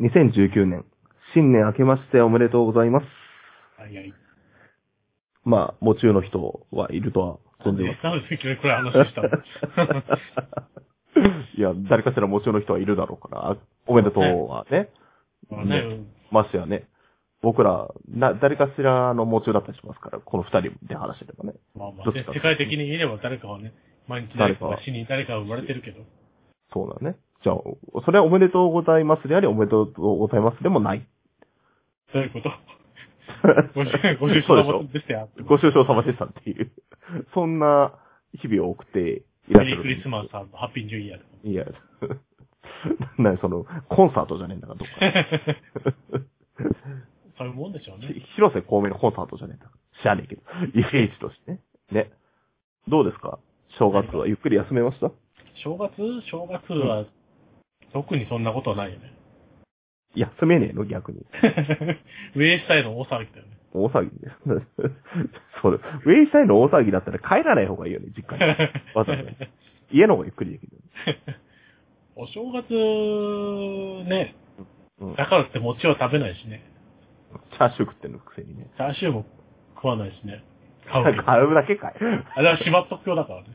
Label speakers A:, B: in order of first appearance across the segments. A: 2019年、新年明けましておめでとうございます。
B: はいはい。
A: まあ、もう中の人はいるとは存じます。
B: なんで急にこれ話したの
A: いや、誰かしらもちろんの人はいるだろうから、あおめでとうはね。
B: まあね、うん
A: ましてやね。僕ら、な、誰かしらのもちろんだったりしますから、この二人で話してればね。
B: まあま
A: どっ
B: あ
A: ち
B: ね
A: か、
B: 世界的に言えれば誰かはね、毎日誰かが死に誰かが生まれてるけど。
A: そうだね。じゃあ、それはおめでとうございますであり、おめでとうございますでもない。
B: どういうこと
A: ご
B: ご
A: 愁
B: 愁
A: 傷
B: ご愁傷でしたよ。
A: 様でしたっていう。 そんな日々を送っていら
B: メ
A: っしゃる。
B: リークリスマスさん、ハッピーニューイヤーとか。
A: いや、なにその、コンサートじゃねえんだから、どっか。
B: そういうもんでしょうね。
A: ひ広瀬香美のコンサートじゃねえんだから。知らねえけど。イメージとしてね。ね。どうですか正月はゆっくり休めました
B: 正月正月は、特にそんなことはないよね。
A: 休めねえの逆に。
B: ウェイしたいの大騒ぎだよね。
A: 大騒ぎで。そうだ。ウェイサイドの大騒ぎだったら帰らない方がいいよね、実家 に。わざわざ家の方がゆっくりできる。
B: お正月、ね、
A: うん。チ
B: だからって餅は食べないしね。
A: ャーシュー食ってんのくせにね。
B: チャーシューも食わないしね。買うけど。あ
A: 買うだけかい。
B: れはしまっとくよだからね。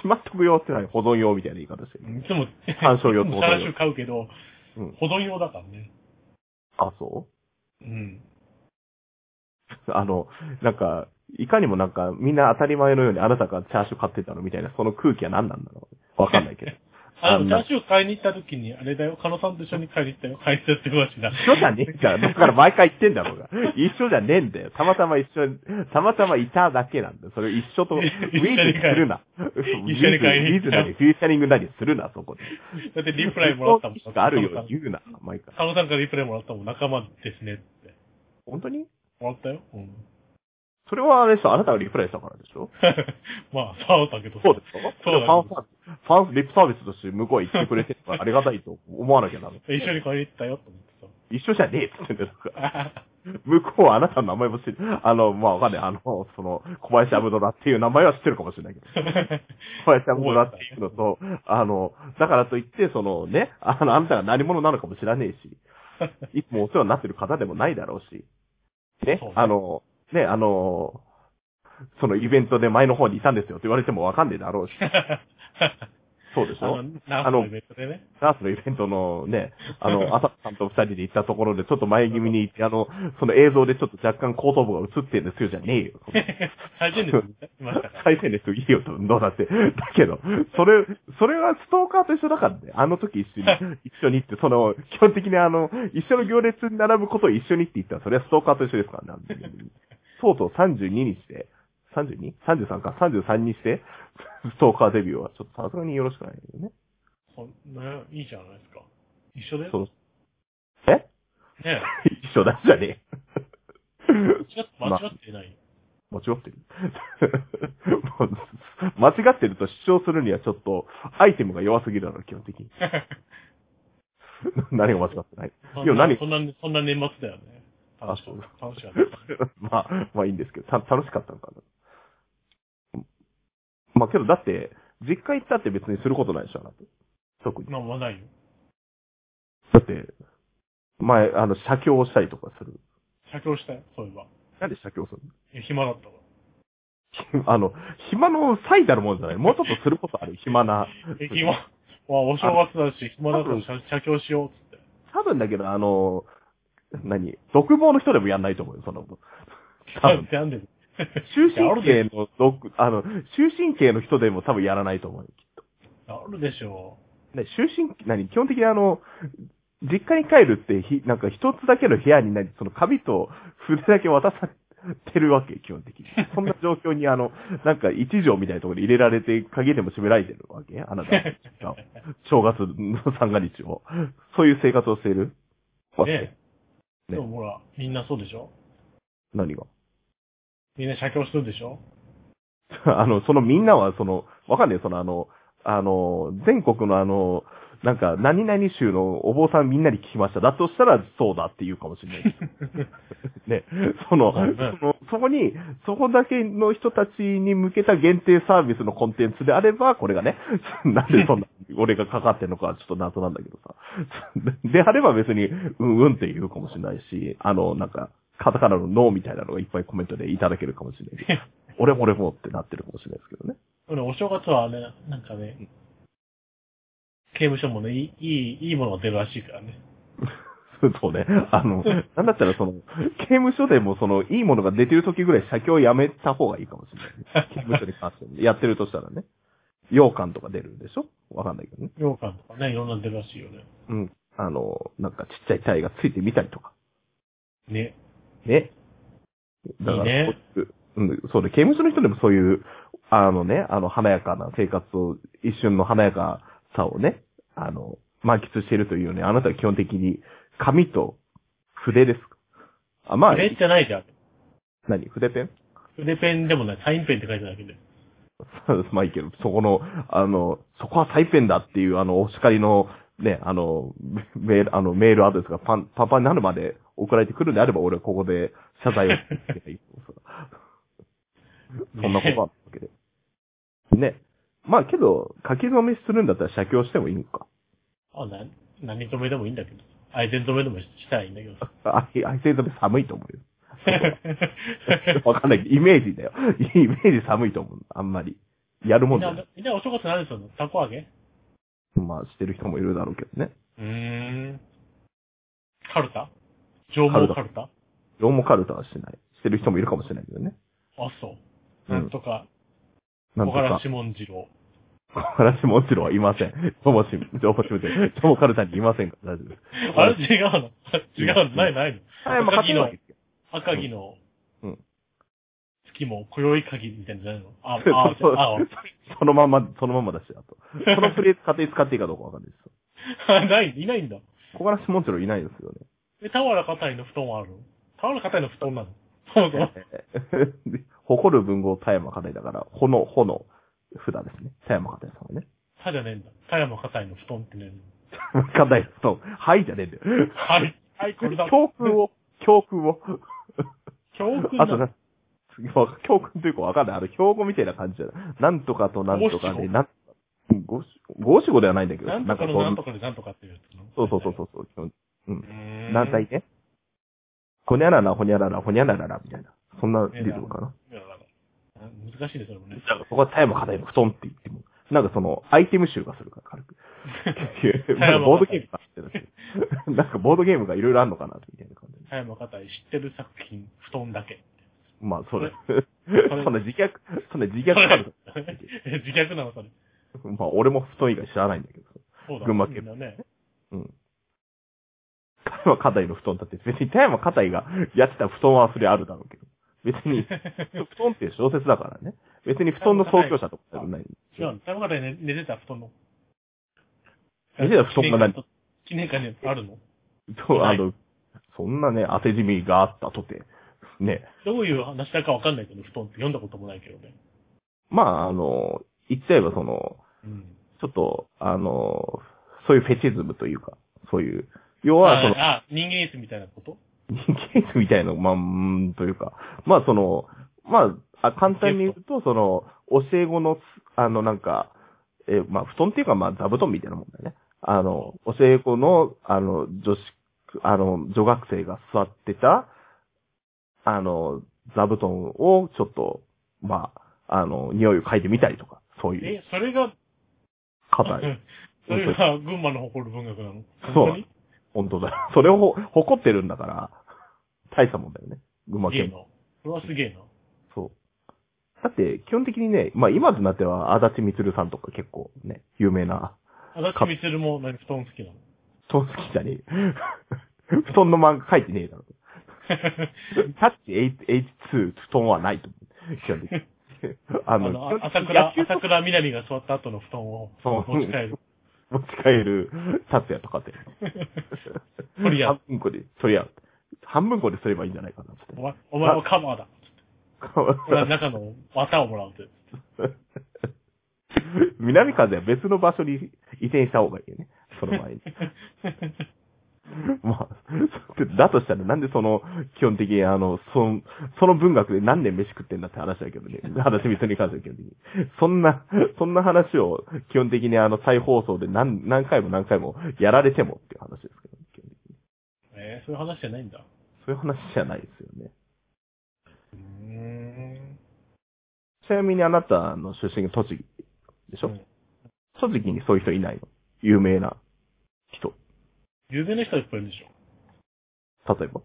A: しまっとくよってない保存用みたいな言い方してる。
B: いつも、
A: 観賞用
B: い
A: と
B: つ
A: 保
B: もチ
A: 存
B: ャーシュ
A: 用
B: ー。買うけど、
A: うん
B: 保存用だからね。
A: あ、そ
B: うん。
A: う あの、なんか、いかにもなんか、みんな当たり前のようにあなたがチャーシュー買ってたのみたいな、その空気は何なんだろう。わかんないけど。
B: あ
A: あ
B: の、
A: ん
B: チャ
A: な
B: ーシュー買いに行った時に、あれだよ、カノさんと一緒に買いに行ったよ、買いに行ったって話だ。
A: 一緒じゃねえ か。だから毎回言ってんだろうが。一緒じゃねえんだよ。たまたま一緒に、たまたまいただけなんだよ。それを一緒と、ウィ
B: 一
A: ー
B: 緒
A: ズ
B: に
A: にするな。ウ
B: 一緒に買いに
A: ィ
B: 行
A: ー
B: っ
A: ズ
B: た
A: なり、フューチャリングなりするな、そこで。
B: だってリプライもらったもん。
A: があるよ、言うな、毎回。
B: カノさんからリプライもらったもん、仲間ですねって。
A: 本当に
B: もらったよ。うん。
A: それはあれでしょ、あなたがリプライしたからでしょ
B: まあ、そうだけどさ
A: そうですか
B: そう
A: れ
B: だ
A: は
B: ね
A: ファンファン、ファンリップサービスとして向こうへ行ってくれてるからありがたいと思わなきゃなの。
B: 一緒に買いに行ったよ、と思ってさ。
A: 一緒じゃねえって言ってんだよ。 だから向こうはあなたの名前も知ってる。あの、まあわかんない。あの、その、小林アブドラっていう名前は知ってるかもしれないけど。小林アブドラっていうのと、あの、だからといって、そのね、あの、あなたが何者なのかも知らねえし、いつもお世話になってる方でもないだろうし、ね
B: そうね、
A: あの、ね、あの、そのイベントで前の方にいたんですよって言われてもわかんねえだろうし、 そうでし
B: あ
A: ょ
B: の、ナースのイベントで ね。
A: ダースのイベントのね、あの、朝さんと二人で行ったところで、ちょっと前気味に行って、あの、その映像でちょっと若干後頭部が映ってるんですよじゃねえよ。
B: 最初に見ましたから。
A: 最低ですよ、いいよと、どうだって。だけど、それ、それはストーカーと一緒だからね。あの時一緒に、一緒に行って、その、基本的にあの、一緒の行列に並ぶことを一緒にって言ったら、それはストーカーと一緒ですからね。とうとう32にして、32?33 か、33にして、ストーカーデビューは、ちょっとさすがによろしくないよね。
B: そんないいじゃないですか。一緒だ
A: そ
B: よ。
A: う。え
B: ね
A: 一緒だじゃねえ。
B: え 間違って、間違ってない。
A: 間違ってる。 もう間違ってると主張するにはちょっと、アイテムが弱すぎるだろう、基本的に。何が間違ってない。
B: そ
A: いや
B: んな
A: 何
B: そんな、そんな年末だよね。
A: あ
B: 楽しか
A: そう
B: った。楽しかった。
A: まあ、まあいいんですけど、た楽しかったのかな。まあけど、だって、実家行ったって別にすることないでしょ、あなた。特に。
B: まあ、まあないよ。
A: だって、前、あの、写経をしたりとかする。
B: 写経したよ、そういえば。
A: なんで写経する
B: いや暇だったわ。
A: の あの、暇の最たるものじゃない。もうちょっとすることある、 暇な。
B: え、暇。わ、お正月だし、暇だから写写経しよう、つって。
A: 多分だけど、あの、何独房の人でもやんないと思うよ、その。多分。
B: なんで
A: 終身刑の独、あの、終身刑の人でも多分やらないと思うよ。
B: あるでしょ
A: ね、終身、何基本的にあの、実家に帰るって、ひ、なんか一つだけの部屋になり、その紙と筆だけ渡されてるわけ、基本的に。そんな状況にあの、なんか一畳みたいなところに入れられて、鍵でも閉められてるわけあなた。正月の三が日を。そういう生活をしている
B: う。
A: わけ。
B: ねえ。でもほら、みんなそうでしょ
A: 何が
B: みんな写経するでしょ
A: あの、そのみんなは、その、わかんないよ、そのあの、あの、全国のあの、なんか、何々州のお坊さんみんなに聞きました。だとしたら、そうだって言うかもしれないけど。ね、その、
B: そうね
A: そのそこに、そこだけの人たちに向けた限定サービスのコンテンツであれば、これがね、 なんでそんな、俺がかかってんのかはちょっと謎なんだけどさ。 であれば別に、うんうんって言うかもしれないし、あの、なんか、カタカナのノーみたいなのがいっぱいコメントでいただけるかもしれないし。俺も俺もってなってるかもしれないですけどね。
B: 俺、お正月はね、なんかね、刑務所もね、いい、いいいいものが出るらしいからね。
A: そうね。あの、なんだったらその、刑務所でもその、いいものが出てる時ぐらい写経をやめた方がいいかもしれないね。刑務所に関して、やってるとしたらね。羊羹とか出るんでしょわかんないけどね。
B: 羊羹とかね、いろんなの出るらしいよね。
A: うん。あの、なんかちっちゃいタイがついてみたりとか。
B: ね。
A: ね。だから、
B: いいね
A: そういううん、そうね。刑務所の人でもそういう、あのね、あの、華やかな生活を、一瞬の華やかさをね、あの、満喫してるというね、あなたは基本的に、紙と筆ですかあ、まあ、
B: 筆じゃないじゃん。
A: 何筆ペン
B: 筆ペンでもない、サインペンって書いてあるだけで。
A: まあいいけど、そこの、あの、そこはサイペンだっていう、あの、お叱りの、ね、あの、メール、あの、メールアドレスがパン、パンパンになるまで送られてくるんであれば、俺はここで謝罪をしていけばいい。そんなことあるわけで。ね。まあけど、書き初めするんだったら写経してもいいんか。
B: あ、な、何止めでもいいんだけど。愛染止めでもししたらいいんだけどさ。
A: あ、あいつにとって寒いと思うよ。わかんないけど、イメージだよ。イメージ寒いと思う。あんまり。やる
B: み
A: もん
B: ん
A: じゃ
B: な
A: ない。、
B: みんなお正月何するのたこ揚げ
A: まあ、してる人もいるだろうけどね。
B: うーん。カルタ縄文カルタ
A: ローモカルタはしない。してる人もいるかもしれないけどね。
B: あ、そう。
A: うん
B: なんとか、
A: なん
B: 小
A: と
B: 柄
A: か。
B: 志文次郎。
A: 小原もちろんはいません。ともし、ともしむて、ともカルタにいませんから大丈夫です。
B: あれ違うの違うのないないの
A: はい、まあ、勝てるわけですよ。
B: 赤城の、
A: うん
B: 月も、今宵鍵みたいなのじゃないのあ、あ、
A: そう
B: あ、あ、
A: そのまんま、そのまんまだし、あと。そのフレーズ勝手に使っていいかどうかわかんないですよ。
B: あ、 ない、いないんだ。
A: 小柄もちろんいないですよね。
B: え、俵硬いの布団はあるの俵硬いの布団なのそうそう。
A: で誇る文豪、田山課題だから、ほの、ほの、札ですね。田山課題さんはね。
B: たじゃねえんだ。田山硬いの布団ってね。
A: 課題と、はいじゃねえんだよ。
B: はい。はい、これだ。
A: 教訓を、教訓を。
B: 教訓
A: あと
B: だ。
A: な、次は教訓というかわかんない。あの、標語みたいな感じだな。なんとかとなんとかで、
B: 五七五
A: なん、うん五七五七五ではないんだけど、
B: なんとかのなんと
A: か
B: かでなんとかっていうやつなの
A: そうそうそうそうそうそう。
B: うーん。
A: 団体ね。ほにゃらら、ほにゃらら、ほにゃららら、みたいな。そんなリズムかな。
B: いやなんかあ難しいですよね。
A: そこはタイム課題の布団って言っても、なんかその、アイテム集がするから、軽く。 なんかボードゲームがあってたし なんかボードゲームがいろいろあるのかな、みたいな感じ。
B: 田山硬い知ってる作品、布団だけ。
A: まあ、それ。
B: それ
A: そんな自虐、そんな自虐カル
B: 自虐なの、それ。
A: ト。まあ、俺も布団以外知らないんだけど。
B: そうだ。
A: 群馬県
B: みんなね。
A: うん。田山硬いの布団だって、別に田山硬いがやってた布団はそれあるだろうけど。別 に、布団っていう小説だからね。別に布団の創業者とかじゃない。
B: 違うの。田山硬い寝寝てた布団の。
A: 寝てた布団が何
B: 記念館にあるの
A: そう、あの、そんなね、汗じみがあったとて、ね。
B: どういう話だかわかんないけど、布団って読んだこともないけどね。
A: まあ、あの、言っちゃえばその、
B: うん。
A: ちょっと、あの、そういうフェチズムというか、そういう、要は、その、
B: あ、あ人間椅子みたいなこと
A: 人間みたいな、まあ、うーん、というか、まあその、まあ、あ簡単に言うと、その、教え子のつ、あの、なんか、えーまあ、布団っていうか、まあ、座布団みたいなもんだよね。あの、教え子の、あの、女子、あの、女学生が座ってた、あの、座布団をちょっと、まあ、あの、匂いを嗅いでみたりとか、そういう
B: え、それが、
A: 方、
B: それが群馬の誇る文学なの
A: そう
B: 本当に
A: 本当だ。それをほ誇ってるんだから、大したもんだよね。群馬
B: すげえ
A: 県
B: な。それはすげえな。
A: そう。だって、基本的にね、まあ今となっては、足立みつるさんとか結構ね、有名な、
B: 足立みつるも何布団好きなの
A: 布団好きじゃねえ。 布団の漫画書いてねえだろ。タッチ H2 布団はないと思う。基本 的に。あ
B: あ
A: の、
B: の、
A: 基
B: あ
A: 本的に
B: 朝
A: 野
B: 倉、
A: 球
B: 朝倉みなみが座った後の布団を
A: そう
B: 持ち帰る。
A: 持ち帰る達也とかって。
B: 取り合う
A: 半分こで取り合う。半分こですればいいんじゃないかな っつ
B: お前、お前はカバーだ。俺は
A: って。
B: 中の綿をもらうって。
A: 南風は別の場 所に移転した方がいいよね。その前に。まあ、って、だとしたらなんでその、基本的にあの、そん、その文学で何年飯食ってんだって話だけどね。話別に関しては基本的に。そんな、そんな話を基本的にあの、再放送で何、何回も何回もやられてもっていう話ですけど、基本的に
B: えー、そういう話じゃないんだ。
A: そういう話じゃないですよね。
B: うーん。
A: ちなみにあなたの出身が栃木でしょ、
B: うん
A: 栃木にそういう人いないの有名な人。
B: 有名な人はいっぱいいるでし ょ。
A: 例えば。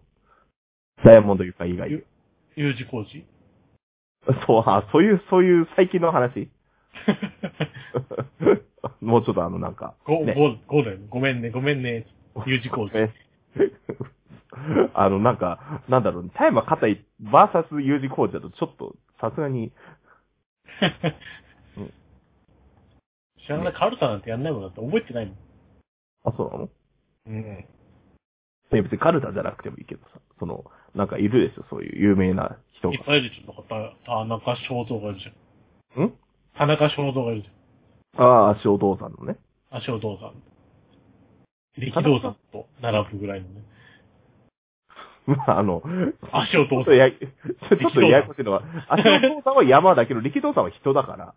A: ダイヤモンドユカ以外で。
B: U 字工事
A: そう、あ、そういう、そういう最近の話。 もうちょっとあの、なんか。
B: ご、
A: ね
B: ご、ごだよ。ごめんね、ごめんね。U 字工事。
A: ね あの、なんか、なんだろう、タイマー硬い、バーサス U 字工事だとちょっと、さすがに、うん
B: 知らない、カルタなんてやんないもんだって覚えてないもん。
A: あ、そうなの
B: うん。
A: いや別にカルタじゃなくてもいいけどさ、その、なんかいるでしょ、そういう有名な人
B: い
A: が
B: っ。ぱいいるでしょ。なんかた田中正造がいるじゃん。
A: ん
B: 田中正造がいるじ
A: ああ、塩道さんのね。
B: ゃん。あ、正造さん。力道山と並ぶぐらいのね。
A: まあ、あの、
B: あ、正
A: ちょ
B: 造
A: っ
B: さ
A: と
B: ん。
A: や、ちょっとややこしいのは、足尾さんは山だけど、力道さんは人だから、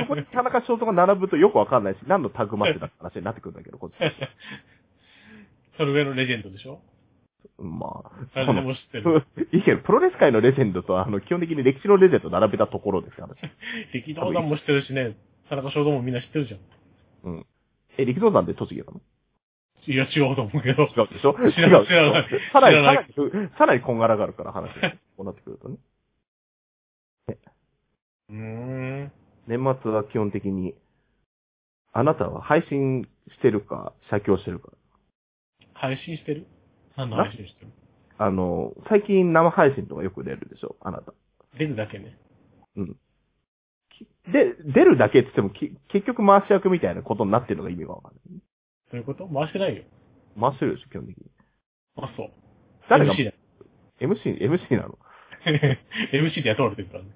A: そこに田中翔太が並ぶとよくわかんないし、何のタグマッチだって話になってくるんだけど、こっち。
B: それ上のレジェンドでしょ
A: まあ、
B: 誰
A: そ
B: で
A: の、
B: も知ってる。
A: いいけど、プロレス界のレジェンドと、あの、基本的に歴史のレジェンド並べたところですから、私
B: 力道山も知ってるしね、田中正造もみんな知ってるじゃん。
A: うん。え、力道さんって栃木なの
B: いや、違うと思うけど。
A: 違うでしょ
B: 知ら
A: 違
B: な
A: う
B: い知らない
A: でしょさらに、
B: 知
A: さ
B: らな
A: ら
B: い
A: に、さらにこんがらがるから話が、こうなってくるとね。
B: うーん。
A: 年末は基本的に、あなたは配信してるか、写経してるか、
B: 配信してる何の配信してる
A: あの、最近生配信とかよく出るでしょあなた。
B: 出るだけね。
A: で、出るだけって言っても、き結局回し役みたいなことになってるのが意味がわかんない。
B: どういうこと回してないよ。
A: 回してるでしょ、基本的に。
B: あ、そう。
A: 誰が
B: MC だ。
A: MC、MC なの
B: MC で雇われてるからね。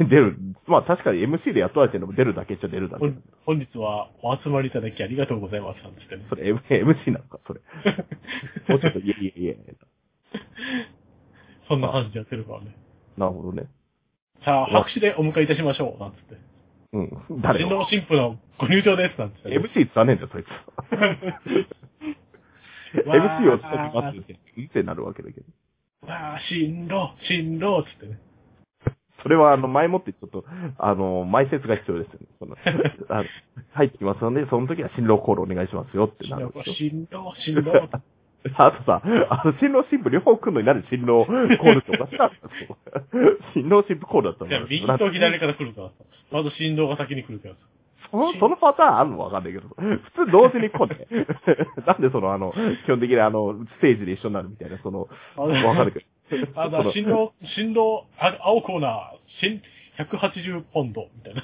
A: で、出る。まあ確かに MC で雇われてるのも出るだけっちゃ出るだ
B: ほ
A: け。
B: ん本日はお集まりいただきありがとうございます。なんつってね。
A: それ、M- MC なのか、それ。もうちょっと、いえいえいえ。
B: そんな感じでやってるからね。
A: なるほどね。
B: さあ、拍手でお迎えいたしましょう。なんつって。
A: うん。誰
B: 新郎
A: よ
B: 新婦のご入場です。なんつってね、
A: MC って言わねえんだよ、そいつ。
B: わー
A: MC を使って待ってるって、ってなるわけだけど。
B: わあ、新郎、新郎、つってね。
A: それは、あの、前もってちょっと、あの、埋設が必要ですよね。そのあの入ってきますので、その時は新郎コールお願いしますよって
B: 新
A: なる
B: 郎
A: んですよ、
B: 新郎、新郎。
A: あとさ、あの、新郎新婦両方来るのになんで新郎コールっておかしかったの新郎新婦コールだったもん
B: じゃあ、右と左から来るからさ。まず新郎が先に来 るからさ。
A: その、そのパターンあるのわかんないけど、普通同時に来んね。なんでその、あの、基本的にあの、ステージで一緒になるみたいな、その、
B: あ
A: わかるけど。
B: あ
A: その
B: と、新郎、新郎、あ青コーナー、新、180ポンド、みたいな。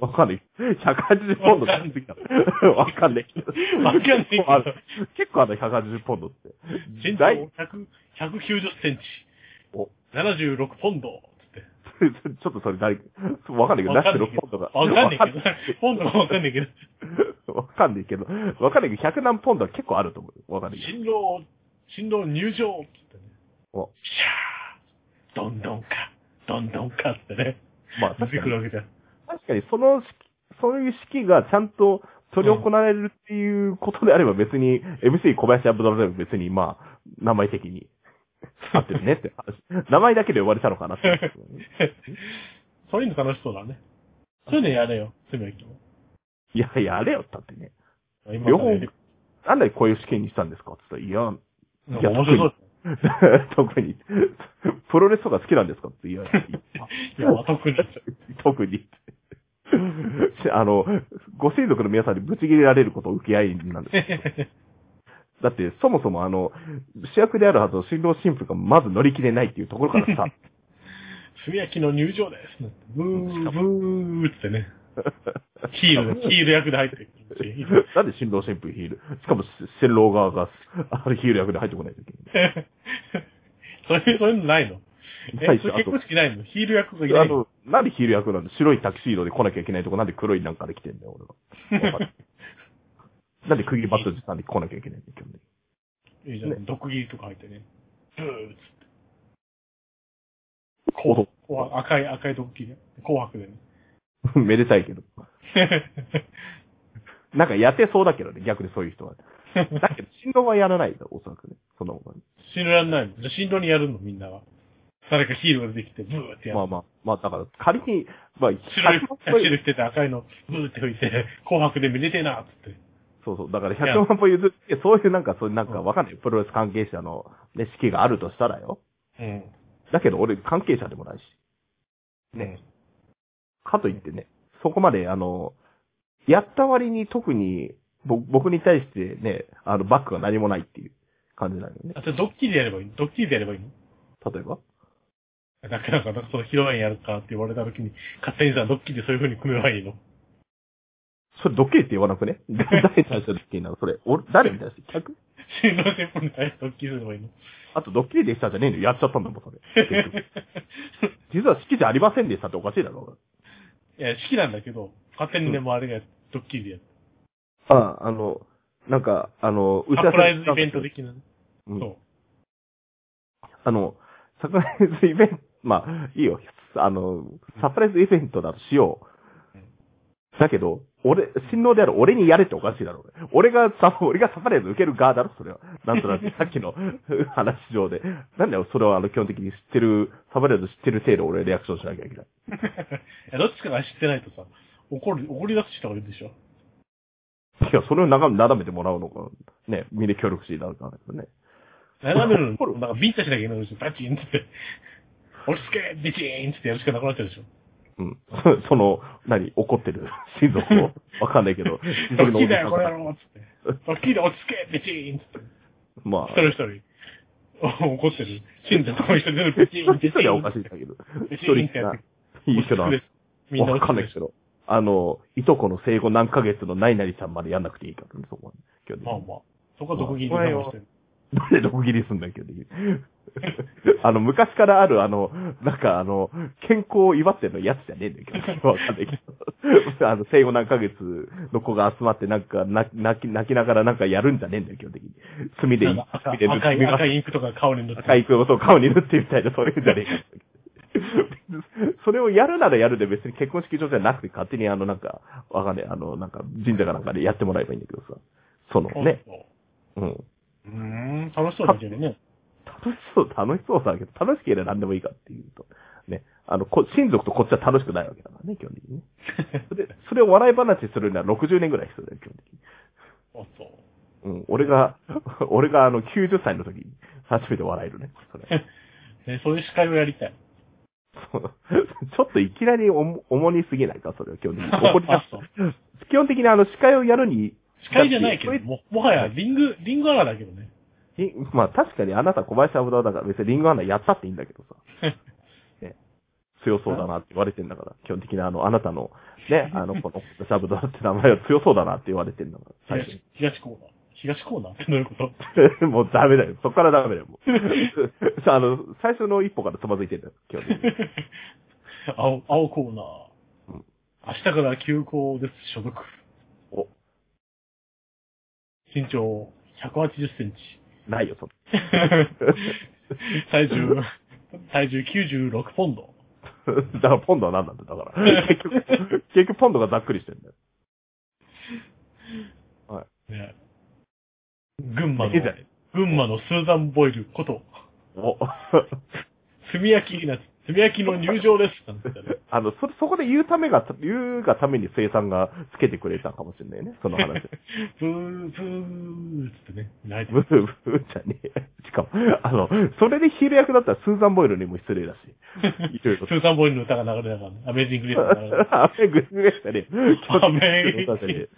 A: わかんない。180ポンド買ってきた。わかんない。
B: わかんないけど
A: あの結構あの180ポンドって。
B: 身長
A: 大
B: 100 190センチ。
A: お
B: 76ポンド。つって。
A: ちょっとそれ誰、わかんないけど、出
B: わ
A: し
B: かん
A: て
B: ない
A: る
B: け
A: ポンド
B: ど。
A: が。
B: わかんないけ
A: わ
B: ど。ポンドがわかんないけど。
A: ど。 わかんないけど、わかんないけど、100何ポンドは結構あると思う。わかんないけど。
B: 新郎、新郎入場。つってね。
A: お
B: シャー。どんどんか。どんどんか。ってね。
A: まあ、
B: 出
A: 確
B: てく
A: かに、
B: るわけじゃん。
A: 確かにその式、そういう式がちゃんと取り行われるっていうことであれば別に、MC 小林アブドラでも別に、まあ、名前的に、合ってるねって話。 名前だけで呼ばれたのかなって 思う。
B: そういうの楽しそうだね。そういうのやれよ。つぶやきも。
A: いや、やれよ、だってね。
B: 今
A: 両方
B: からやる、
A: なんでこういう試験にしたんですかって言ったら、いや、
B: なん
A: いや
B: か面白そう。
A: 特に、プロレスとか好きなんですかって言われて、
B: いや、まあ特に。
A: 特に。あの、ご親族の皆さんにブチ切れられることを受け合いなんです。だって、そもそもあの、主役であるはずの新郎新婦がまず乗り切れないっていうところからさ、
B: つぶやきの入場です。ブー、ブーってね。 ヒール、ヒール役で入ってくる。
A: なんで新郎新婦ヒール、しかも新郎側があのヒール役で入ってこないといけない。
B: そういう、そういうのないの
A: ない
B: え、
A: し
B: そ
A: あと
B: れ結婚式ないのヒール役がいな
A: あ
B: いの
A: の、なんでヒール役なんだ白いタキシードで来なきゃいけないとこなんで黒いなんかで来てんだよ、俺は。わかんないなんで釘バット持参で来なきゃいけないんだよ、基本的に
B: いいじゃん。
A: ね
B: 毒斬りとか入ってね。ブーッつって。
A: こ
B: 紅白赤い、赤い毒斬りで。紅白でね。
A: う、 めでたいけど。なんかやってそうだけどね、逆にそういう人は。だけど、振動はやらないだ、おそらくね。そんなこと
B: 死ぬらんないの。じゃあ、死にやるの、みんなは。誰かヒーローが出てきて、ブーってやる。
A: まあまあ、まあだから、仮に、まあ、
B: 白い、白
A: 100万歩
B: いの着てて赤いの、ブーって吹いて、紅白でめでてえな、つって。
A: そうそう、だから100万歩譲って、そういうなんか、そういうなんかわかんない、プロレス関係者の、ね、式があるとしたらよ。
B: うん。
A: だけど俺関係者でもないし。ね。かといってね、そこまであの、やった割に特に、ぼ僕に対してね、あの、バックが何もないっていう感じなのよね。
B: あ、じゃあドッキリでやればいいのドッキリでやればいいの
A: 例えば
B: なんか、なんか、なんかその披露宴やるかって言われた時に、勝手にさ、ドッキリでそういう風に組めばいいの。
A: それドッキリって言わなく ね誰に対してドッキリなのそれ、俺、誰に対して客
B: 新郎新婦に対してドッキリすればいい の。
A: あとドッキリでしたじゃねえのやっちゃったんだもん、それ。 結局実は式じゃありませんでしたっておかしいだろ。
B: いや、式なんだけど、勝手にね、周りがドッキリでやる。
A: あ、あの、なんか、あの、打
B: サプライズイベント的なね。
A: うん
B: そ
A: あの、サプライズイベント、まあ、いいよ。あの、サプライズイベントだとしよ
B: う
A: う。だけど、俺、新郎である俺にやれっておかしいだろ。俺がサ、俺がサプライズ受ける側だろ、それは。なんとなく、 さっきの話上で。なんだよ、それはあの、基本的に知ってる、サプライズ知ってる程度俺リアクションしなきゃいけない。
B: う。いや、どっちかが知ってないとさ、怒る、怒り出す人がいるでしょ。
A: いや、それを眺め、眺めてもらうのが、ね、みんな協力していただかないとね。
B: 斜めるの、なんかビンタしなきゃいけないでしょ。バチンって。落ち着けビチーンってやるしかなくなっちゃうでしょ。
A: うん。 その、何、怒ってる 親族を。わかんない けど。親族の
B: ドッ
A: おじ
B: キリ
A: さんと
B: だよ、こ
A: か
B: れやろうっつって。ドッキリで落ち着けビチーンって。
A: まあ
B: 一。人一人。お怒ってる。信者も一人ずつビチ
A: 一
B: ーン、ビチ
A: 人は
B: ーン
A: お。かしいんだけど。一
B: ビチ
A: 人
B: ーンってや
A: が
B: って。、
A: いい人だ。
B: みんな
A: わかんない
B: す。
A: けど。あの、いとこの生後何ヶ月の何々ちゃんまでやんなくていいからね、そこは、ね。今日
B: まあ
A: ね。
B: まあ。そこは毒切りで騙してる。
A: なんで毒切りすんだよ、今日ね。あの、昔からある、あの、なんかあの、健康を祝ってるのやつじゃねえんだよ、今日。わかんないけど。あの、生後何ヶ月の子が集まって、なんか、泣き、泣き泣きながらなんかやるんじゃねえんだよ、基本的に。墨で、
B: なんか赤
A: 墨で塗って
B: 赤い、赤いインクとか顔に塗って。
A: 赤い黒を顔に塗ってみたいな、そういうんじゃねえか。それをやるならやるで別に結婚式場じゃなくて勝手にあのなんか、わかんねえ、あのなんか神社かなんかでやってもらえばいいんだけどさ。その
B: そう
A: ね、
B: そう
A: うん。
B: うーん、楽しそうだけどね。
A: 楽しそう、楽しそうだけど、楽しければ何でもいいかっていうと。ね。あの、こ親族とこっちは楽しくないわけだからね、基本的にね。 それ、それを笑い話にするには60年ぐらい必要だよ、基本的に。
B: そうそう。
A: うん。俺が、 俺があの90歳の時に初めて笑えるね、それ。
B: ねそういう司会をやりたい。
A: そうちょっといきなり重重にすぎないか、それは基本的に。怒り出
B: そう
A: す。基本的にあの、司会をやるに、
B: 司会じゃないけど
A: だって、
B: も、もはやリング、リングアラだけどね。
A: いまあ確かにあなた小林アブダだから別にリンゴアナやったっていいんだけどさ。ね、強そうだなって言われてんだから、基本的なあの、あなたの、ね、あの、この小林アブダって名前は強そうだなって言われてんだから、最初
B: 東、東コーナー。東コーナーってどういうこと
A: に。もうダメだよ。そっからダメだよ、もう。 さあの、最初の一歩からつまずいてんだよ、基本的に。
B: 青、青コーナー。
A: うん
B: 明日から休校です、所属。
A: お、
B: 身長180センチ。
A: ないよ、そん
B: 体重、体重96ポンド。
A: だからポンドは何なん だよだから。結局、結局ポンドがざっくりしてんだよ。
B: ね。群馬の
A: いいじゃん、
B: 群馬のスーザン・ボイルこと、
A: お、
B: 炭焼きな、炭焼きの入場です。なんて言ったね
A: あの、そ、そこで言うためが、言うがために生産がつけてくれたかもしれないね、その話。
B: ブー、ブー、つってね、泣いて
A: ブ
B: る。
A: ーブーじゃねえ。しかも、あの、それでヒール役だったらスーザン・ボイルにも失礼だし。いろいろ
B: ス。ーザン・ボイルの歌が流れなが ら、ね、アメージング・レースが流れながら。
A: アメグレグレしたね。
B: アメージ
A: 基
B: ング
A: 本的に
B: レ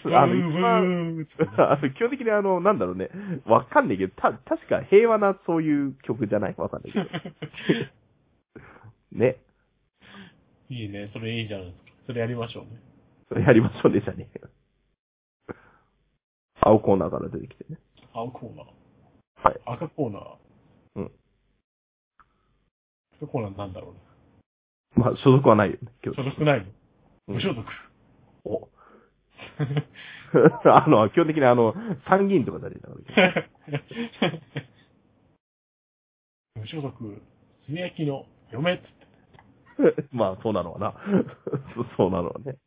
B: ス。ブ
A: あの、
B: ー、
A: 一
B: ブ
A: 番、
B: ー、つってね。
A: あの基本的にあの、なんだろうね。わかんないけど、た、確か平和なそういう曲じゃないわかんないけど。ね。
B: いいね、それいいじゃないですか。それやりましょうね。
A: それやりましょうね、じゃねえよ。青コーナーから出てきてね。
B: 青コーナー。
A: はい。
B: 赤コーナー。
A: うん。
B: 赤コーナーなんだろうね。
A: まあ、所属はないよね、今
B: 所
A: 日。
B: 属ないの
A: うん
B: 無所属。
A: お あの、基本的にあの、参議院とか出てたから
B: 無所属、炭焼きの嫁っつっ
A: まあ、そうなのはな。そそうなのはね。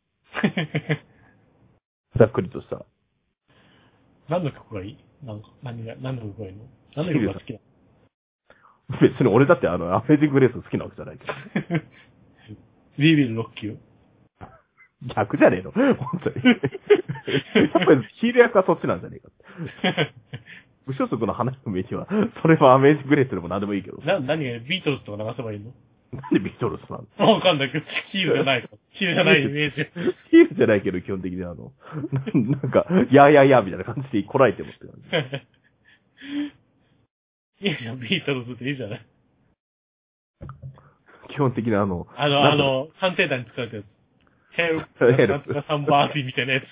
B: て。
A: ざっくりとした。
B: 何の曲がいいなんか何が、何の曲がいいの何の曲が好きな
A: 別に俺だってあの、アメージングレース好きなわけじゃないけど。
B: の ?We will rock you.
A: 逆じゃねえの。 本当に。やっぱりヒール役はそっちなんじゃねえかって。無所属の話の名義は、それはアメージングレースでも何でもいいけど。
B: な、何がビートルズとか流せばいいの
A: なんでビートルズなん
B: わかんないけど、ヒールじゃないか。ヒールじゃないイメージ。
A: ヒールじゃないけど、基本的にあの、ななんか、やーやーやーみたいな感じでこらえてもって感じ。
B: いやいや、ビートルズでいいじゃない。
A: 基本的にあの、
B: あの、あの、反省団に使われたやつ。ヘルプ、
A: ヘルプ
B: なんとかサンバービーみたいなやつ。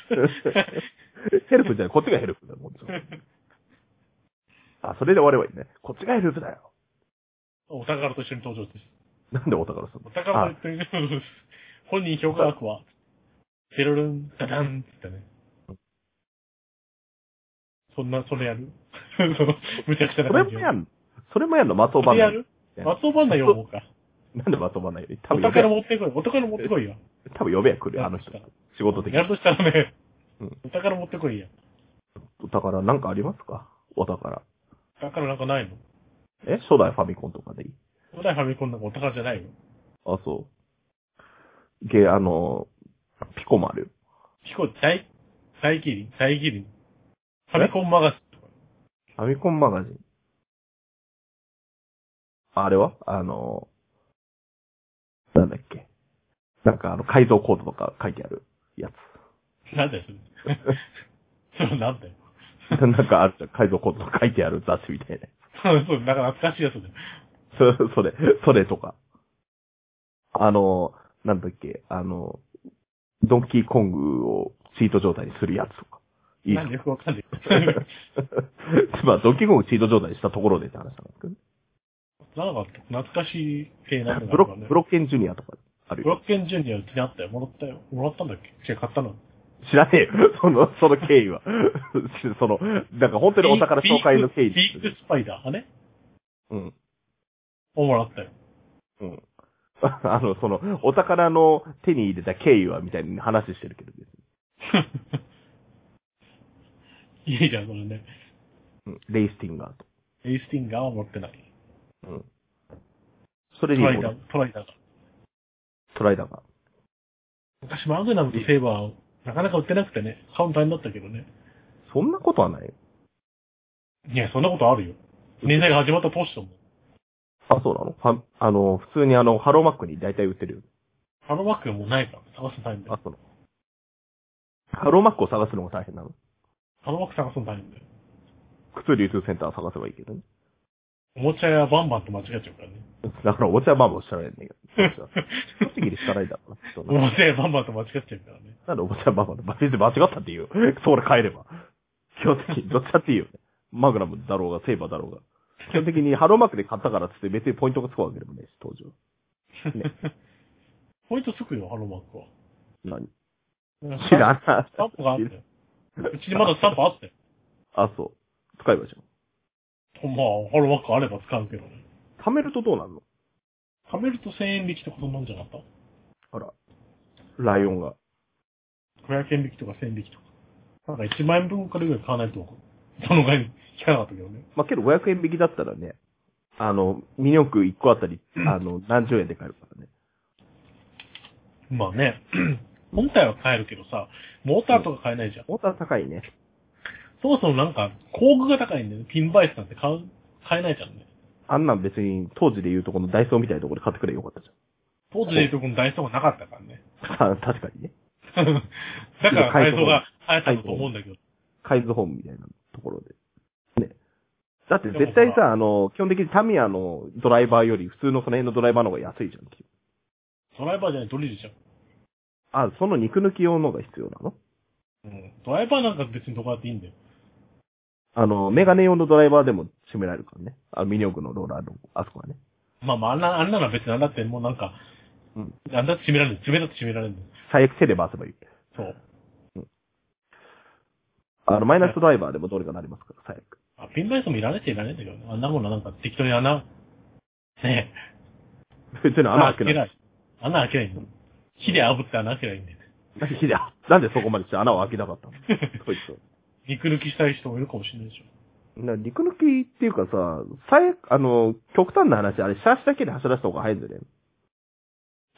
A: ヘルプじゃない、こっちがヘルプだもん。あ、それで終わればいいね。こっちがヘルプだよ。
B: お宝と一緒に登場です。
A: なんでお宝さん
B: お宝と一緒に登場です。 本人評価額は、テロルン、ダダンってね。そんな、それやる そのむちゃくちゃな
A: それも
B: 感じ。
A: やん、それもやんの、松尾
B: そ
A: バ
B: れ
A: ナ
B: や
A: ナ。
B: る松尾バンナ読もうか。
A: なんで松尾バナナより多
B: お
A: 分呼べや
B: 宝、持ってこい。お宝持ってこいよ。
A: 多分呼べや来るよ、あの人。仕事的に
B: や。るとしたらね
A: うん、
B: お宝持ってこいや。
A: お宝、なんかありますかお宝。
B: お宝なんかないの
A: え初代ファミコンとかでいい
B: 古代ファミコンなんかお宝じゃないよ。
A: あ、そう。ゲ、あの、ピコもあるよ。
B: ピコ、大、大キリン、大キリン。ファミコンマガジンとか。
A: ファミコンマガジン。あれはあの、なんだっけ。なんかあの、改造コードとか書いてあるやつ。
B: なんだよ、それ。 それなんだよ。
A: なんかあるじゃん。改造コードとか書いてある雑誌みたいな。
B: そう、そう、なんか懐かしいやつだよ。
A: そ、 それ、それとか。あの、なんだっけ、あの、ドンキーコングをチート状態にするやつとか。いい
B: なんでよくわかんない。
A: まあ、ドンキーコングをチート状態にしたところでって話なんですけどね、
B: なんか、懐かしい系なんだ
A: ブロック、ブ
B: ロ
A: ロッケンジュニアとかある
B: ブロ
A: よ。
B: ッケンジュニアうちにあったよ。もらったよ。もらったんだっけ違う、買ったの。
A: 知らねえよ。 その、その経緯は。 その、なんか本当にお宝紹介の経緯
B: ビークビークスパイダーがね。
A: うん。
B: をもらったよ。
A: うん。 あの、その、お宝の手に入れた経緯はみたいな話してるけど、
B: いいじゃん、それね。
A: うん。レイスティンガーと。
B: エイスティンガーは持ってない。
A: うん。そ
B: ト
A: れに
B: ライダー、トライダーが。
A: トライダーが。
B: 昔マグナムとセーバー、なかなか売ってなくてね、カウンターになったけどね。
A: そんなことはないよ
B: いや、そんなことあるよ。年代が始まったポストも。
A: あ、そうなのファンあの、普通にあの、ハローマックに大体売ってるよ。
B: ハローマックがもうないから、探すの大変だよ
A: あ、。その。ハローマックを探すのが大変なの
B: ハローマック探すの大変だよ。
A: 靴流通センター探せばいいけどね。
B: おもちゃやバンバンと間違えちゃうからね。
A: だから、お茶まあおしゃれねえけど。一席にしかないだろうな。人
B: お
A: の
B: もちゃやバンバンと間違えちゃうからね。
A: なんでおばちゃんママのバ間違ったって言うよ。それ変えれば。基本的に、どっちだっていいよね。マグナムだろうが、セーバーだろうが。基本的にハローマークで買ったからっつって別にポイントがつくわけでもねえし、当時は。
B: ポイントつくよ、ハローマックは。
A: 何知
B: 知
A: ら
B: ん。
A: な
B: スタンプ があったよ。うちにまだスタンプあったよ。
A: あ、そう。使えばいいじ
B: まあ、ハローマックあれば使うけどね。
A: ゃん。貯めるとどうなんの
B: 貯めると1000円引きとかそんなんじゃなかっ
A: あら。ライオンが。
B: た ?500 円引きとか1000円引きとか。なんか1万円分からいぐらい買わないと、そのぐらい引かなかったけどね。
A: まあ、けど500円引きだったらね、あの、ミニ四駆1個あたり、あの、何十円で買えるからね。
B: まあね、 本体は買えるけどさ、モーターとか買えないじゃん。
A: モーター高いね。
B: そもそもなんか、工具が高いんだよね。ピンバイスなんて買う、買えないじゃんね。
A: あんなん別に当時で言うとこのダイソーみたいなところで買ってくればよかったじ
B: 当時でいうとこのダイソーがなかったからね。
A: ゃん。 確かにね。
B: だからダイソーが流行ったんだと思うんだけど。
A: カイズホームみたいなところで。ね。だって絶対さ、あの、基本的にタミヤのドライバーより普通のその辺のドライバーの方が安いじゃん。
B: ドライバーじゃない、ドリルじゃん。
A: あ、その肉抜き用のが必要なの
B: うん。ドライバーなんか別にどこだっていいんだよ。
A: あの、メガネ用のドライバーでも締められるからね。あの、ミニ四駆のローラーの、あそこはね。
B: まあまあ、あんな、あんなのは別にあんだってもうなんか、
A: うん
B: あんだって締められる。締めだって締められるんだよ。
A: 最悪手で回せばいい。
B: そう。
A: あの、マイナスドライバーでもどうにかなりますから、最悪。
B: あ、ピンバイソンもいらないっちゃいらないんだけどね。あんなものなんか適当に穴、ねえ。
A: 別に穴開けない。
B: い。穴開けない。火で炙って穴開けないんだよ ね。
A: 何 でなんでそこまでして穴を開けなかったのこいつ。
B: 肉抜きしたい人もいるかもしれないでしょ。
A: な陸抜きっていうかさ、最悪、あの、極端な話、あれ、シャーシだけで走らせた方が早いんだよね。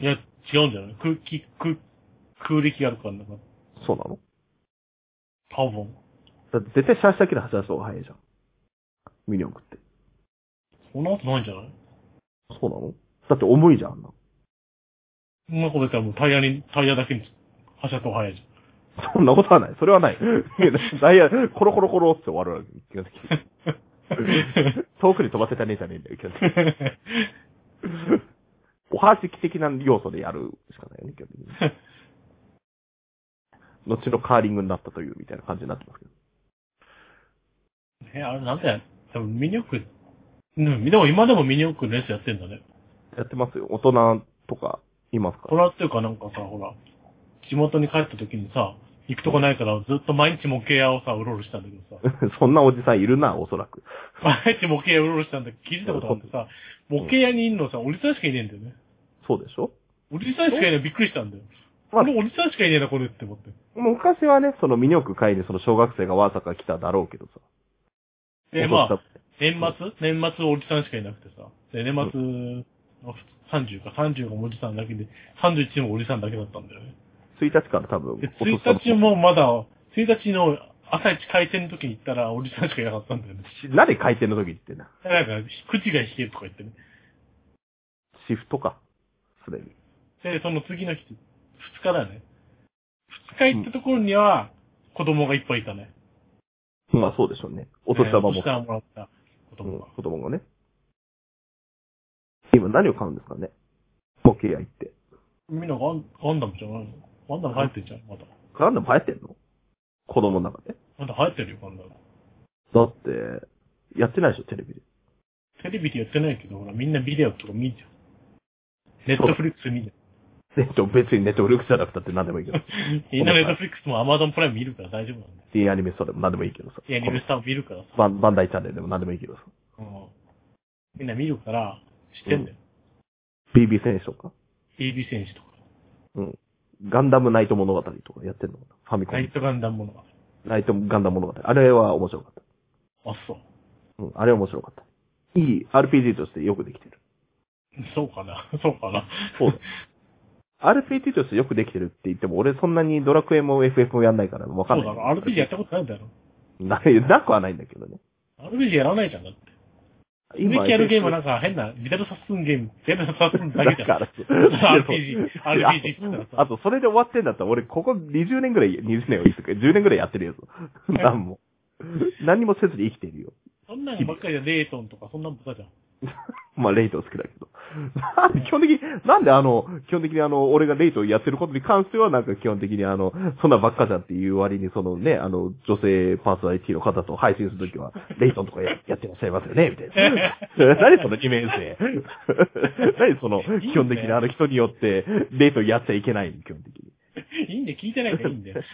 B: いや、違うんじゃない空気、空、空力があるからなんか、
A: そうなの
B: 多分。
A: だって絶対シャーシだけで走らせた方が早いじゃん。ミニオンクって。
B: そんなことないんじゃない
A: そうなのだって重いじゃん、あんな。
B: そんなこと言ったらもうタイヤに、タイヤだけに走った方が 早いじゃん。
A: そんなことはない。それは ない。ダイヤ、コロコロコロって終わるわけ。基本的に遠くに飛ばせたねえじゃねえんだよ、基本的に おはしき的な要素でやるしかないよね、基本的に。 後のカーリングになったというみたいな感じになってますけど。
B: え、あれなんで、多分ミニオク、うん、でも今でもミニオクレースやってんだね。
A: やってますよ。大人とか、いますか
B: ほらっていうかなんかさ、ほら、地元に帰った時にさ、行くとこないからずっと毎日模型屋をさ、うろうろしたんだけどさ、
A: そんなおじさんいるな、おそらく。
B: 毎日模型屋うろうろしたんだけど、気づいたことがあってさ、模型屋にいるのさ、おじさんしかいねえんだよね。
A: そうでしょ
B: おじさんしかいないのびっくりしたんだよ。
A: まあ
B: これおじさんしかいねえな、これって思って。
A: 昔はね、そのミニオク会にその小学生がわざか来ただろうけどさ。
B: で、まあ、年末年末おじさんしかいなくてさ。で、年末、30か、30がおじさんだけで、31もおじさんだけだったんだよね。
A: 1日から多分、
B: で、
A: お父さん
B: 1日もまだ、1日の朝一開店の時に行ったら、おじさんしかいなかったんだよね。
A: なんで回転の時に言ってんだ
B: なんか、口が引けとか言ってね。
A: シフトか。すでに。
B: で、その次の日、2日だね。2日行ったところには、子供がいっぱいいたね。
A: まあそうでしょうね。お年玉
B: えーお
A: も
B: 年。玉もらった子
A: うん
B: 供が。
A: 子供がね。今何を買うんですかね模型屋行って。
B: みんなガンガンダムじゃないのガンダム入ってんじゃん、まだ。
A: ガンダム流行ってんの子供の中で。
B: まだ入ってるよ、ガンダム。
A: だって、やってないでしょ、テレビで。
B: テレビでやってないけど、ほら、みんなビデオとか見んじゃん。ネットフリックス見んじ
A: ネット、別にネットフリックスじゃなくたって何でも いいけど。
B: ゃん。みんなネットフリックスもアマゾンプライム見るから大丈夫なんだよ。
A: D アニメストでも何でもいいけどさ。
B: いや、ニルスターも見るからさ。
A: バンバンダイチャンネルでも何でもいいけどさ。
B: うん。みんな見るから、知ってんだよ。
A: BB 戦士とか。
B: BB 戦士とか。
A: うん。ガンダムナイト物語とかやってんのかなファミコ
B: ナイ
A: ン。
B: トガンダムものが。
A: ナイトガンダム物語。あれは面白かった。
B: あ、そう。
A: うん、あれは面白かった。いい RPG としてよくできてる。
B: そうかな。 そうかな。
A: そうだ RPG としてよくできてるって言っても、俺そんなにドラクエも FF もやんないからわ
B: そ
A: か
B: うんだ
A: ない。
B: ろ。RPG やったことないんだろ。
A: な、なくはないんだけどね。
B: RPG やらないじゃん、だって。今やるゲームはなんか変な、メダルサスンゲーム、メダルサスン だ
A: だ
B: けじゃん。
A: から、
B: RPG、RPG って言ったら
A: あ
B: さ、
A: と、それで終わってんだったら、俺、ここ20年ぐらい、20年はいいっすか、10年ぐらいやってるやつ。
B: ん
A: 何も。何もせずに生きてるよ。
B: そんなのばっかりじゃん、レイトンとかそんなのばっかじゃん。
A: まあ、レイト好きだけど。基本的に、なんであの、基本的にあの、俺がレイトをやってることに関しては、なんか基本的にあの、そんなばっかじゃんっていう割に、そのね、あの、女性パーソナリティの方と配信するときは、レイトンとかややってらっしゃいますよね、みたいな。何その二面性。何その、
B: いいね
A: 基本的にあの人によって、レイトやっちゃいけない、基本的に。
B: いいんで、聞いてないからいいんだ よ。
A: し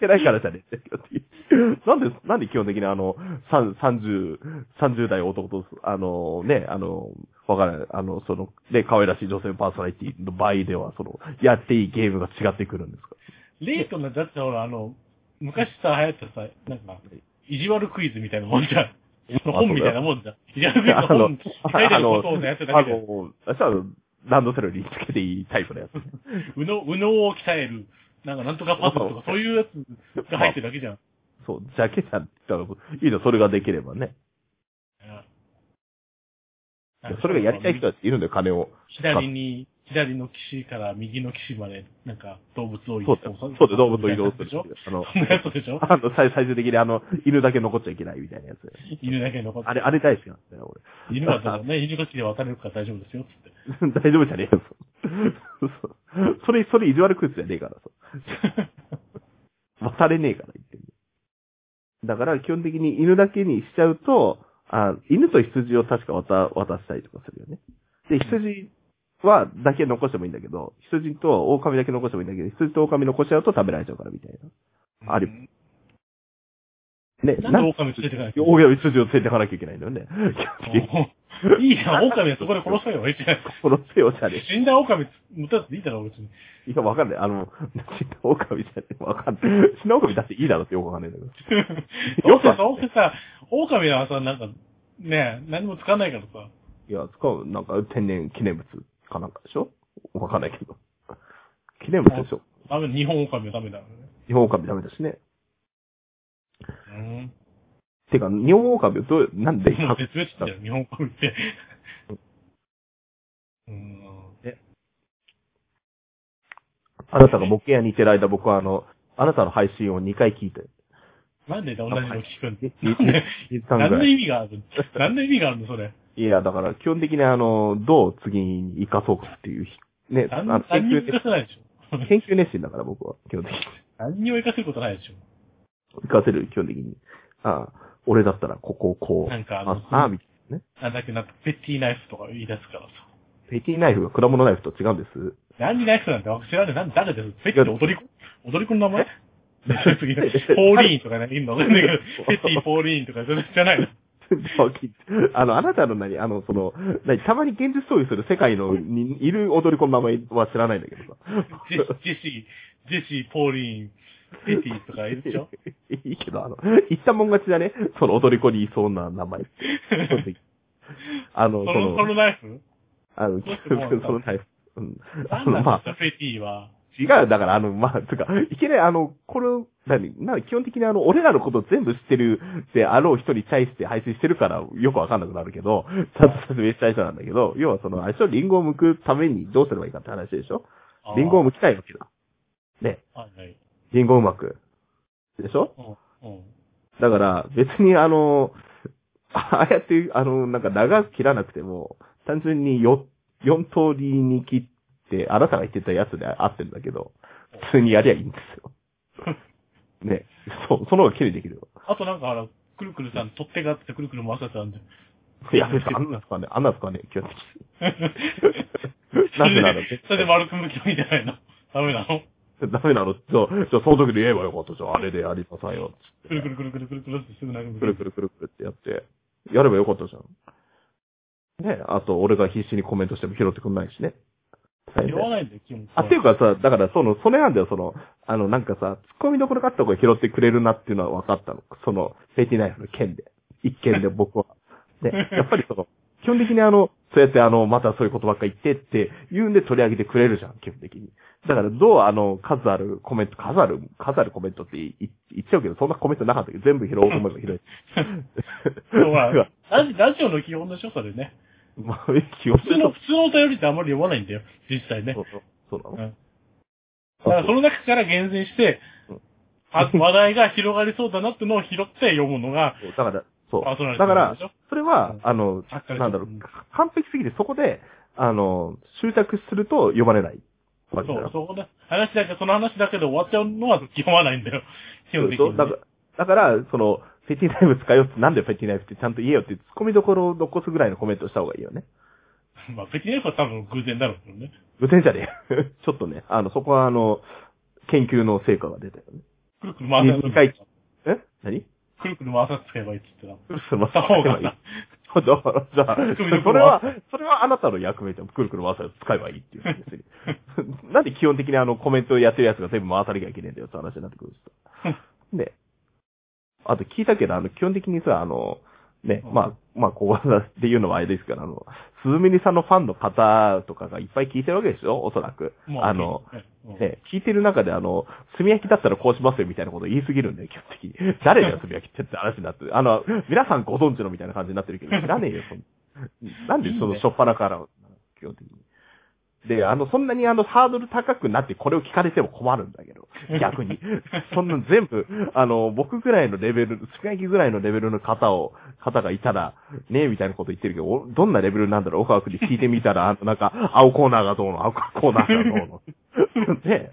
A: てないからじゃねえ。なんで、なんで基本的にあの、三三十、三十代男と、あのね、あの、わからない、あの、その、ね、可愛らしい女性パーソナリティの場合では、その、やっていいゲームが違ってくるんですか
B: レイトンなんてだってほら、あの、昔さ、流行ったさ、なんか、意地悪クイズみたいなもんじゃん。その本みたいなもんじゃん。意地悪クイズの本、書い て
A: あ
B: る
A: の
B: ことをやつ、だ
A: あ
B: けで、
A: の、私はランドセルにつけていいタイプのやつ。
B: うの、うのを鍛える、なんかなんとかパズルとか、そういうやつが入ってるだけじゃん。
A: そう、ジャケじゃんって言ったら、いいの、それができればね。それがやりたい人たちいるんだよ、金を。
B: 左に、左の岸から右の岸まで、なんか、動物を移
A: そ
B: 動
A: うだよ、そうだよ、動物を移動する
B: でしょ。
A: あの、
B: そんなやつでしょ
A: あの、最最終的にあの、犬だけ残っちゃいけないみたいなやつ。
B: 犬だけ残って
A: あ。れ、あれ大好きなんだよ、
B: 犬はどうね、犬がきで渡れるから大丈夫ですよ、つって。
A: 俺。 大丈夫じゃねえよ、そうそう それ、それ意地悪クイズじゃねえから、そう。渡れねえから、言ってんのだから、基本的に犬だけにしちゃうと、あ犬と羊を確か渡、渡したりとかするよね。で、羊は、だけ残してもいいんだけど、 羊と狼だけ残してもいいんだけど、羊と狼残しちゃうと食べられちゃうから、みたいな。あり
B: うん
A: ね、
B: なんで狼連れてかなきゃ
A: 大家を一筋を連れてかなきゃいけないんだよ ね。
B: おーいいじゃん、狼はそこで殺そうよ、別に。
A: このせよじゃね
B: 死んだ狼持たなくていいだろ、別に。
A: え。いや、わかんない。あの、死んだ狼じゃねえ。わかんない。死んだ狼だっていいだろってよくわかんないんだけど。
B: ど
A: よ
B: う
A: く
B: せ
A: わか
B: さ、どうせさ、狼はさ、なんか、ねえ、何もつかないからさ。
A: いや、使う、なんか天然記念物かなんかでしょわかんないけど。記念物でしょ
B: ダメ、日本狼はダメだよね。
A: 日本狼ダメだしね。
B: うん。
A: てか、日本狼をどう、なんで、
B: もう絶滅だよ、日本狼って。うん。
A: あなたが模型屋にいてる間僕はあの、あなたの配信を2回聞いて、
B: なんで同じの聞くん
A: い
B: だ
A: 1、3
B: 何
A: ぐら
B: の
A: い。
B: 意味があるの何の意味があるのそれ。
A: いや、だから基本的にあの、どう次に生かそうかっていうひ、ね、あ
B: 何
A: の、研
B: 何にも
A: 究
B: 生か
A: 熱
B: せないでしょ。
A: 研究熱心だから僕は、基本的に。
B: 何にも生かせることないでしょ。
A: 生かせる、基本的に。ああ、俺だったらここをこう、
B: なんかあの
A: あああ、みたいなね。
B: なんだっけ、なんか、ペッティナイフとか言い出すからさ。
A: ペティナイフが果物ナイフと違うん です。
B: 何ナイフなんて知らない。なん誰ですペッティって踊り子踊り子の名前 次
A: え
B: ポーリーンとかね、いんの わかんないけどペッティ、ポーリーンとか、それじゃないの。
A: あの、あなたの何、あの、その、何、たまに現実逃避する世界の、に、いる踊り子の名前は知らないんだけどさ。
B: ジェジェシー、ジェシー、ポーリーン、ペッティとかいるでしょ
A: いいけど、あの、言ったもん勝ちだね。その踊り子にいそうな名 前。あ
B: そ
A: の、そ
B: の、そ
A: の、
B: のナイフ
A: あの、
B: その
A: そのタイプ。うん。あ
B: 何な
A: の、
B: ん
A: まあ
B: で、すか、ペッティは。
A: 違う、だから、あの、まあ、つうか、いきなり、あの、これ、何、な、基本的にあの、俺らのこと全部知ってるであろう人にチャイして配信してるから、よくわかんなくなるけど、ちゃんと説明したい人なんだけど、要はその、あれでしょ、リンゴを剥くためにどうすればいいかって話でしょ
B: あー
A: リンゴを剥きたいわけだ。
B: はいはい。
A: リンゴをうまく。でしょ
B: うん。うん。
A: だから、別にあの、ああやって、あの、なんか長く切らなくても、単純によ4通りに切って、あなたが言ってたやつで合ってるんだけど、普通にやりゃいいんです よ。ね。そう、その方が綺麗にできるよ。
B: あとなんかあの、くるくるさん、取っ手があってくるくる回すやつあるんだよ。
A: いや、別にあんなですかね、あんなですかね、基 本的に。
B: そ
A: なんで
B: れ
A: なの
B: で、それで丸く向きばいいんじゃないのダメなの
A: ダメなのじゃあ、じゃあその時で言えばよかった。じゃあ、あれでやりなさいよ。
B: くるくるくるくるくるくるってすぐなる
A: くるくるくるくるってやって、やればよかったじゃん。ねあと、俺が必死にコメントしても拾ってくんないしね。最
B: 言わ
A: 悪
B: ないんだよ、基本。
A: あ、っていうかさ、だからその、それなんだよ、その、あの、なんかさ、ツッコミどころがあった方が拾ってくれるなっていうのは分かったの。その、セーティナイフの件で。一件で僕は。で、やっぱりその、基本的にあの、そうやってあの、またそういうことばっかり言ってって言うんで取り上げてくれるじゃん、基本的に。だからどうあの、数あるコメント、数ある、数あるコメントって言い言っちゃうけど、そんなコメントなかったけど、全部拾おうと思えば拾え
B: そうまあラジラジオの基本でしょ、それね。
A: まあ、気をつ
B: 普通の、普通のお便りってあんまり読まないんだよ、実際ね。
A: そうなの
B: うんだからその中から厳選して
A: うん、
B: あ話題が広がりそうだなってのを拾って読むのが、
A: そうだから、そう。
B: パーソナリテ
A: だ
B: ィ
A: か
B: なん
A: ら
B: でしょ、
A: それ
B: う
A: は
B: ん、
A: あの、
B: あ彼
A: なんだろう
B: うん、
A: 完璧すぎて、そこで、あの、執着すると呼ばれないわけ
B: そ
A: だ
B: う
A: よ、。
B: そこで、話だけ、その話だけで終わっちゃうのは読まないんだよ、基本的
A: そう
B: に
A: だ
B: ね。
A: から、だからその、フェティナイフ使いよって、なんでフェティナイフってちゃんと言えよって、突っ込みどころを残すぐらいのコメントした方がいいよね。
B: まあ、別には多分偶然だろうけどね。
A: 無線じゃねえ。ちょっとね、あの、そこはあの、研究の成果が出たよね。
B: くるくる回さ
A: 二回え何
B: くるくる回さず使えばいいって言って
A: すま
B: た。方が
A: いい。だから、じゃあ、
B: くるくる回す
A: それは、それはあなたの役目じゃん。くるくる回せば使えばいいっていう話です に。なんで基本的にあのコメントをやってるやつが全部回さなきゃいけないんだよって話になってくるんですよ。で、あと聞いたけど、あの、基本的にさ、あの、ね、
B: うん
A: まあ、まあ、こうっていうのはあれですから、あの、鈴ミさんのファンの方とかがいっぱい聞いてるわけでしょおそらく。
B: もう
A: あの、、
B: うん
A: ね、聞いてる中であの、炭焼きだったらこうしますよみたいなこと言いすぎるんだよ、基本的に。 誰だよ、炭焼きってって話になって。あの、皆さんご存知のみたいな感じになってるけど、 知らねえよ、そんなんでその
B: いいね
A: 初っ端から、基本的に。で、あの、そんなにあの、ハードル高くなってこれを聞かれても困るんだけ ど、逆に。そんな全部、あの、僕ぐらいのレベル、すき焼きぐらいのレベルの方を、方がいたら、ねえ、みたいなこと言ってるけど、おどんなレベルなんだろう、岡君に聞いてみたら、あのなんか、青コーナーがどうの、青コーナーがどうの。 ねえ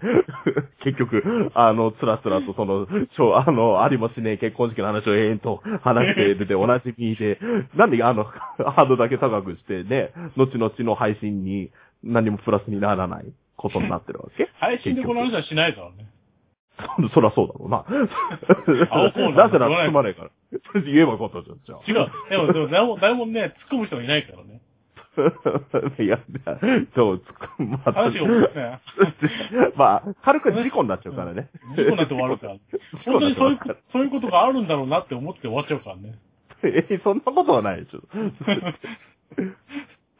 A: 結局、あの、つらつらとその、ちょ、あの、ありもしねえ結婚式の話を延々と話しているで、おなじみで、 なんであの、ハードルだけ高くしてね、後々の配信 に何もプラスにならないことになってるわけ
B: 配信でこの話はしないからね。
A: そらそうだろうな。
B: 青コーナー
A: なぜなら進まないから。言えばよかったじゃん、じゃあ。
B: 違う。でも、でも、誰も、誰もね、突っ込む人がいないからね。
A: いや、そう、つく、まあ、
B: 話が多いね。
A: まあ、軽く事故になっちゃうからね。
B: 事故なんて終わるから。
A: 事故
B: 本当
A: にな
B: に
A: っちゃ
B: そういうう
A: か
B: こ
A: ら、
B: そういうことがあるんだろうなって思って終わっちゃうからね。
A: え、そんなことはないで しょ。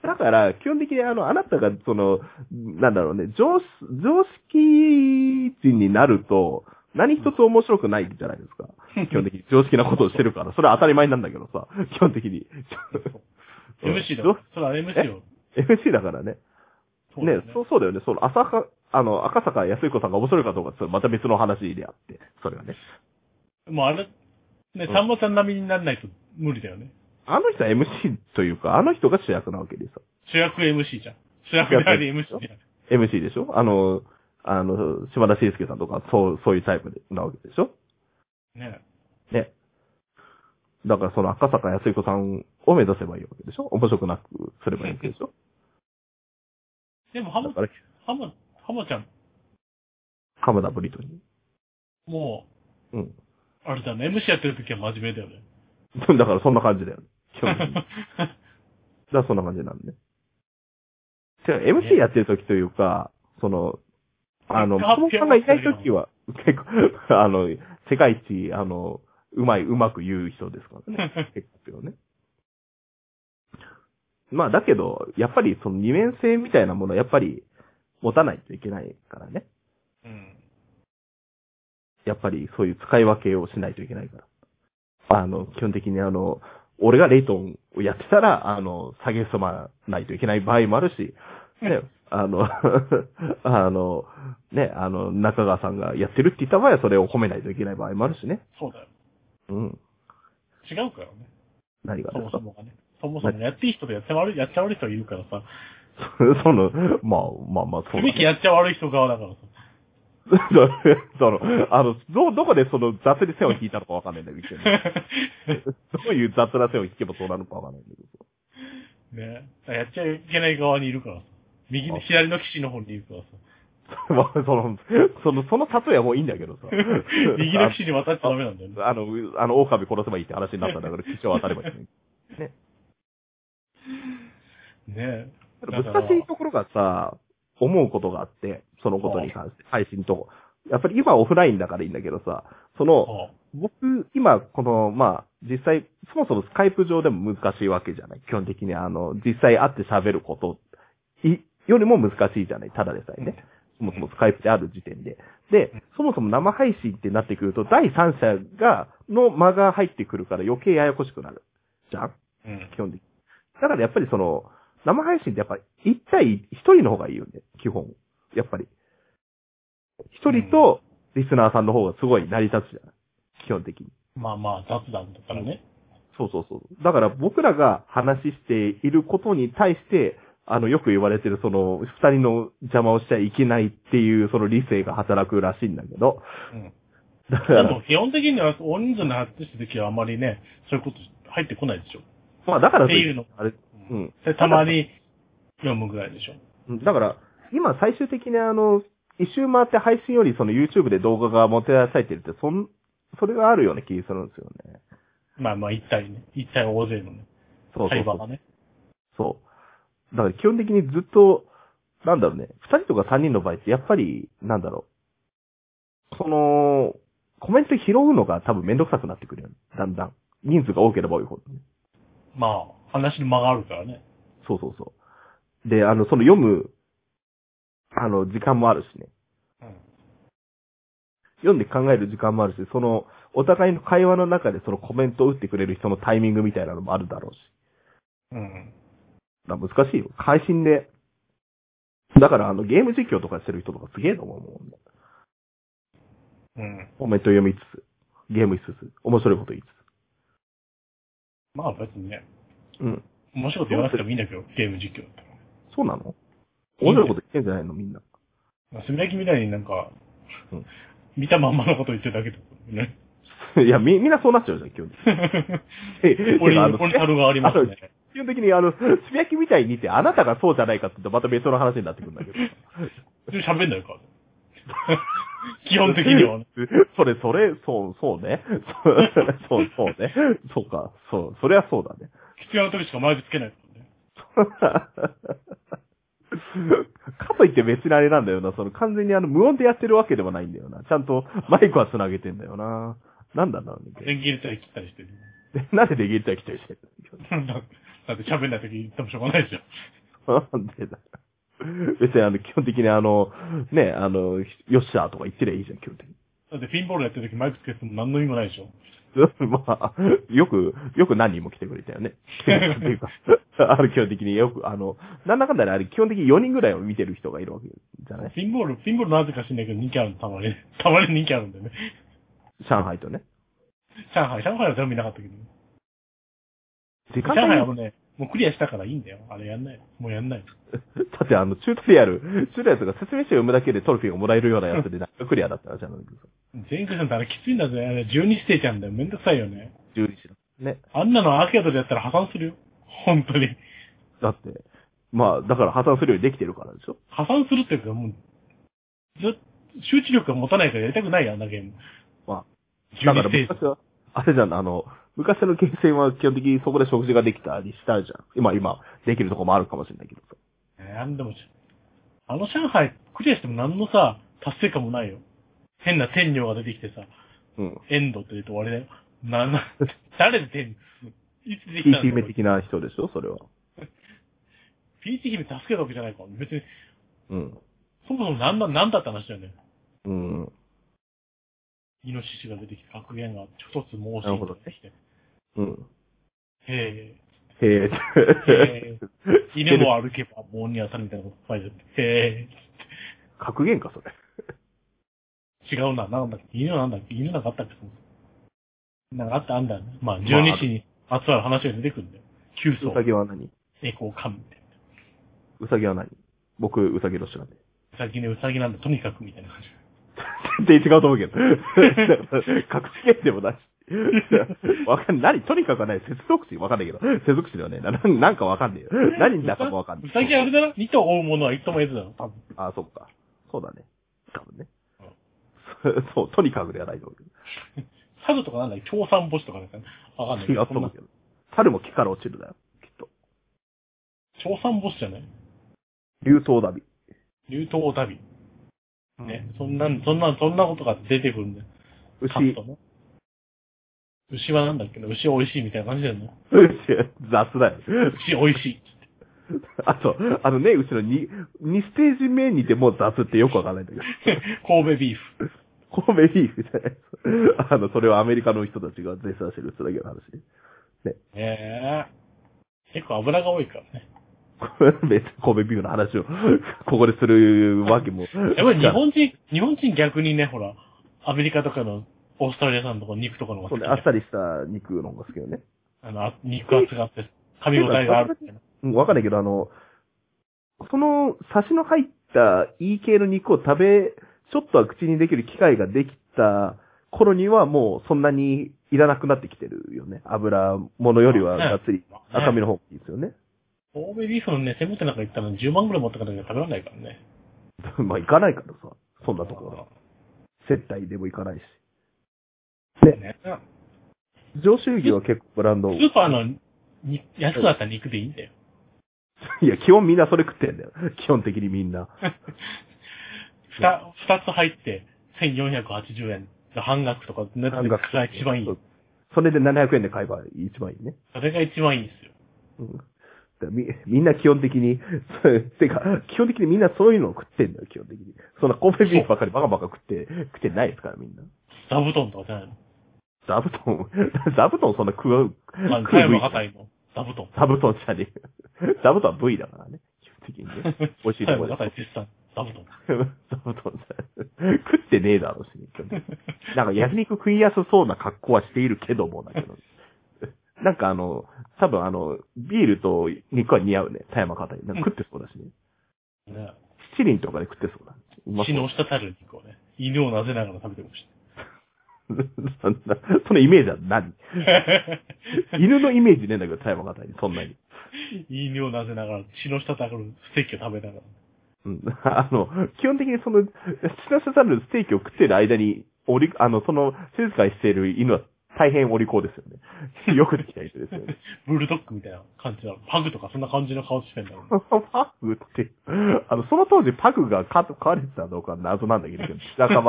A: だから、基本的にあの、あなたが、その、なんだろうね、常識、常識人になると、何一つ面白くないじゃないですか。基本的に常識なことをしてるから、それは当たり前なんだけどさ、基本的に。
B: MC だ
A: ど
B: よ。それは MC よ。
A: MC だからね。
B: そう
A: ね
B: だよね、
A: そう、そうだよね。その、浅か、あの、赤坂安彦さんが面白いかどうかって、それまた別の話であって、それはね。
B: もうあれ、ね、さんまさん並みにならないと無理だよね。
A: あの人は MC というか、あの人が主役なわけでさ。
B: 主役 MC じゃん。主役であり MC じゃん。
A: MC でしょあの、あの、島田紳介さんとか、そう、そういうタイプでなわけでしょ
B: ね
A: ね。だからその赤坂安彦さんを目指せばいいわけでしょ面白くなくすればいいわけ でしょ
B: でも、ハ
A: だ
B: マ、
A: から、
B: ハマ、ハマちゃん、
A: 浜田ブリトニ
B: も
A: ー。うん。
B: う、あれだね、MC やってる時は真面目だよね。
A: だからそんな 感じだよね。基 本的にだ からそんな感じなんでね。じゃあ MC やってる時というか、その、あの、
B: 結果
A: 子供
B: 発表
A: さんがいない時は、結構、 あの、世界一、あの、うまい、うまく言う人ですからね。結構ね。まあだけど、やっぱりその二面性みたいなものはやっぱり持たないといけないからね。
B: うん。
A: やっぱりそういう使い分けをしないといけないから。あの、基本的にあの、俺がレイトンをやってたら、あの、下げすまないといけない場合もあるし、ね、あの、 あの、ね、あの、中川さんがやってるって言った場合はそれを褒めないといけない場合もあるしね。
B: そうだよ。
A: うん。
B: 違 うからね。
A: 何が
B: そ
A: で
B: も
A: すか
B: そもがね。そもそもやっていい人とやって悪い、やっちゃ悪い人がいるからさ。
A: その、まあ、まあまあ、そ
B: す
A: うだ
B: べ
A: ね
B: きやっちゃ悪い人側だからさ。
A: その、あの、ど、どこでその雑に線を引いたのかわかんないんだけど、 どういう雑な線を引けばそうなのかわかんないんだけど。
B: ね。やっちゃいけない側にいるからさ。右の、
A: あ
B: 左の騎士の方にいる からさ。
A: まあ、その、その、その例えはもういいんだけどさ。
B: 右の騎士に渡っちゃダメなんだよね。
A: あの、うあの、狼殺せばいいって話になったんだから、基調は当たればいい。
B: ね
A: ただ難しいところがさ、思うことがあって、そのことに関して、配信と。やっぱり今オフラインだからいいんだけどさ、その、
B: あ
A: 僕、今、この、まあ、実際、そもそもスカイプ上でも難しいわけじゃない。基本的に、あの、実際会って喋ること、い、よりも難しいじゃない。ただでさえね。そもそもスカイプである時点で。で、そもそも生配信ってなってくると、第三者が、の間が入ってくるから余計ややこしくなる。じゃん
B: うん。
A: 基本的に。だからやっぱりその、生配信ってやっぱり1対1人の方がいいよね、基本。やっぱり。1人とリスナーさんの方がすごい成り立つじゃない。基本的に。
B: まあまあ、雑談だからね。
A: そうそうそう。だから僕らが話していることに対して、あの、よく言われてるその、二人の邪魔をしちゃいけないっていう、その理性が働くらしいんだけど。
B: うん。
A: だか
B: で
A: ら
B: も、、基本的には、大人数の発出した時はあまりね、そういうこと入ってこないでしょ。
A: まあだから
B: っていうの
A: あれ、うん。
B: で、たまに読むぐらいでしょ。
A: だから、今最終的にあの、一周回って配信よりその YouTube で動画がもてあされてるって、そん、それがあるような気がするんですよね。
B: まあまあ、一体ね。一体大勢のね。
A: そうそう
B: 会
A: そ
B: 話
A: う。
B: がね。
A: そう。だから基本的にずっと、なんだろうね、二人とか三人の場合ってやっぱり、なんだろう。その、コメント拾うのが多分めんどくさくなってくるよね。だんだん。人数が多ければ多いほど。
B: まあ、話の間があるからね。
A: そうそうそう。で、あの、その読む、あの、時間もあるしね。
B: うん。
A: 読んで考える時間もあるし、その、お互いの会話の中でそのコメントを打ってくれる人のタイミングみたいなのもあるだろうし。
B: うん。
A: だから難しいよ。配信で。だから、あの、ゲーム実況とかしてる人とかすげえと思うもんね。
B: うん。
A: コメント読みつつ、ゲームしつつ、面白いこと言いつ
B: まあ別にね、
A: つ。うん。
B: 面白いこと言わなくてもいいんだけど、ゲーム実況だったら。
A: そうなの面白いこと言ってんじゃないのみんな。
B: まあ、すみだきみたいになんか、
A: うん
B: 見たまんまのこと言ってるだけだも んね。
A: いや、み、みんなそうなっちゃうじゃん、基本的に。え
B: ポ
A: て
B: リ
A: かあの
B: ポリタルがありますね。
A: 基本的にあの、つぶやきみたいにって、あなたがそうじゃないかって言うとまた別の話になってくるんだけど。
B: 喋んないから。基本的にはね。
A: それ、それ、そう、そうね。そう、そうそうね。そうか、そう、そりゃそうだね。
B: 必要な時しかマークつけないからね。
A: かといって別にあれなんだよな。その完全にあの無音でやってるわけではないんだよな。ちゃんとマイクは繋げてんだよな。なんだなんだっけ。
B: 電気入れたり切ったりしてる。
A: なんでできるたきたりしてる
B: だって喋んない時言ってもしょうがないじゃん。
A: なんでだ別にあの、基本的にあの、ね、あの、よっしゃーとか言ってりゃいいじゃん、基本的に。
B: だってピンボールやってる時マイクつけても何の意味もないでしょ。
A: まあ、よく、よく何人も来てくれた よね。来てくれたっていうか、あの、基本的によく、あの、なんだかんだであれ、基本的に4人ぐらいを見てる人がいるわけじゃない
B: ピンボール、ピンボールなぜか知んないけど人気あるの、たまに。 たまに人気あるんだよね。
A: 上海とね。
B: 上海、上海は全部見なかったけど。
A: 時間
B: 上海は
A: 帯
B: もうね、もうクリアしたからいいんだよ。あれやんない。もうやんない。
A: だってあの、チュートリアル、チュートリアルとか説明書読むだけでトロフィーがもらえるようなやつで、なんかクリアだったらじゃない
B: 全クさんってあれきついんだぜ。あれ12ステージなんだよ。めんどくさいよね。
A: 12時だ。ね。
B: あんなのアーケードでやったら破産するよ。本当に。
A: だって、まあ、だから破産するようにできてるからでしょ
B: 破産するっていうか、もう、ず集中力が持たないからやりたくないよ、あんなゲーム。
A: まあ、だか
B: 12
A: ら
B: ステージ
A: 昔。は、あれじゃん、あの、昔のゲーセンは基本的にそこで食事ができたりしたじゃん。今、今、できるとこもあるかもしれないけどさ。
B: えーあんでもし、あの上海クリアしても何のさ、達成感もないよ。変な天女が出てきてさ、
A: うん。
B: エンドって言うと終わりだよ。な、な、 誰で天女いつ出てきた
A: PC
B: んだ
A: 姫
B: よ。
A: 的な人でしょそれは。
B: ピーチ姫助けたわけじゃないから。別に、
A: うん。
B: そもそも何だ、何だって話だよね。
A: うん。
B: イノシシが出てきて、格言が、ちょっとつ申
A: なるほ
B: し
A: ど
B: 出てきて。
A: うん。
B: へ
A: へえ。
B: え、へ え、犬も歩けば棒に当たるみたいなこと書いてあって。へ
A: 格言か、それ。
B: え、違うな、なんだっけ、犬なんだっけ、犬なんかあったっけ、そもそもなんかあった、あんだよね。まあ、十二支に集まる話が出てくるんだよ。九
A: う
B: 層、
A: さぎは何
B: 栄光神みたいな。
A: うさぎは何僕、うさぎ年なんで。
B: うさぎね、うさぎなんだ、とにかくみたいな感じ。
A: 全然違うと思うけど。 隠し芸でもないし。 わかんない。何とにかくはない。接続詞わかんないけど。接続詞ではねえな。 なんなんかわかんねえよ。 何にだかもわかんな
B: う
A: い。
B: さぎあれだな、二頭追うものは一頭も得ずだろ、多分。
A: あ、そっか。そうだね。多分ね。 そう、とにかくではないと思うけ
B: 猿とかなんだっけ、共産星とかなんかねわかんな
A: ど。
B: いけ
A: 違
B: ど。
A: うと思うけど。猿も木から落ちるだよ。きっと。
B: 共産星じゃない
A: 竜頭ダビ。
B: 竜頭旅。ね、そんなん、そんなん、そんなことが出てくるんだよ。
A: 牛
B: カ、ットね。牛はなんだっけな牛美味しいみたいな感じだよね。
A: 牛、雑だよ。
B: 牛美味しい。
A: あと、あのね、うちの2、2ステージ目にてもう雑ってよくわかんないんだけど。
B: 神戸ビーフ。
A: 神戸ビーフじゃない。 あの、それはアメリカの人たちが絶賛してる、それだけの話 ね。
B: ねえ。結構油が多いからね。
A: 別に神戸ビーフの話を、ここでするわけも。
B: やっぱり日本人、日本人逆にね、ほら、アメリカとかの、オーストラリア産とか肉とかの方が
A: そう
B: 好き
A: ね、
B: じゃ
A: あ
B: ん
A: っさりした肉の方が好きよね。
B: あの、あ肉厚があって、噛み応えがあるみたいな。
A: うん、わかんないけど、あの、その、サシの入ったいい系の肉を食べ、ちょっとは口にできる機会ができた頃にはもうそんなにいらなくなってきてるよね。油物よりはがっつり赤身の方がいいですよね。
B: 神戸ビーフのね、せめてなんか行ったら10万ぐらい持ってかなきゃ食べられないからね。
A: まあ行かないからさ、そんなとこは。接待でも行かないし。
B: ね
A: 上州牛は結構ブランド
B: ス。 ーパーのに、安かった肉でいいんだよ。
A: いや、基本みんなそれ食ってんだよ。基本的にみんな。
B: ふた、二つ入って、1480円。半額とか、なって
A: 額
B: が一番いい。
A: そうそれで700円で買えば一番いいね。
B: それが一番いいんですよ。
A: うん。だからみ、みんな基本的に、そうてか、基本的にみんなそういうのを食ってんだよ、基本的に。そんな神戸ビーフばっかりバカバカ食って、食ってないですから、みんな。
B: 座布団とかじゃないの。
A: 座布団、 座布団そんな食う、
B: まあ、
A: 食
B: 加
A: う部
B: 山
A: 位
B: がたいの。座布団。
A: 座布団じゃねえよ。座布団は部位だからね、基本的に ね。 美味しい
B: 加
A: とこ
B: 山
A: ろ
B: が
A: で
B: たい絶賛。座布団。
A: 座布団さん食ってねえだろうしね、基本的になんか焼肉食いやすそうな格好はしているけども、だけど。なんかあの、多分あの、ビールと肉は似合うね、田山方に。なんか食ってそうだしね。
B: ね。
A: 七輪とかで食ってそうだ。うまそ
B: 血
A: う
B: の滴る肉をね。犬をなぜながら食べてほしい。
A: そんなそのイメージは何 犬のイメージねえんだけど、田山方に、そんなに。
B: 犬をなぜながら血の滴るステーキを食べながら。
A: うん。 あの、基本的にその、死なせざるステーキを食ってる間に、おり、あの、その、静かにしている犬は大変お利口ですよね。 よくできた犬ですよね。
B: ブルドッグみたいな感じだ。パグとかそんな感じの顔してんだろうね。
A: パグって、あの、その当時パグが飼飼われてたかどうかは謎なんだけど、白樺、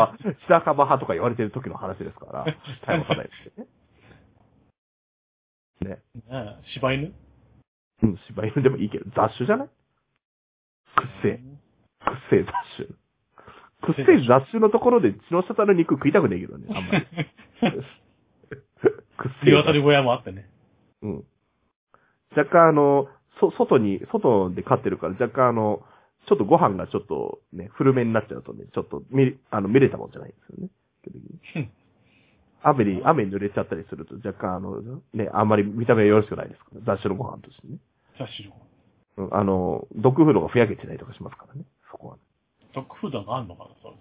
A: 白樺派とか言われてる時の話ですから、逮捕されないですよね。
B: ねえ柴犬
A: うん、柴犬でもいいけど、雑種じゃないくっせえ。くっせえ雑種。くっせえ雑種のところで血の滴る肉食いたくねえけどね、あん まり。くっせえ雑種。
B: 鶏小屋もあってね。
A: うん。若干あの、そ、外に、外で飼ってるから、若干あの、ちょっとご飯がちょっとね、古めになっちゃうとね、ちょっと見、あの、見れたもんじゃないんですよね。基本的に雨に、雨に濡れちゃったりすると、若干あの、ね、あんまり見た目よろしくないですから、雑種のご飯としてね。
B: 雑種の。
A: うん、あの、毒風呂がふやけてないとかしますからね、そこは、
B: ドッグフードがあんのかな、そう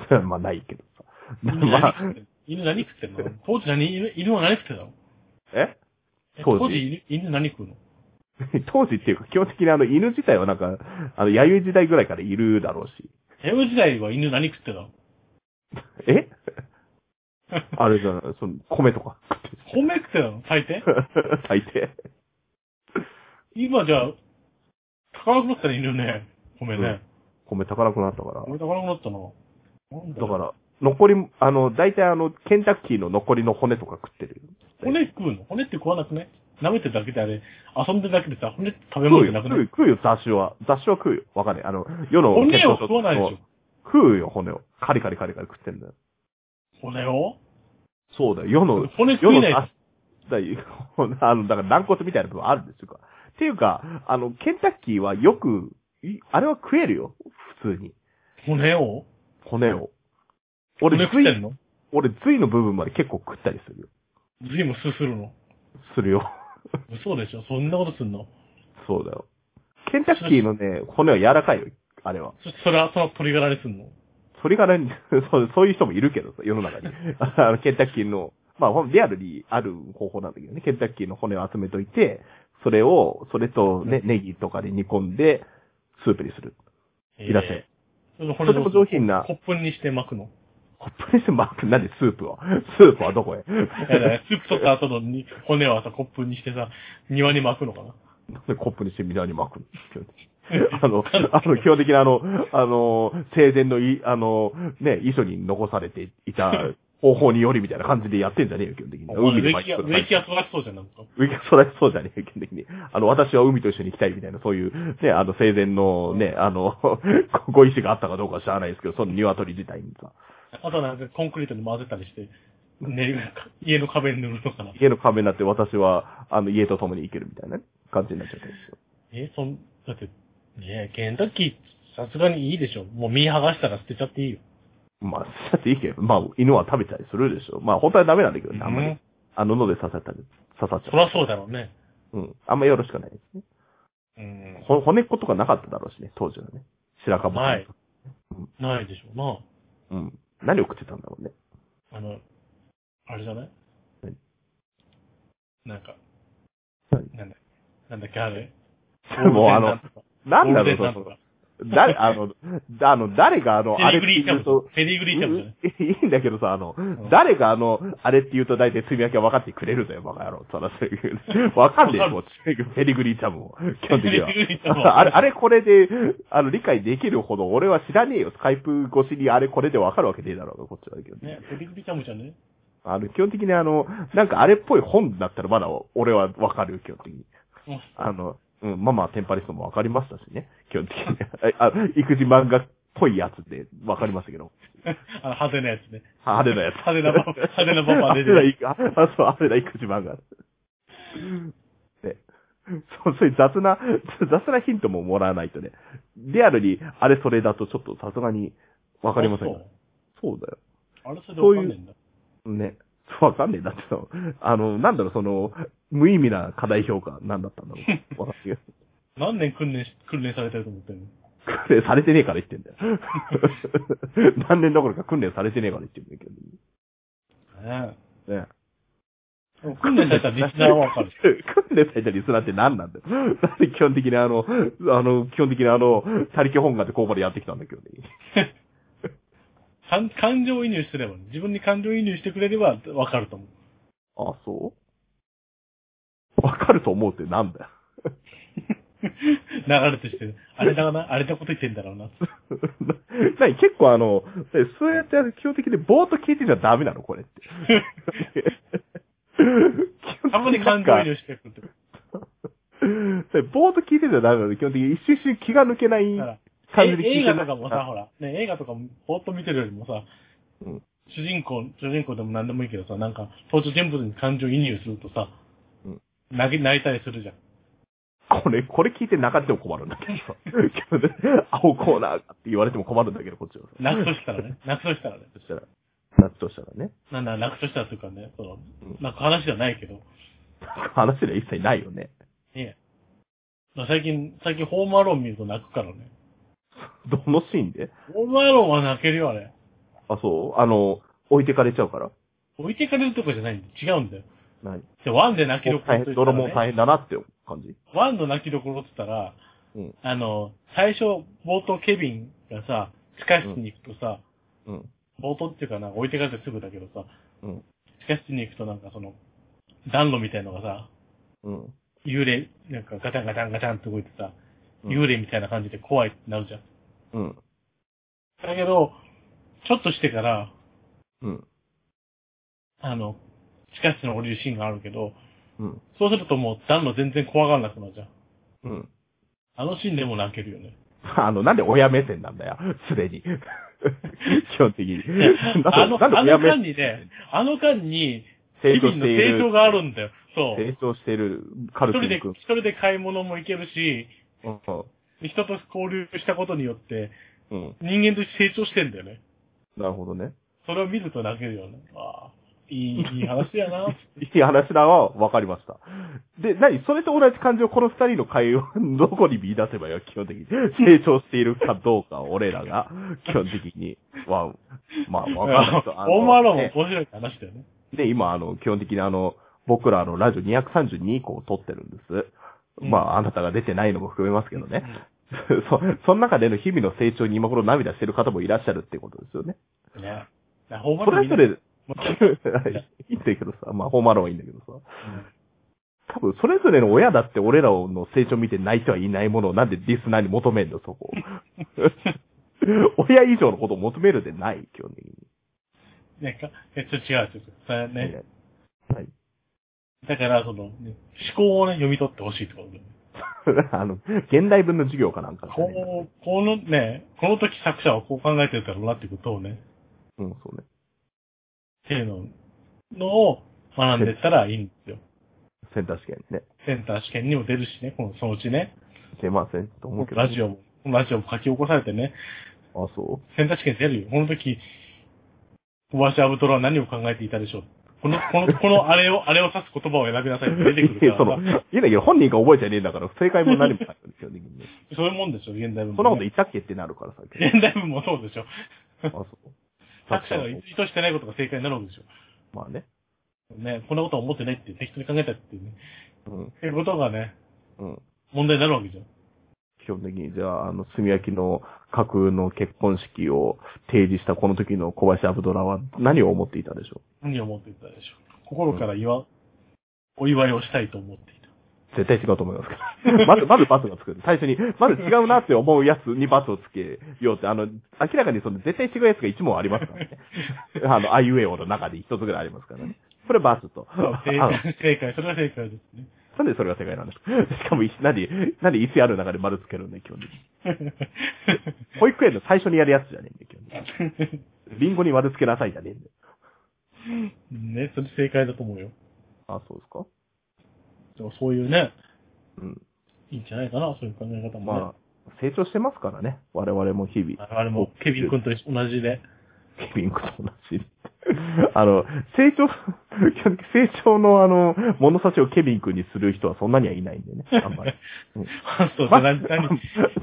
B: です。
A: ね。 まあ、ないけどさ。
B: 犬
A: ま
B: 何
A: あ
B: 食、 ってんの犬何食ってんの当時何、犬犬は何食ってたの
A: え
B: え
A: 当時
B: 犬犬何食うの
A: 当時っていうか、基本的にあの、犬自体はなんか、あの、弥生時代ぐらいからいるだろうし。
B: 平和時代は犬何食ってたの
A: え あれじゃない、その、米とか 食ってる
B: 米食ってたの大抵
A: 大抵。
B: 今じゃあ、高くなったら犬ね。米ね。
A: 米高くなったから。
B: 米高くなったな。なん
A: だ
B: だろ
A: か
B: う
A: ら、残り、あの、大体あの、ケンタッキーの残りの骨とか食ってる。
B: 骨食うの骨って食わなくね舐めてるだけであれ、遊んでるだけでさ、骨食べ
A: 食
B: 物
A: う
B: じ
A: よ、
B: ゃなく
A: 食うよ
B: ね、
A: 食うよ雑種は。雑種は食うよ。わかんない。あの、世の
B: 骨を
A: 血糖症
B: 食わないでしょ。
A: 食うよ、骨を。カリカリカリカリ食ってんだよ。
B: 骨を
A: そうだよ、世の、
B: 骨
A: 世
B: 食
A: の
B: いない
A: 雑種だよ あの、だから軟骨みたいな部分あるんですよ。っていうか、あの、ケンタッキーはよく、いあれは食えるよ。普通に。
B: 骨を
A: 骨を。
B: 骨
A: 俺、
B: 食って
A: 髄、
B: んの
A: 俺、髄の部分まで結構食ったりするよ。
B: 随分すするの。
A: するよ。
B: 嘘でしょそんなことすんの
A: そうだよ。ケンタッキーのね、骨は柔らかいよ、あれは。
B: そそれは、その鶏ガラにすんの
A: それから、 そうそういう人もいるけどさ、世の 中に。あの、ケンタッキーの、まあ、ほんリアルにある方法なんだけどね、ケンタッキーの骨を集めといて、それを、それとね、ネギとかで煮込んで、スープにする。いらっしゃい
B: ええそれ
A: とても上品な
B: コップにして巻くの。
A: コップにして巻く、なんでスープはスープはどこへ
B: いや だからスープ取った後のに骨はさ、コップにしてさ、庭に巻くのかな。
A: なんでコップにして水に巻くのあの、あの、基本的なあの、あの、生前のい、あの、ね、遺書に残されていた方法によりみたいな感じでやってんじゃねえよ、基本的に。
B: お前植
A: 巻
B: 木
A: い
B: が、
A: てくる
B: 植木が育ちそうじゃん、なんか。
A: 植木が育ちそうじゃねえよ、基本的に。 あの、私は海と一緒に行きたいみたいな、そういう、ね、あの、生前のね、あの、 ごご意志があったかどうかは知らないですけど、その鶏自体にさ、
B: あとなんかコンクリートに混ぜたりして、ね、家の壁に塗るのかな。
A: 家の壁になって私は、あの、家と共に生きるみたいなね、感じになっちゃったんですよ。
B: え、そん、だって、ねえ、ケンタッキー、さすがにいいでしょ。もう身剥がしたら捨てちゃっていいよ。
A: まあ、 だっていいけど、まあ、犬は食べたりするでしょ。まあ、本当はダメなんだけどね、あんまり。
B: うん
A: あの、喉で刺さったり、刺さっち
B: そ
A: ゃう。
B: らそうだろうね。
A: うん。あんまよろしくないですね。
B: うん。
A: ほ骨っことかなかっただろうしね、当時はね。白樺。
B: ない。ないでしょ。ま
A: うん。何を食ってたんだろうね。
B: あ、あの、あれじゃない
A: 何
B: なんか、
A: 何
B: なんだなんだっけ、あれ
A: もうあの、なんだろう、
B: ゴールデンなん
A: そ
B: と
A: の
B: か
A: 誰、あの、だあの、誰があの、あれ
B: ペ
A: って
B: リグリーキャ
A: 言う
B: ブと
A: と、、
B: ペリグリーキャブじゃない
A: いいんだけどさ、あの、
B: ん
A: 誰があの、あれって言うと大体積み分けは分かってくれるぜ、バカ野郎。そらそういう。分かんねえよ、もうペリグリーチャムを。基本的には
B: ペリグリーチ。ャムを
A: あれ、あれこれで、あの、理解できるほど俺は知らねえよ。スカイプ越しにあれこれで分かるわけねえだろうが、こっちはだけどね。
B: ね、ペリグリーキャブじゃね
A: あの、基本的にあの、なんかあれっぽい本だったらまだ俺は分かるよ、基本的に。
B: うん
A: あの、うん、ママはテンパリストも分かりましたしね。 基本的に。ああ育児漫画っぽいやつで分かりましたけど。
B: あの、派手なやつね。
A: 派手なやつ。
B: 派手なパパ、派手なパパ出てる。
A: 汗だ、あ、そう、汗だ育児漫画。で、そう、そういう雑な、雑なヒントももらわないとね。リアルに、あれそれだとちょっとさすがに、わかりません
B: あ
A: よ。そうだよ。
B: そうあれそれでわかんねえんだ。
A: ね。わかんねえなってさ、あの、なんだろう、その、無意味な課題評価、なんだったんだろう。わかんないけど。
B: 何年訓練し、訓練されてると思ってんの
A: 訓練されてねえから言ってん だよ。何年どころか訓練されてねえから言ってんだけど
B: ね
A: ね。
B: 訓練されたリスナーはわかる。
A: 訓練されたリスナーって何なんだよ。なんで基本的にあの、あの、基本的にあの、他力本願でここまでやってきたんだけどね。
B: 感感情移入すれば、自分に感情移入してくれればわかると思
A: あ、そうわかると思うってなんだよ。
B: う。 流れとして、あれだな、あれだこと言ってんだ ろうな。
A: なに、結構あの、えそうやって基本的にぼーっと聞いてちゃダメなのこれって。 基
B: たまに感情移入してくるってこ
A: でぼーっと聞いてちゃダメなので、基本的に一瞬一瞬気が抜けない
B: と。だから
A: 感じで聞い
B: え
A: て
B: 映
A: ない
B: 画とかもさ、ほら、ね、映画とかもぼーっと見てるよりもさ、
A: うん
B: 主人公、主人公でも何でもいいけどさ、なんか、登場人物に感情移入するとさ、
A: うん
B: 泣き、泣いたりするじゃ ん。
A: これ、これ聞いて中でも困るんだけどさ。今日 ね青コーナーって言われても困るんだけど、こっちはさ。
B: 泣くとしたらね、泣くとしたらね、
A: そしたら、なっとしたらね。
B: なんだ、泣くとしたらというかね、その
A: うん、
B: 泣く話じゃないけど、
A: 話では一切ないよね。
B: ねえ。まあ最近、最近ホームアローン見ると泣くからね。
A: どのシーンで
B: ホームアローンは泣けるよ、あれ。
A: あ、そうあの、置いてかれちゃうから。
B: 置いてかれるとこじゃないんだよ。違うんだよ。
A: 何
B: で、ワンで泣きどころ
A: 大
B: っ
A: 変、
B: て言った
A: 泥
B: ら、
A: も
B: ね、
A: 大変だなって感じ。
B: ワンの泣きどころって言ったら、
A: うん
B: あの、最初、冒頭ケビンがさ、地下室に行くとさ、
A: うん。
B: 冒頭っていうかなんか置いてかれてすぐだけどさ、
A: うん。
B: 地下室に行くとなんかその、暖炉みたいのがさ、
A: うん。
B: 幽霊、なんかガチャンガチャンガチャンって動いてさ、
A: うん
B: 幽霊みたいな感じで怖いってなるじゃん。
A: うん。
B: だけど、ちょっとしてから、
A: うん。
B: あの、地下室の降りるシーンがあるけど、
A: うん。
B: そうするともう暖炉全然怖がらなくなるじゃん。
A: うん。
B: あのシーンでも泣けるよね。
A: あの、なんで親目線なんだよ、すでに。 基本的に。
B: あの、
A: なんで
B: あ
A: 親
B: の
A: 目
B: 間
A: 線
B: にね、あの間に、
A: 成
B: 日
A: 長
B: 々
A: し
B: の
A: てい
B: 成長
A: る、
B: があるんだよ。そう。
A: 成長しているカ
B: 一
A: ル
B: 人
A: ピ
B: で、
A: ン君
B: 一。人で買い物も行けるし、
A: う
B: 人と交流したことによって、
A: ん。うん。
B: 人間として成長してんだよね。
A: なるほどね。
B: それを見ると泣けるよね。ああ、いい、いい話 やな。
A: いい話だわ、わかりました。で、何それと同じ感情をこの二人の会話のどこに見出せばよ、基本的に。成長しているかどうか、俺らが、基本的に。は、まあ、わかんないと。あの
B: オーマーローンも
A: ね
B: 面白い話だよね。
A: で、今、あの、基本的にあの、僕らあの、ラジオ232個を撮ってるんです。
B: うん
A: まあ、あなたが出てないのも含めますけどね。 そ、その中での日々の成長に今頃涙してる方もいらっしゃるってことですよね。
B: うん。ね。ホーム
A: そ
B: ローン
A: れ
B: みん
A: ぞ
B: な
A: れ、い
B: もう
A: いんだけどさ、まあ、ホーマローはいいんだけどさ。多分、それぞれの親だって俺らの成長見て泣いてはいないものをなんでリスナーに求めんの、そ こ。親以上のことを求めるでない、基本的に。
B: ね、かえ、ちょ、違う、ちょっと、それね。
A: はい。
B: だから、その、ね、思考をね、読み取ってほしいってことだよね。
A: あの、現代文の授業かなんかじゃね
B: こう、このね、この時作者はこう考えてるだろうなってことをね、
A: うん、そうね。
B: っていうののを学んでったらいいんですよ。
A: センター試験ね。
B: センター試験にも出るしね、このそのうちね、
A: 出ませんと思うけど。
B: ラジオも、ラジオも書き起こされてね、
A: あ、そ
B: センター試験出るよ。この時、小林アブトラは何を考えていたでしょう。この、この、このあれを、あれを指す言葉を選びなさいって
A: う。
B: 出てく
A: い
B: る
A: やその、
B: か
A: い
B: らさ
A: いんだけど、本人が覚えちゃねえんだから、正解も何もないんですよね、みんな
B: そういうもんでしょ、現代文もね、
A: そんなこと言ったっけってなるからさ。
B: 現代文もそうでしょ。
A: あ、そう。
B: 作者が意図してないことが正解になるわけでし
A: まあね。
B: ょ。ね、こんなことは思ってないって適当に考えたっていうね。
A: うん、
B: っていうことがね、
A: うん。
B: 問題になるわけじゃん。
A: 基本的に、じゃあ、あの、炭焼きの架空の結婚式を提示したこの時の小林アブドラは何を思っていたでしょ
B: 何を思っていたでしょう。心から祝う、お祝いをしたいと思っていた。
A: う絶対違うと思いますけど。 まず、まずバツがつく。最初に、まず違うなって思うやつにバツをつけようって、あの、明らかにその絶対違うやつが一問ありますからね。あの、あいうえおの中で一つぐらいありますからね。これバツと。
B: 正
A: あの
B: 解、正解、それは正解ですね。
A: なんでそれが正解なんですか しかもい、なんで、なんで椅子ある中で丸つけるんだよ、基本的に。保育園の最初にやるやつじゃねえんだよ、基本的に。リンゴに丸つけなさいじゃねえんだよ。
B: ね、それ正解だと思うよ。
A: あ、そうですか
B: でもそういうね、
A: うん。
B: いいんじゃないかな、そういう考え方もね。
A: まあ、成長してますからね。我々も日々。
B: 我々もケビン君と同じで。
A: ケビン君と同じ。 あの、成長、 成長のあの、物差しをケビン君にする人はそんなにはいないんでね、あんまり。
B: あ そう、
A: ま
B: 何、何、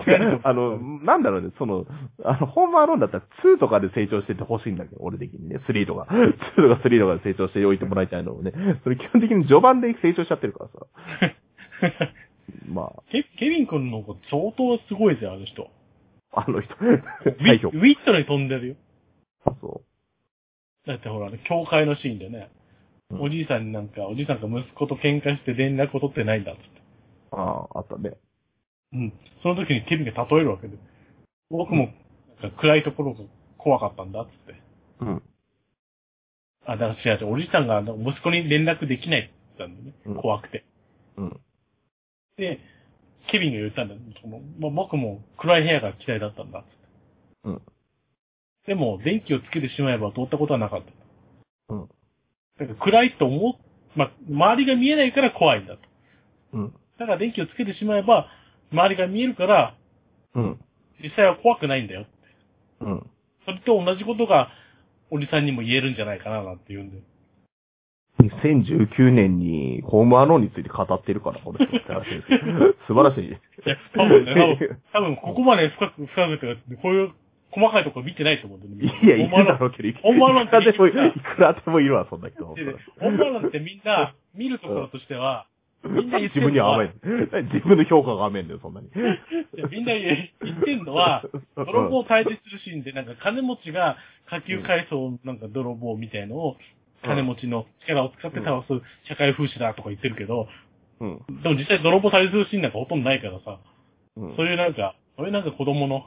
B: 何
A: あの、なんだろうね、その、あの、ホームアローンだったら2とかで成長しててほしいんだけど、俺的にね、3とか、2とか3とかで成長しておいてもらいたいのをね、それ基本的に序盤で成長しちゃってるからさ。ま
B: ケケビン君の子相当すごいぜ、あの人。
A: あ、あの 人、
B: ウィ
A: 代
B: ッ
A: 表。
B: ウィットに飛んでるよ。
A: あそ
B: だってほら、あの教会のシーンでね、
A: うん
B: おじいさんになんか、おじいさんが息子と喧嘩して連絡を取ってないんだっつって。
A: う。ああ、あったね。
B: うん。その時にケビンが例えるわけで。僕も、なんか暗いところが怖かったんだっつって。
A: うん。
B: あ、だから違う違う、おじいさんがあの息子に連絡できないって言ったんだよ
A: うん
B: ね。怖くて。
A: うん。
B: で、ケビンが言ったんだよ。そのま僕も暗い部屋が嫌いだったんだっつって。
A: うん。
B: でも、電気をつけてしまえば通ったことはなかった。
A: うん。
B: だから暗いと思う、ま、周りが見えないから怖いんだと。
A: うん。
B: だから電気をつけてしまえば、周りが見えるから、
A: うん。
B: 実際は怖くないんだよ。
A: うん。
B: それと同じことが、おじさんにも言えるんじゃないかな、なんて言うんだよ。
A: 2019年にホームアローンについて語ってるから、この人素晴らしい。 素晴らしい。
B: いや、多分ね、 多分、多分ここまで深く、深くて、こういう細かいところ見てないと思うんだよね。
A: いや、いる
B: 本
A: だ
B: 物
A: ろうけど、いく
B: ホームアローン
A: らでも、い
B: って言う
A: くらでもいるわ、そんな人。
B: で本物なんてみ んな、見るところとしては、みんな言っ
A: 自
B: てる
A: 分に
B: の
A: は
B: は
A: 甘い。 自分の評価が甘いんだよ、そんなに。
B: いやみんな言ってんのは、泥棒を退治するシーンで、なんか金持ちが下級階層のなんか泥棒みたいのを、金持ちの力を使って倒す社会風刺だとか言ってるけど、
A: うん。
B: でも実際泥棒退治するシーンなんかほとんどないからさ、
A: うん
B: そういうなんか、そういうなんか子供の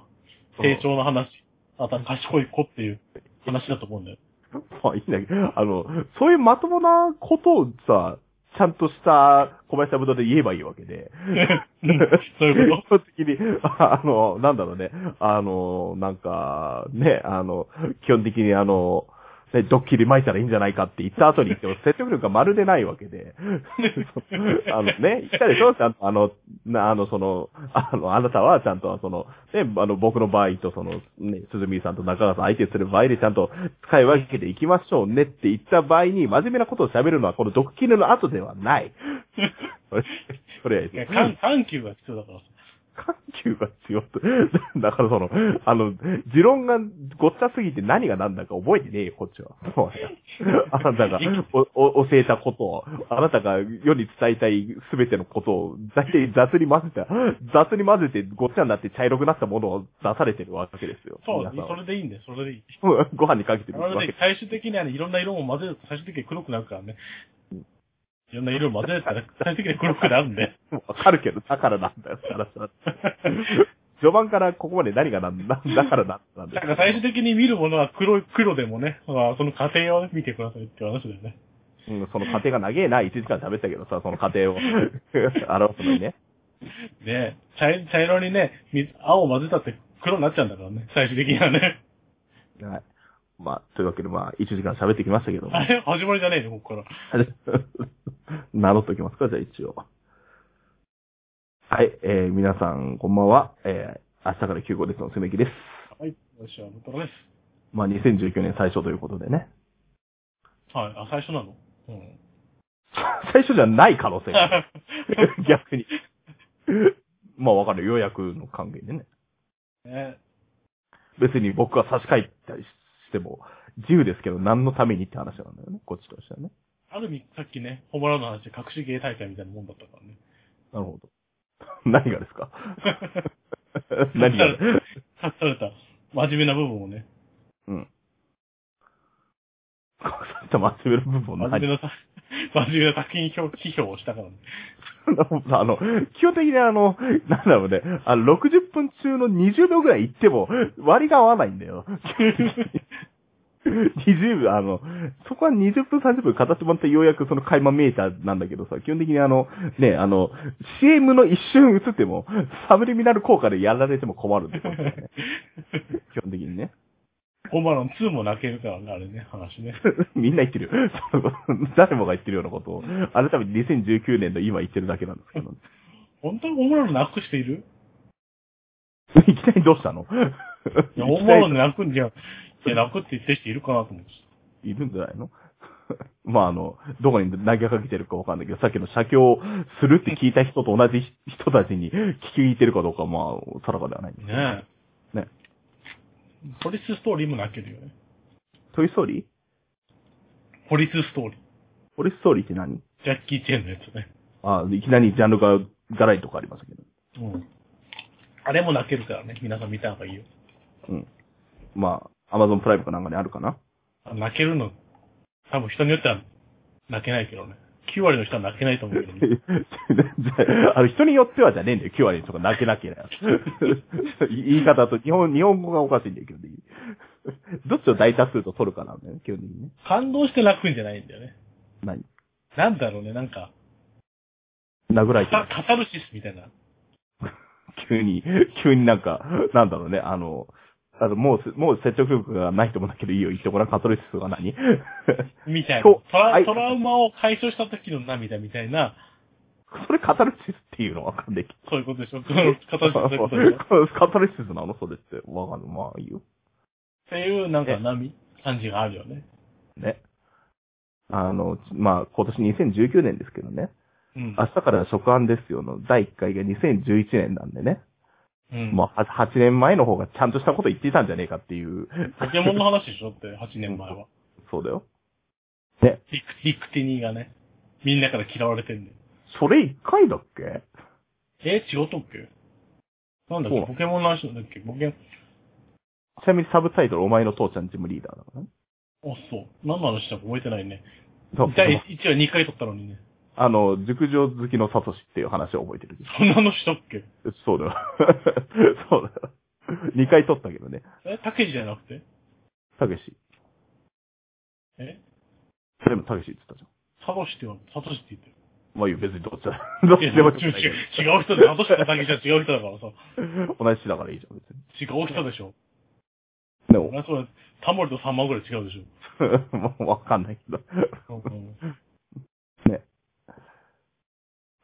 B: 成長の話、あとは賢い子っていう話だと思うんだ よ。
A: まあいいんだけど、あの、そういうまともなことをさ、ちゃんとした小林武道で言えばいいわけで。
B: そういうこと
A: と基本的に、ああの、なんだろうね。あの、なんか、ね、あの、基本的にあの、ね、ドッキリ巻いたらいいんじゃないかって言った後に言っても、説得力がまるでないわけで。 あのね、言ったでしょちゃんと、あの、な、あの、その、あの、あなたはちゃんと、その、ね、あの、僕の場合と、その、ね、鈴見さんと中川さん相手する場合でちゃんと使い分けていきましょうねって言った場合に、真面目なことを喋るのは、このドッキリの後ではない。 それ、それはい
B: いや、緩緩急が必要だからさ。
A: 緩急が強く、 だからその、あの、持論がごっちゃすぎて何が何だか覚えてねえよ、こっちは。 もうねあなたがおお教えたことを、あなたが世に伝えたいすべてのことを、大体雑に混ぜた、雑に混ぜてごっちゃになって茶色くなったものを出されてるわけですよ。
B: そう、
A: 皆さん
B: それでいいんだよ、それでいい。
A: は ご飯にかけてる
B: な
A: わ
B: の
A: け
B: で、最終的にはね、いろんな色を混ぜると最終的に黒くなるからね。いろんな色を混ぜたら 最終的に黒くなる んで。
A: もうわかるけど、だからなんだよ、だからさ。序盤からここまで何が何だ、だからなんなんだ
B: だから最終的に見るものは黒い、黒でもね、まあその過程を見てくださいっていう話だよね。
A: うん、その過程が長えな、1時間喋ったけどさ、その過程 を表すのにね。
B: で、茶茶色にね、水青を混ぜたって黒になっちゃうんだからね、最終的にはね。
A: はい。まあ、というわけで、まあ、1時間喋ってきましたけども
B: あ。れ、始まりじゃねえよ、ここから。
A: 名乗っておきますか、じゃあ一応。はい、えー、皆さん、こんばんは。えー、明日から休校ですのすめきです。
B: はい、私はムトロです。
A: まあ、2019年最初ということでね。
B: はい、あ、最初なのうん。
A: 最初じゃない可能性 が。逆に。まあ、わかる。ようやくの歓迎でね。
B: ね、
A: 別に僕は差し替えたりしても、自由ですけど、何のためにって話なんだよね。こっちとしてはね。
B: ある意味、さっきね、ホモラの話で隠し芸大会みたいなもんだったからね。
A: なるほど。 何がですか 何が
B: 隠された、真面目な部分をね、
A: うん。隠された真面目な部分の
B: 真面
A: 何
B: 目なさ、 真面目な作品評批評をしたからね。
A: あの、基本的にあの、なんだろうね、あの、60分中の20秒ぐらい行っても、割が合わないんだよ。20秒、あの、そこは20分30分形版ってようやくその垣間見えたなんだけどさ、基本的にあの、ね、あの、CM の一瞬映っても、サブリミナル効果でやられても困るんだよ、こっちはね基本的にね。
B: ホマロン2も泣けるからね、あれね、話ね。
A: みんな言ってる よ。その誰もが言ってるようなことを、改めて2019年の今言ってるだけなんですけど。
B: 本当にホマロン泣くしている
A: いきなりどうしたの
B: いや、
A: い
B: ホ
A: き
B: マ
A: な
B: ロ
A: り
B: ン泣くんじゃ、いや、泣くって言ってる人いるかなと思って。
A: いるんじゃないの まあ、あの、どこに投げかけてるかわかんないけど、さっきの写経をするって聞いた人と同じ人たちに 聞いてるかどうかは、まあ、定かではないんですけど
B: ねえ。
A: ね
B: ポリスストーリーも泣けるよね。
A: トイストーリー
B: ポリスストーリー。
A: ポリストーリーって何
B: ジャッキー・チェンのやつね。
A: あいきなりジャンルが、がらりとかありますけど。
B: うん。あれも泣けるからね。皆さん見た方がいいよ。
A: うん。まあ、アマゾンプライムかなんかにあるかな
B: 泣けるの、多分人によっては泣けないけどね。9割の人は泣けないと思うけど、 ね、
A: あの人によってはじゃねえんだよ、9割とか泣けなきゃだよ。 言い方と、日本、日本語がおかしいんだよ、基本的に。どっちを大多数と取るかなんだよね、基本的にね。
B: 感動して泣くんじゃないんだよね。
A: 何
B: なんだろうね、なんか、
A: 殴ら
B: カ
A: れ てる。
B: カタルシスみたいな。
A: 急に、急になんか、なんだろうね、あの、あの、もうす、もう説得力がない人もだけどいいよ、言ってごらん、カトリスが何
B: みたいな。
A: そう
B: トラ
A: はい
B: トラウマを解消した時の涙みたいな、
A: それカタルシスっていうのわかんないけど。
B: そういうことでしょ。カタルシスそういうことでしょ。っ
A: カタルシスなのそれって。わかんない。まあいいよ。
B: ていう、なんか波、感じがあるよね。
A: ね。あの、まあ今年2019年ですけどね。
B: うん。
A: 明日から初版ですよの第1回が2011年なんでね。
B: うん。
A: まあは8年前の方がちゃんとしたこと言ってたんじゃねえかっていう。
B: ポケモンの話でしょって、8年前は。
A: そうだよ。
B: リクリクティニーがね、みんなから嫌われてんだよ。
A: それ1回だっけ
B: えー、違うとっけなんだっけ
A: そう
B: ポケモンの話なんだっけポケモン、
A: ちなみにサブタイトル、お前の父ちゃんジムリーダーだからね。
B: あ、そう。何の話したか覚えてないね。
A: そう
B: じゃあ、一応2回撮ったのにね。
A: あの、熟女好きのサトシっていう話を覚えてる。
B: そんなのしたっけ
A: そう だよ。そうだよ。2回撮ったけどね。
B: え、たけしじゃなくて
A: たけし。
B: え
A: でもたけしって言ってたじゃ
B: サトシって言わサトシって言ってる。
A: ん。まあいいよ、別にどっちだ。どっち
B: いや
A: でもいい
B: 違う違う違う人で、サトシとたけしは違う人だからさ。
A: 同じ人だからいいじゃん、別に。
B: 違う人でしょ。
A: でも
B: 俺、はそれ、タモリとサンマぐらい違うでし
A: もうわかんないけど。
B: ょ。うん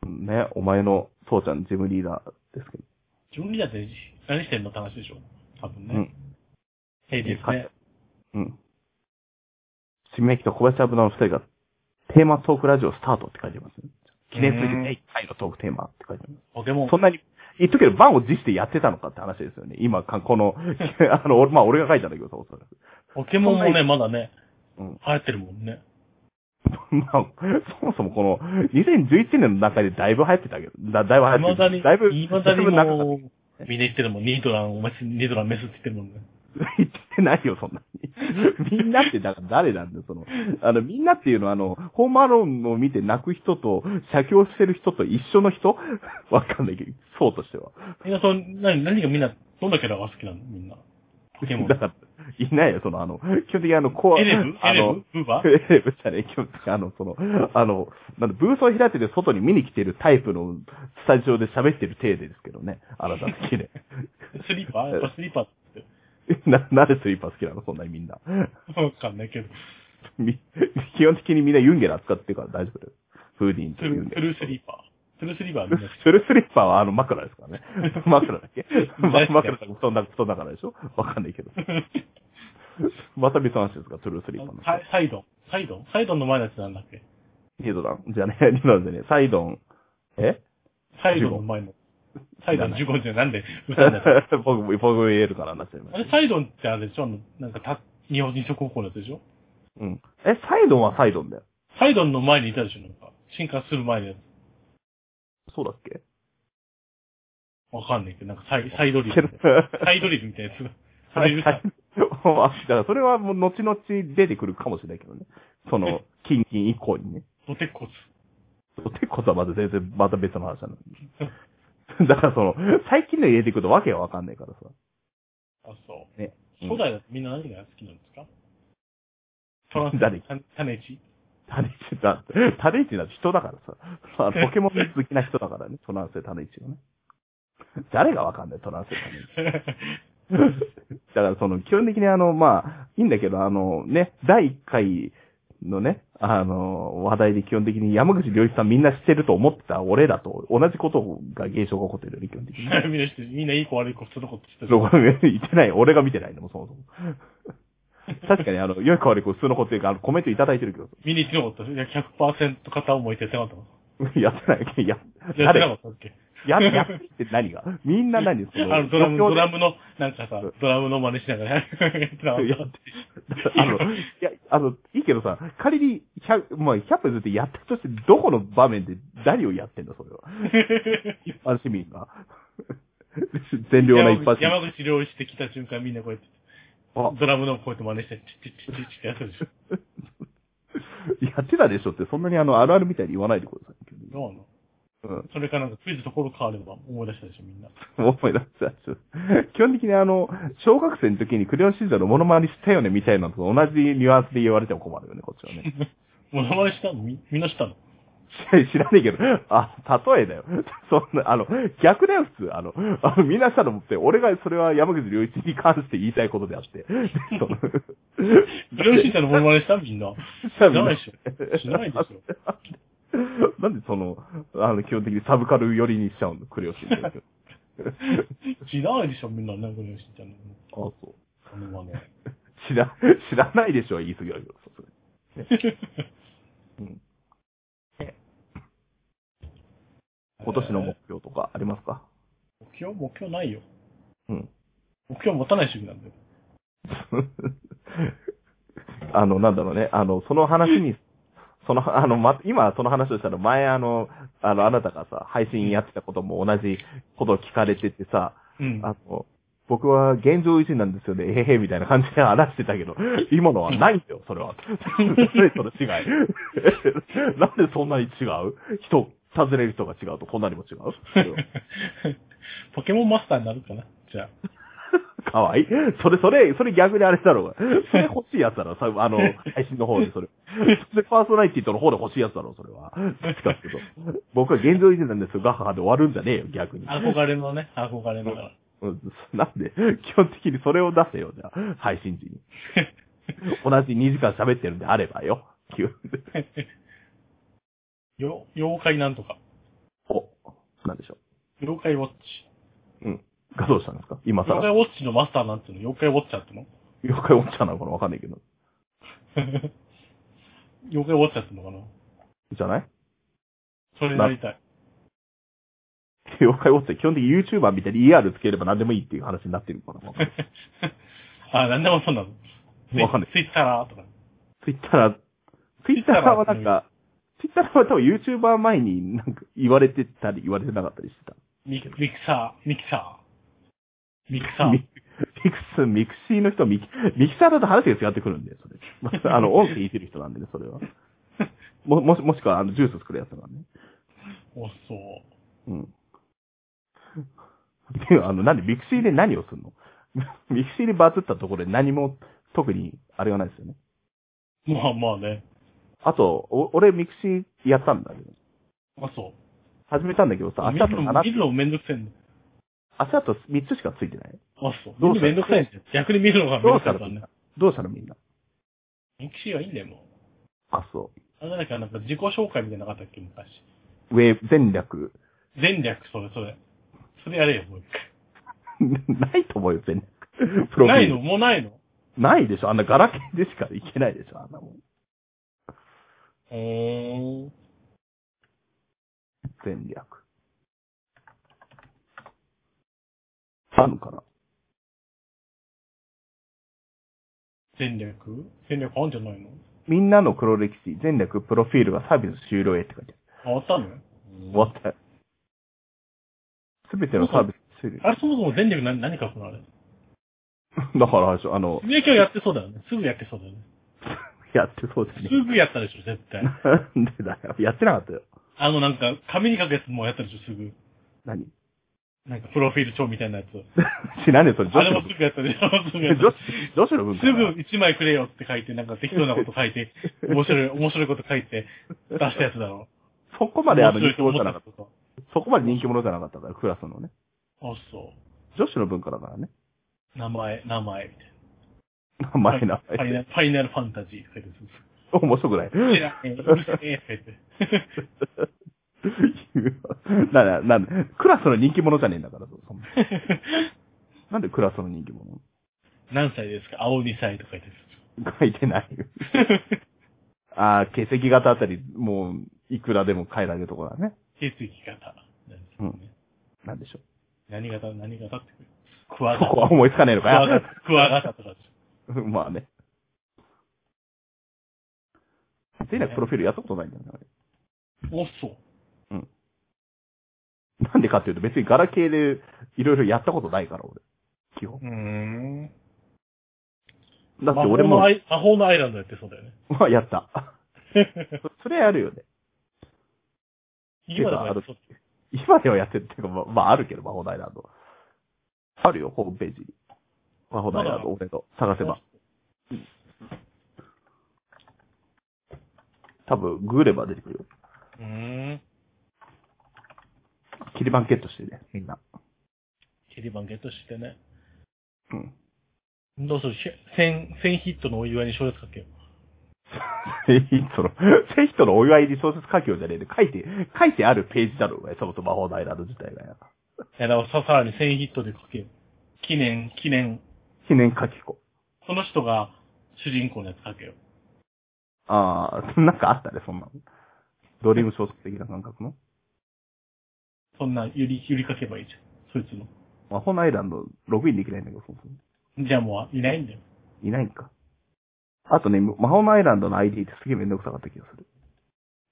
A: ね、お前の父ちゃんジムリーダーですけど。
B: 自分にだって何してんのって話でしょ。多分
A: う
B: ね
A: ん。
B: 平日ね。
A: うん。新明と小林油の二人が、テーマトークラジオスタートって書いてます。記念すべき
B: うん
A: 第1回のトークテーマって書いてます。
B: ポケモン
A: そ。んなに、言っとくけど、万を持してやってたのかって話ですよね。今、かこの、 あの、俺まあ俺が書いたんだけどさ、おそらく。
B: ポケモンも
A: そんな
B: ね、まだね、
A: うん
B: 流行ってるもんね。
A: まあ、そもそもこの、2011年の中でだいぶ流行ってたけど、だだいぶ流行って
B: 未
A: た。
B: だに、
A: だいぶ、
B: 未だに
A: だいぶ長かっ
B: もう、みんな言ってるもん、ニートラン、お前、ニートランメスって言ってるもんね。
A: た。言ってないよ、そんなに。みんなって、だから誰なんだよ、その、あの、みんなっていうのは、あの、ホームアローンを見て泣く人と、写経してる人と一緒の人わかんないけど、そうとしては。
B: みんな、その、何、何がみんな、どんなキャラが好きなのみんな。ポケモン
A: だ。から、いないよ、その、あの、基本的にあの、コア、
B: エレブ
A: あ
B: エレ
A: の、
B: ブブーバー
A: ええ、ぶっちゃね、基本的にあの、その、あの、なんだブースを開いてて外に見に来てるタイプのスタジオで喋ってる体でですけどね。あなた好きで。
B: スリーパーやっぱスリーパーって。
A: な、なんでスリーパー好きなのそんなにみんな。
B: わかんないけど。
A: み 基本的にみんなユンゲラ使ってるから大丈夫だよ。フーディン
B: ト
A: と
B: ゥ
A: ユン
B: ル
A: ゲ
B: トゥ
A: ラ。
B: ルースリーパー。トゥルースリーパーはみんな好
A: フルスリッパーはあの枕です からね。枕だっけ
B: 大
A: ま
B: 好きだ
A: 枕
B: よ
A: だか布団だ、布団だからでしょわかんないけど。また別の話ですかトゥルースリッパーの
B: き。。サイサイドン。サイドンサイドンの前のやつなんだっけ
A: ニドランじゃね え、ニドランじゃねえ。サイドン。え
B: サイドンの前の。サイドン
A: 知
B: ジュゴンじゃなんで歌うんだっ
A: 僕、僕も言えるからなっちゃいまし
B: け
A: た
B: あ。れ、サイドンってあれでしょあのなんかた、日本人諸高校のやつでしょ
A: うん。え、サイドンはサイドンだよ。
B: サイドンの前にいたでしょなんか、進化する前のやつ。
A: そうだっけ
B: わかんないけど、なんかサイサイドリ
A: け
B: ル
A: ど。
B: サイドリルみたいなやつが。そ
A: は
B: れ
A: い。
B: 言う
A: だ
B: た
A: から、それはもう後々出てくるかもしれないけどね。その、近々以降にね。
B: ドテッコツ。
A: 結構さ、また全然、また別の話なの。 だからその、最近の入れてくるとわけがわかんないからさ。
B: あ、そう。
A: ね。
B: 初代だとみんな何が好きなんですかトランス、
A: 誰
B: タタネチ
A: タネイチだって、タネイチなんて人だからさ。あのポケモン好きな人だからね、トランスタネイチがね。誰がわかんない、トランスタネイチ。だからその、基本的にあの、まあ、いいんだけど、あの、ね、第1回のね、あの、話題で基本的に山口良一さんみんな知ってると思ってた俺らと同じことが現象が起こってるよね、基本的に。
B: みんなして、みんないい子悪い子、そのことして
A: そこね言ってない。俺が見てないのも、そもそも。確かに、あの、良い香りこう、普通のこというか、あの、コメントいただいてるけど。
B: 見に行ってなかったでしょいや、100%片思いってやってなかっ
A: やってない。や、
B: たやってなか
A: 誰
B: ったっけ
A: や、やってって何がみんな何そ
B: あの、ドラム、ドラ
A: ム。
B: ムの、なんかさ、ドラムの真似しながらやってなか
A: や
B: っ
A: あの、いや、あの、いいけどさ、仮に、100、まあ、100歩譲ってやったとして、どこの場面で何をやってんだ、それは。一般市民が。善良な一般
B: た。
A: 市民。
B: 山口料理してきた瞬間みんなこうやって、
A: あ、
B: ドラムのこうやって真似して、チッチッチッチッチッってやってるでしょ。
A: やってたでしょって、そんなにあの、あるあるみたいに言わないでください。
B: どうなの
A: うん。
B: それかなんかクイズところ変われば思い出したでしょ、みんな。
A: 思い出した。 基本的にあの、小学生の時にクレヨンシーザーのモノマネしたよねみたいなのと同じニュアンスで言われても困るよね、こっち はね。
B: もう名前したのみ、みんなし たの
A: 知らねえけど、 あ、例えだよ。 そんな、あの、逆だよ、普通。あの、あのみん なしたのって、俺がそれは山口良一に関して言いたいことであって。その
B: ブルーシータのモノマネしたみんな。
A: た
B: し
A: みん
B: な
A: ない
B: でしょ。しないでしょ。
A: なんでその、あの、基本的にサブカル寄りにしちゃうの、クレヨンシーザー。 あ、
B: しないでしょ、みんな。ねブルーシータの
A: そう。
B: モノマネ。
A: 知ら、知らないでしょ、言い過ぎるよ、さすがに 今年の目標とかありますか
B: えー目標目標ないよ。
A: うん。
B: 目標持たない主義なんだよ。
A: あの、なんだろうね、あの、その話に、その、 あの、ま、今その話をしたの、前あの、あの、あなたがさ、配信やってたことも同じことを聞かれててさ、
B: うん。
A: あの、僕は現状維持なんですよね、えへへみたいな感じで話してた けど、今のはないんだよ、それは。何その違い。 なんでそんなに違う人、尋ねる人が違うとこんなにも違うそれは
B: ポケモンマスターになるかなじゃあ。
A: かわいい。それ、それ、それ逆にあれだろうが。それ欲しいやつだろ、さあの、配信の方でそれ。それパーソナリティとの方で欲しいやつだろ、それは。使ってと。僕は現状維持なんですよ、ガッハハで終わるんじゃねえよ、逆に。
B: 憧れのね、憧れのから。
A: うんなんで、基本的にそれを出せよ、じゃあ、配信時に。同じ2時間喋ってるんであればよ。急に
B: よ、 妖怪なんとか。
A: お、なんでしょ
B: 妖怪ウォッチ。
A: う。うん。がどうしたんですか今
B: 妖怪
A: 更。
B: ウォッチのマスターなんていうの妖怪ウォッチャ ーっての
A: 妖怪おっちゃんなのかなわかんないけど。
B: 妖怪ウォッチャーってのかな
A: じゃない
B: それになりたい。
A: 妖怪ウォッチャー、基本的に YouTuber みたいに ER つければ何でもいいっていう話になってるから。
B: あ、なんでもそうなの。
A: わかんない
B: ツイッターラーとか。
A: ツイッターラ、ツイッターラはなんか、ツイッターラは多分 YouTuber 前になんか言われてたり言われてなかったりしてた。
B: ミミキサー、ミキサー。ミキサー。
A: ミミクス、ミクシーの人はミキ、ミキサーだと話が違ってくるんで、それ。まあ、あの、音声いじる人なんでね、それ は。も、もし、もしくは、あの、ジュース作るやつなんでね。
B: お、そう。
A: うん。であの、なんで、ミクシーで何をするのミクシーでバズったところで何も、特に、あれはないですよね。
B: まあまあね。
A: あと、お、俺、ミクシーやったんだけど、
B: あ、そう。
A: 始めたんだけどさ、足
B: 見
A: 跡
B: る
A: と
B: の、
A: 話
B: 見、るのめんどくせえんだ。
A: 足跡3つしかついてない
B: あ、そう。
A: ど
B: ど
A: う
B: う
A: した
B: めんどくさいんだよ。逆に見るのがめん
A: どう
B: どく
A: した
B: さい
A: の
B: から
A: みん
B: ね
A: な。どうしたのみんな。
B: ミキシーはいいんだよ、もう。
A: あ、そ
B: あれだからなんか自己紹介みたいなのなかったっけ、昔。
A: う。ウェブ、全略。
B: 全略、それ、それ。それやれよ、もう一
A: ないと思うよ、全 略。プロフィー
B: 回。な
A: ル
B: いのもうないの
A: ないでしょあんなガラケーでしかいけないでしょあんなもん。
B: うーん。
A: 全略。あるかな
B: 全略全略あんじゃないの
A: みんなの黒歴史、全略プロフィールがサービス終了へって書いて
B: あ終わったの
A: ある。終わったよ。すべてのサービス終了。
B: あれそもそも全略何、何書くのあれ。
A: だからあれでしょ、あの
B: つ、ぶやきはやってそうだよね。すぐやってそうだよね。
A: やってそうです
B: す
A: ね。
B: ぐやったでしょ、絶対。
A: なんでだよ。やってなかったよ。
B: あのなんか、紙に書くやつもやったでしょ、すぐ。
A: 何
B: なんか、プロフィール帳みたいなやつ。
A: 知らねえ、それ
B: あ
A: 女
B: れ
A: 子の
B: もすぐやったでしょ、すぐや
A: 文
B: った
A: 化。女子、女子の文化だよ。
B: すぐ一枚くれよって書いて、なんか適当なこと書いて、面白い、面白いこと書いて、出したやつだろ。
A: そこまであの
B: 面白
A: 人
B: い
A: 気
B: と
A: 者
B: 思
A: じ
B: っ
A: ゃな
B: た
A: かっ
B: こと。
A: た。そこまで人気者じゃなかったから、クラスのね。
B: あ、そ
A: 女子の文化だからね。
B: う。名前、名前、みたいな。
A: 名前名
B: ファイ
A: 前。
B: ナルファイナルファンタジーって書いてる。
A: 面白くない。
B: う るせえ、うるせえって書いて。
A: なんだ、なんだ、クラスの人気者じゃねえんだから、そそんななんでクラスの人気者
B: 何歳ですか青2歳とか書いてる。
A: 書いてない。 ああ、血液型あたり、もう、いくらでも変えられるところだね。
B: 血液型。なんですよね
A: なんでしょう。
B: 何型、何型って。クワ
A: そ
B: ガ
A: こ
B: タ。
A: は思いつかねえの
B: ク
A: か
B: ワガ
A: よ。
B: タ、クワガタとかでしょ。
A: まあね。セイラプロフィールやったことないんだよね、あれ
B: お、そう。
A: なんでかっていうと別にガラケーでいろいろやったことないから、俺。基本。
B: うーん。
A: だって俺も
B: 魔法のア、イ魔法のアイランドやってそうだよね。
A: まあや った。そそれやるよね。
B: 今だからやってそう
A: 今ではやってるっていうか、まあ、まああるけど、魔法のアイランド。あるよ、ホームページに。魔法のアイランド、俺の探せば。多分、ググれば出てくるよ。
B: うーん。
A: キリバンゲットしてね、みんな。
B: キリバンゲットしてね。
A: うん。
B: どうするひ ?1000、1000ヒットのお祝いに小説書けよ。
A: ぜひ、その、ぜひとのお祝いに小説書きようじゃねえで、書いて、書いてあるページだろ、お前そもそも魔法のアイランド自体がや。
B: いや、だからさ、さらに1000ヒットで書けよ。記念、記念。
A: 記念書き子。
B: その人が主人公のやつ書けよ。
A: ああ、なんかあったね、そんなの。ドリーム小説的な感覚の。
B: そんな、ゆり、ゆり書けばいいじゃん。そいつの。
A: 魔法のアイランド、ログインできないんだけど、そもそも
B: じゃあもういないんだよ。
A: いないんか。あとね、魔法のアイランドの ID ってすげえめんどくさかった気がする。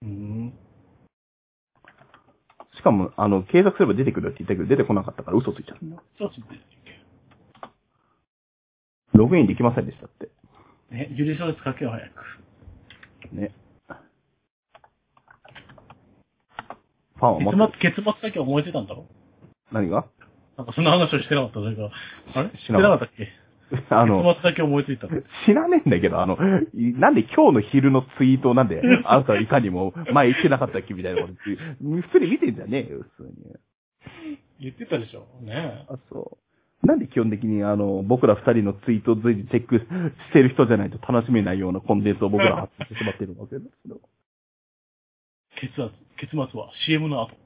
B: うーん。
A: しかも、あの、検索すれば出てくるって言ったけど、出てこなかったから嘘ついちゃったんだよ。
B: そうする
A: ログインできませんでしたって。
B: ね、ゆり小説書けよ、早く。
A: ね。ファンは
B: 結
A: もっと、
B: 末、結末だけは燃えてたんだろ
A: 何が
B: なんかその話をしてなかった、誰か。あれして
A: なか
B: なか
A: っ
B: ったっけ
A: あの、
B: 結末だけ思いついたの。
A: 知らねえんだけど、あの、いなんで今日の昼のツイートをなんで、あなたはいかにも前言ってなかったっけみたいなこと言って、普通に見てんじゃねえよ、普通に。
B: 言ってたでしょね
A: あ、そう。なんで基本的にあの、僕ら二人のツイートを随時チェックしてる人じゃないと楽しめないようなコンテンツを僕ら発信してしまってるわけですけど。
B: え。結末、結末は CM の後。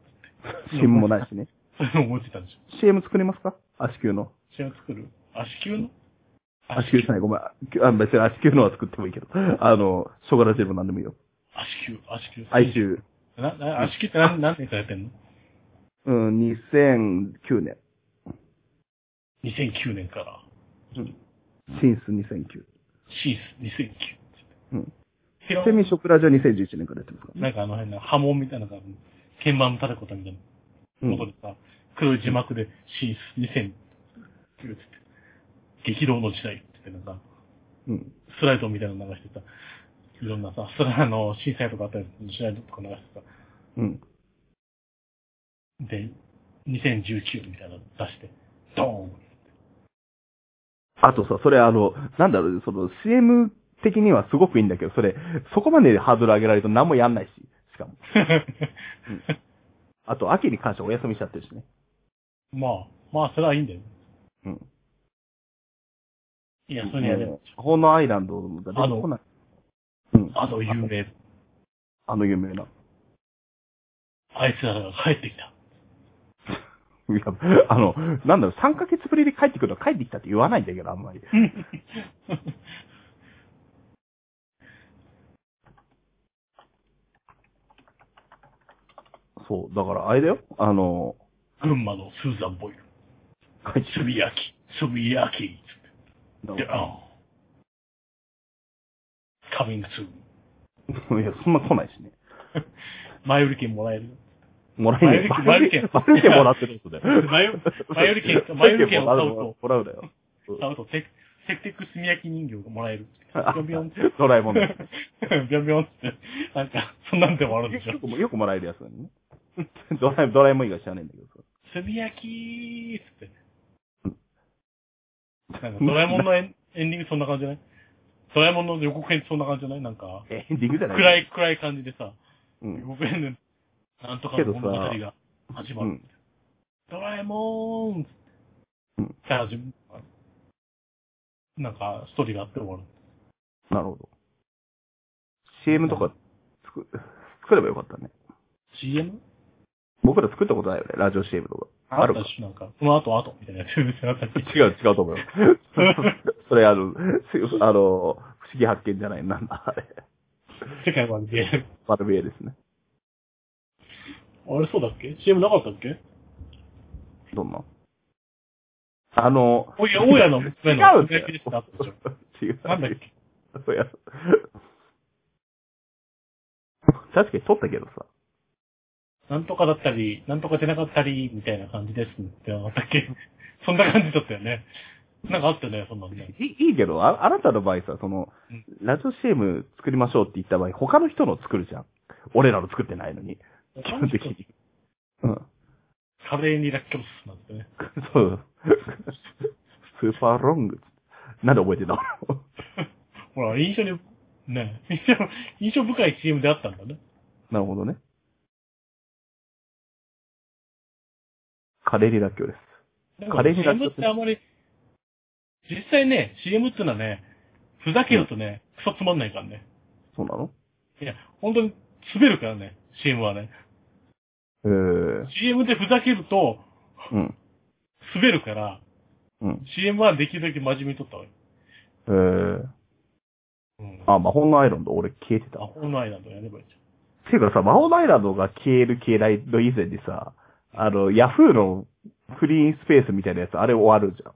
A: 新聞もないしね。
B: そういうの 思いついたんでしょ
A: CM 作れますか足球の。
B: CM 作る足球の
A: 足球じゃない、ごめん。あ別に足球のは作ってもいいけど。あの、ショコラジェルも何でもいいよ。
B: 足球、足球。
A: 哀。愁。
B: な、な、足球って何、何年からやってんの
A: うん、2009年。
B: ?2009 年から。
A: シンス2009。
B: シース2009。
A: うん。
B: ヒロ
A: ちなみにショクラジは2011年からやってますからね。
B: なんかあの辺の波紋みたいな、なんか鍵盤叩くことみたいな。
A: うん
B: こでさ、黒い字幕でシース2009つって、激動の時代ってってなんか、
A: うん。
B: スライドみたいなの流してさ、いろんなさ、それあの、震災とかあったり、スライドとか流してさ、
A: うん。
B: で、2019みたいなの出して、ドーン
A: あとさ、それあの、なんだろう、その CM 的にはすごくいいんだけど、それ、そこまでハードル上げられると何もやんないし、しかも。あと、秋に関してお休みしちゃってるしね。
B: まあ、まあ、それはいいんだよ。
A: うん。
B: いや、それにやれ
A: もうホーのアイランドが出てこない。うん。
B: あの有名、
A: あの有名な。
B: あいつらが帰ってきた。
A: いや、あの、なんだろう、3ヶ月ぶりで帰ってくるのは帰ってきたって言わないんだけど、あんまり。そう、だからあれだよ。あの、
B: 群馬のスーザン・ボイル。
A: 帰って
B: つぶやき、つぶやき、
A: だ
B: つって、あん。カミングスーン。
A: からいや、そんな来ないしね。
B: 前売り券もらえるよ。
A: もらえない。
B: 前売り券
A: 前売り券もらってるんですね。
B: 前売前売り券、前売り券を買うと、
A: もらうだよ。
B: 買うとテク、テクテク炭焼き人形がもらえる。ビョンビョンって。
A: ドラえもん ね。
B: ビョンビョンって。なんか、そんなんでもあるんでしょ
A: よ。くもよくもらえるやつだよね。 ドラえドラえもん以外知らないんだけどさ。
B: 炭焼きーっつって。なん
A: う
B: か、
A: ん
B: ドラえもんのエンエンディングそんな感じじゃないドラえもんの予告編そんな感じじゃないなんか、
A: エンディングじゃない
B: 暗
A: い。
B: い、暗い感じでさ、
A: うん
B: 予。告編で、なんとかの物語
A: けど
B: が始ま
A: う
B: る。
A: ん
B: ドラえもーんっつ
A: う
B: っ
A: ん
B: て、から始まるなんか、ストーリーがあって終わる。
A: なるほど。CM とか作、作ればよかったね。
B: CM?
A: 僕ら作ったことないよね、ラジオ CM と か。
B: あ
A: あ
B: っ
A: る
B: た
A: か
B: でしょなんか、その後後みたいなやつですよ。
A: 違 う、違うと思うよ。それ、あの、あの、不思思議発見じゃない、なんだ、あれ。
B: 世界版ゲーム。
A: バルベイですね。
B: あれそうだっけ ?CM なかったっけ
A: どんなあの、
B: おや、大家の娘
A: 違
B: の
A: うんだよ
B: 娘でしたあったでし
A: 違う
B: ょ。なんだっけ
A: そうや。確かに撮ったけどさ。
B: なんとかだったり、なんとか出なかったり、みたいな感じですってなかったっけ そんな感じだったよね。なんかあったよね、そんなんね。
A: いいいけどあ、あなたの場合さ、その
B: うん、
A: ラジオ CM 作りましょうって言った場合、他の人の作るじゃん。俺らの作ってないのに。基本的に。うん。
B: 華麗に落挙すなんですよね。
A: そう。スーパーロング。なんで覚えてたの
B: ほら、印象に、ね、印象、印象深い CM であったんだね。
A: なるほどね。カレリラッキョです。華麗に落挙
B: CM ってあまり、実際ね、CM っていうのはね、ふざけるとね、クソつまんないからね。
A: そうなの
B: いや、本当に滑るからね、CM はね。
A: えー、
B: CM でふざけると、
A: うん。
B: 滑るから、
A: うん。
B: CM はできるだけ真面目に撮ったわけ。
A: えー、
B: うん。
A: あ、魔法のアイランド、俺消えてた
B: 魔。法のアイランドやればいいじ
A: ていうかさ、魔法のアイランドが消える消えないの以前にさ、あの、ヤフーのフリースペースみたいなやつ、あれ終わるじゃん。
B: ゃ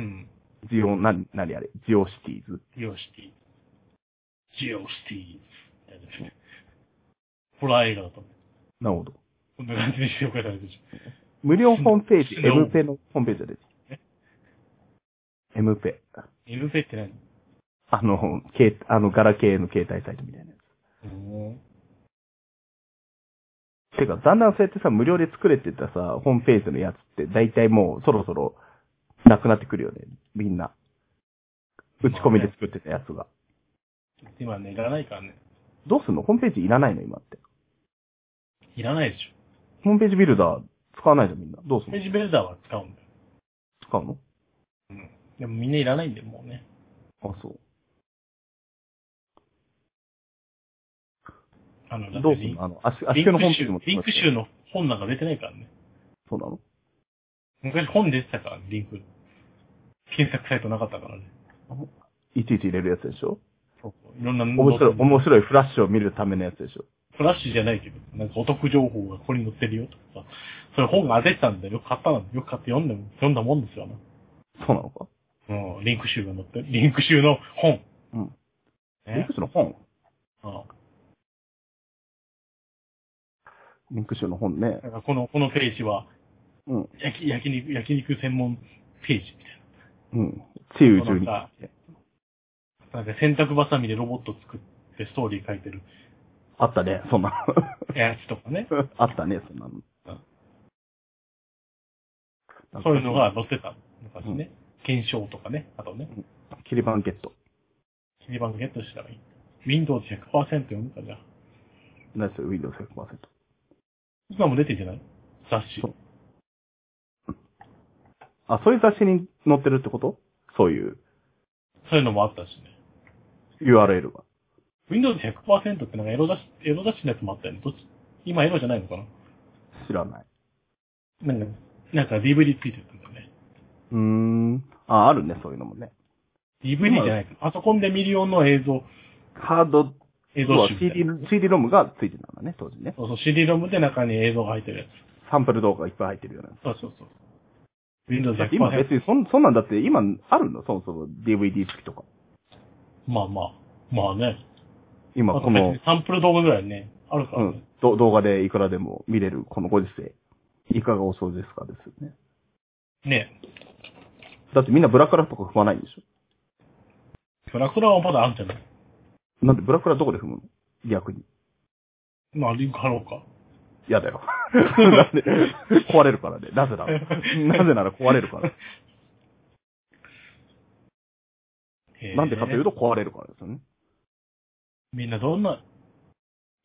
B: ん。うん。
A: ジオ、な、なにあれジオシティーズ。
B: ジオシティ。ジオシティ。みたいなねホラー映画だと思う。
A: なるほど。
B: こんな感じに紹介されてるじ
A: 無料ホームページ、
B: 死ぬ
A: M ペのホームページです。M ペ。
B: ゃん。MV って何
A: あの、けあの、ガラケーの携帯サイトみたいなや
B: うん。
A: つ。てか、だんだんそうやってさ、無料で作れてたさ、ホームページのやつって、だいたいもうそろそろ、なくなってくるよね。みんな。打ち込みで作ってたやつが。
B: 今ね、いらないからね。
A: どうすんのホームページいらないの今って。
B: いらないでしょ。
A: ホームページビルダー使わないじゃんみんな。どうすん
B: ペ
A: の
B: ージビルダーは使うんだよ。
A: 使うの
B: うん。でもみんないらないんだよ、もうね。
A: あ、そう。
B: あの、だっ
A: どう
B: て
A: す
B: リ
A: ん
B: ン
A: のあの、あ足
B: リン
A: 球の
B: ク
A: ホームペー
B: 集
A: ジも、
B: リンク集の本なんか出てないからね。
A: そうなの
B: 昔本出てたから、リンク。検索サイトなかったからね。
A: いちいち入れるやつでしょ
B: そうそう。いろんな
A: 面白い、面白いフラッシュを見るためのやつでしょ
B: フラッシュじゃないけど、なんかお得情報がここに載ってるよとかさ、それ本が当ててたんでよく買ったの。よく買って読んでも、読んだもんですよな。
A: そうなのか
B: うん、リンク集が載ってる。リンク集の本。
A: うん。リン
B: ね
A: ク。集の本
B: うん
A: リンク集の本ね。
B: だからこの、このページは、
A: うん。
B: 焼き、焼肉、焼肉専門ページみたい
A: うん。治癒
B: そうな
A: 12。
B: んかな。なんか洗濯バサミでロボット作ってストーリー書いてる
A: あったね、そん な。
B: やつとかね。
A: あったね、そんなの。なんか
B: そういうのが載ってた。昔ね。検証とかね。あとね。
A: キリバンケット。
B: 切り板ゲットしたらいい。Windows 100%読むかじゃあ。
A: 何ですよ、Windows 100%。
B: 今も出てんじゃない雑誌
A: そ。うあ、そういう雑誌に載ってるってことそういう
B: そういうのもあったしね。
A: URL が。
B: Windows 100%ってなんかエロ雑誌、エロ雑誌のやつもあったよね。どっち今エロじゃないのか
A: 知らない。
B: ななんか、なんか DVD ついてたんだよね。
A: うーん。あ、あるね、そういうのもね。
B: DVD じゃないか。パソコンで見る用の映像、
A: ハード、
B: 映像
A: は
B: 集みたい
A: CD
B: な。、
A: CD ロムがついてたんだね、当時ね。
B: そうそう、CD-ROM で中に映像が入ってるや
A: サンプル動画がいっぱい入ってるようなや
B: つ。そうそうそう。Windows
A: つ。だって今
B: 100%
A: 別。にそん、そんなんだって今あるのそもそも DVD 付きとか。
B: まあまあ。まあね。
A: 今
B: あと
A: こ
B: 別
A: の
B: に、サンプル動画ぐらいね、あるか
A: う
B: らね
A: ん。、ど動画でいくらでも見れるこのご時世。いかがお掃除ですかですよね。
B: ね
A: だってみんなブラクラとか踏まないんでし
B: ブラクラはまだあるんじゃない
A: ょなんでブラクラどこで踏むの逆に。
B: まあ、リンク貼ろうか。
A: 嫌 だよ。なんで壊れるからね。なぜなら。 なぜなら壊れるから。
B: へー
A: なんでかというと壊れるからですよね。
B: みんなどんな、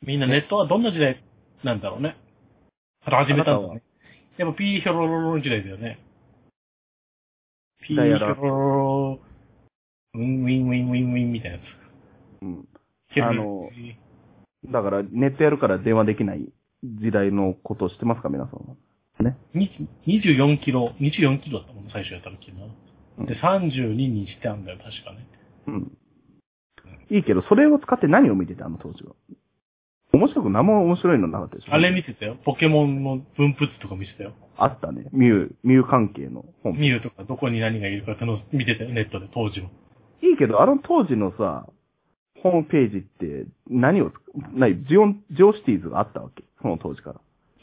B: みんなネットはどんな時代なんだろうね。始めたんだね。やっぱピーヒョロロロの時代だよね。ピーヒョロロロ、ウィンウィンウィンウィンウィンみたいなやつ。
A: うん。
B: ヒョロロ
A: あのだからネットやるから電話できない時代のことを知ってますか皆さんは。
B: に24キロ、24キロだったもんね、最初やった時な。で、32にしたんだよ、確かね。
A: うん。いいけど、それを使って何を見てたあの当時は。面白く何も面白いのなかったでしょ
B: あれ見てたよ。ポケモンの分布図とか見てたよ。
A: あったね。ミュウ、ミュウ関係の本。
B: 見るとか、どこに何がいるかってのを見てたよ、ネットで、当時も。
A: いいけど、あの当時のさ、ホームページって何をつ、ない、ジオン、ジオシティーズがあったわけ。その当時から。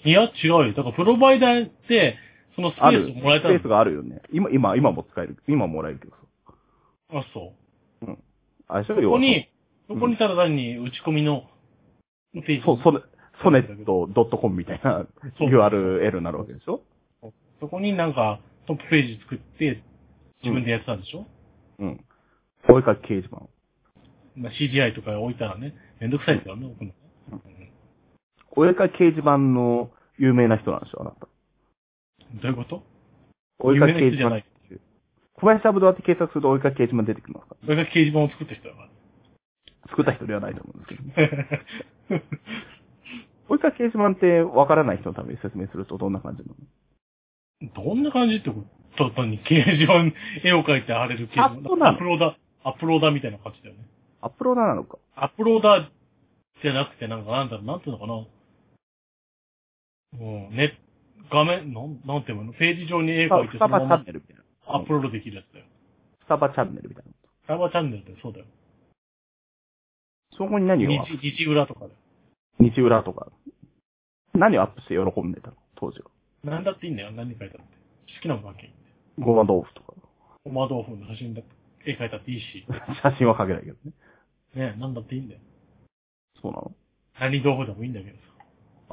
B: いや、違うよ。だから、プロバイダーって、そのスペ
A: あ
B: ー
A: る。
B: スをもらえた
A: ス
B: の
A: ペースがあるよね。今、今、今も使える。今もらえるけどさ。
B: あ、そう。
A: あれでしょ
B: ここ、に、
A: う
B: こ
A: ん
B: こにただ単に打ち込みの、ページ
A: 要はそ、それ、ソネットドットコムみたいな
B: そう
A: URL になるわけでしょ
B: そこになんか、トップページ作って、自分でやってたんでしょ、
A: うん。追いかけ掲示板。
B: まあ、CGI とか置いたらね、めんどくさいですよね、僕も。
A: お絵か掲示板の有名な人なんでしょあなた。
B: どういうこと
A: お絵か掲示
B: 有名な
A: 板
B: 人。
A: 小林アブドアって検索するとお絵か掲示板出てくるのか
B: それが掲示板を作った人だか
A: 作った人ではないと思うんですけど。
B: ら。
A: お絵か掲示板ってわからない人のために説明するとどんな感じなの
B: どんな感じってこと単に掲示板、絵を描いて貼れる掲示
A: あそうなの
B: 板。アップローダー、アップローダーみたいな感じだよね。
A: アップローダーなのか
B: アップローダーじゃなくて、なんか、なんだろう、なんていうのかな。うん、ね、画面、なん、なんていうのページ上に絵
A: ス
B: 描
A: タ
B: い
A: ス
B: て、そ
A: タ
B: の
A: バ
B: ま
A: チャン
B: ま
A: ネルみたいな。
B: アップロードできるやつだよ。
A: スタバチャンネルみたいな。
B: スタバチャンネルってそうだよ。
A: そこに何をアップ、
B: 日、日裏とかだよ。
A: 日裏とか。何をアップして喜んでたの当時は。
B: なんだっていいんだよ、何描いたって。好きなもんだけ。
A: ごま豆腐とか。
B: ごま豆腐の写真だって、絵描いたっていいし。
A: 写真はかけないけどね。
B: ね、なんだっていいんだよ。
A: そうなの
B: 何豆腐でもいいんだけどさ。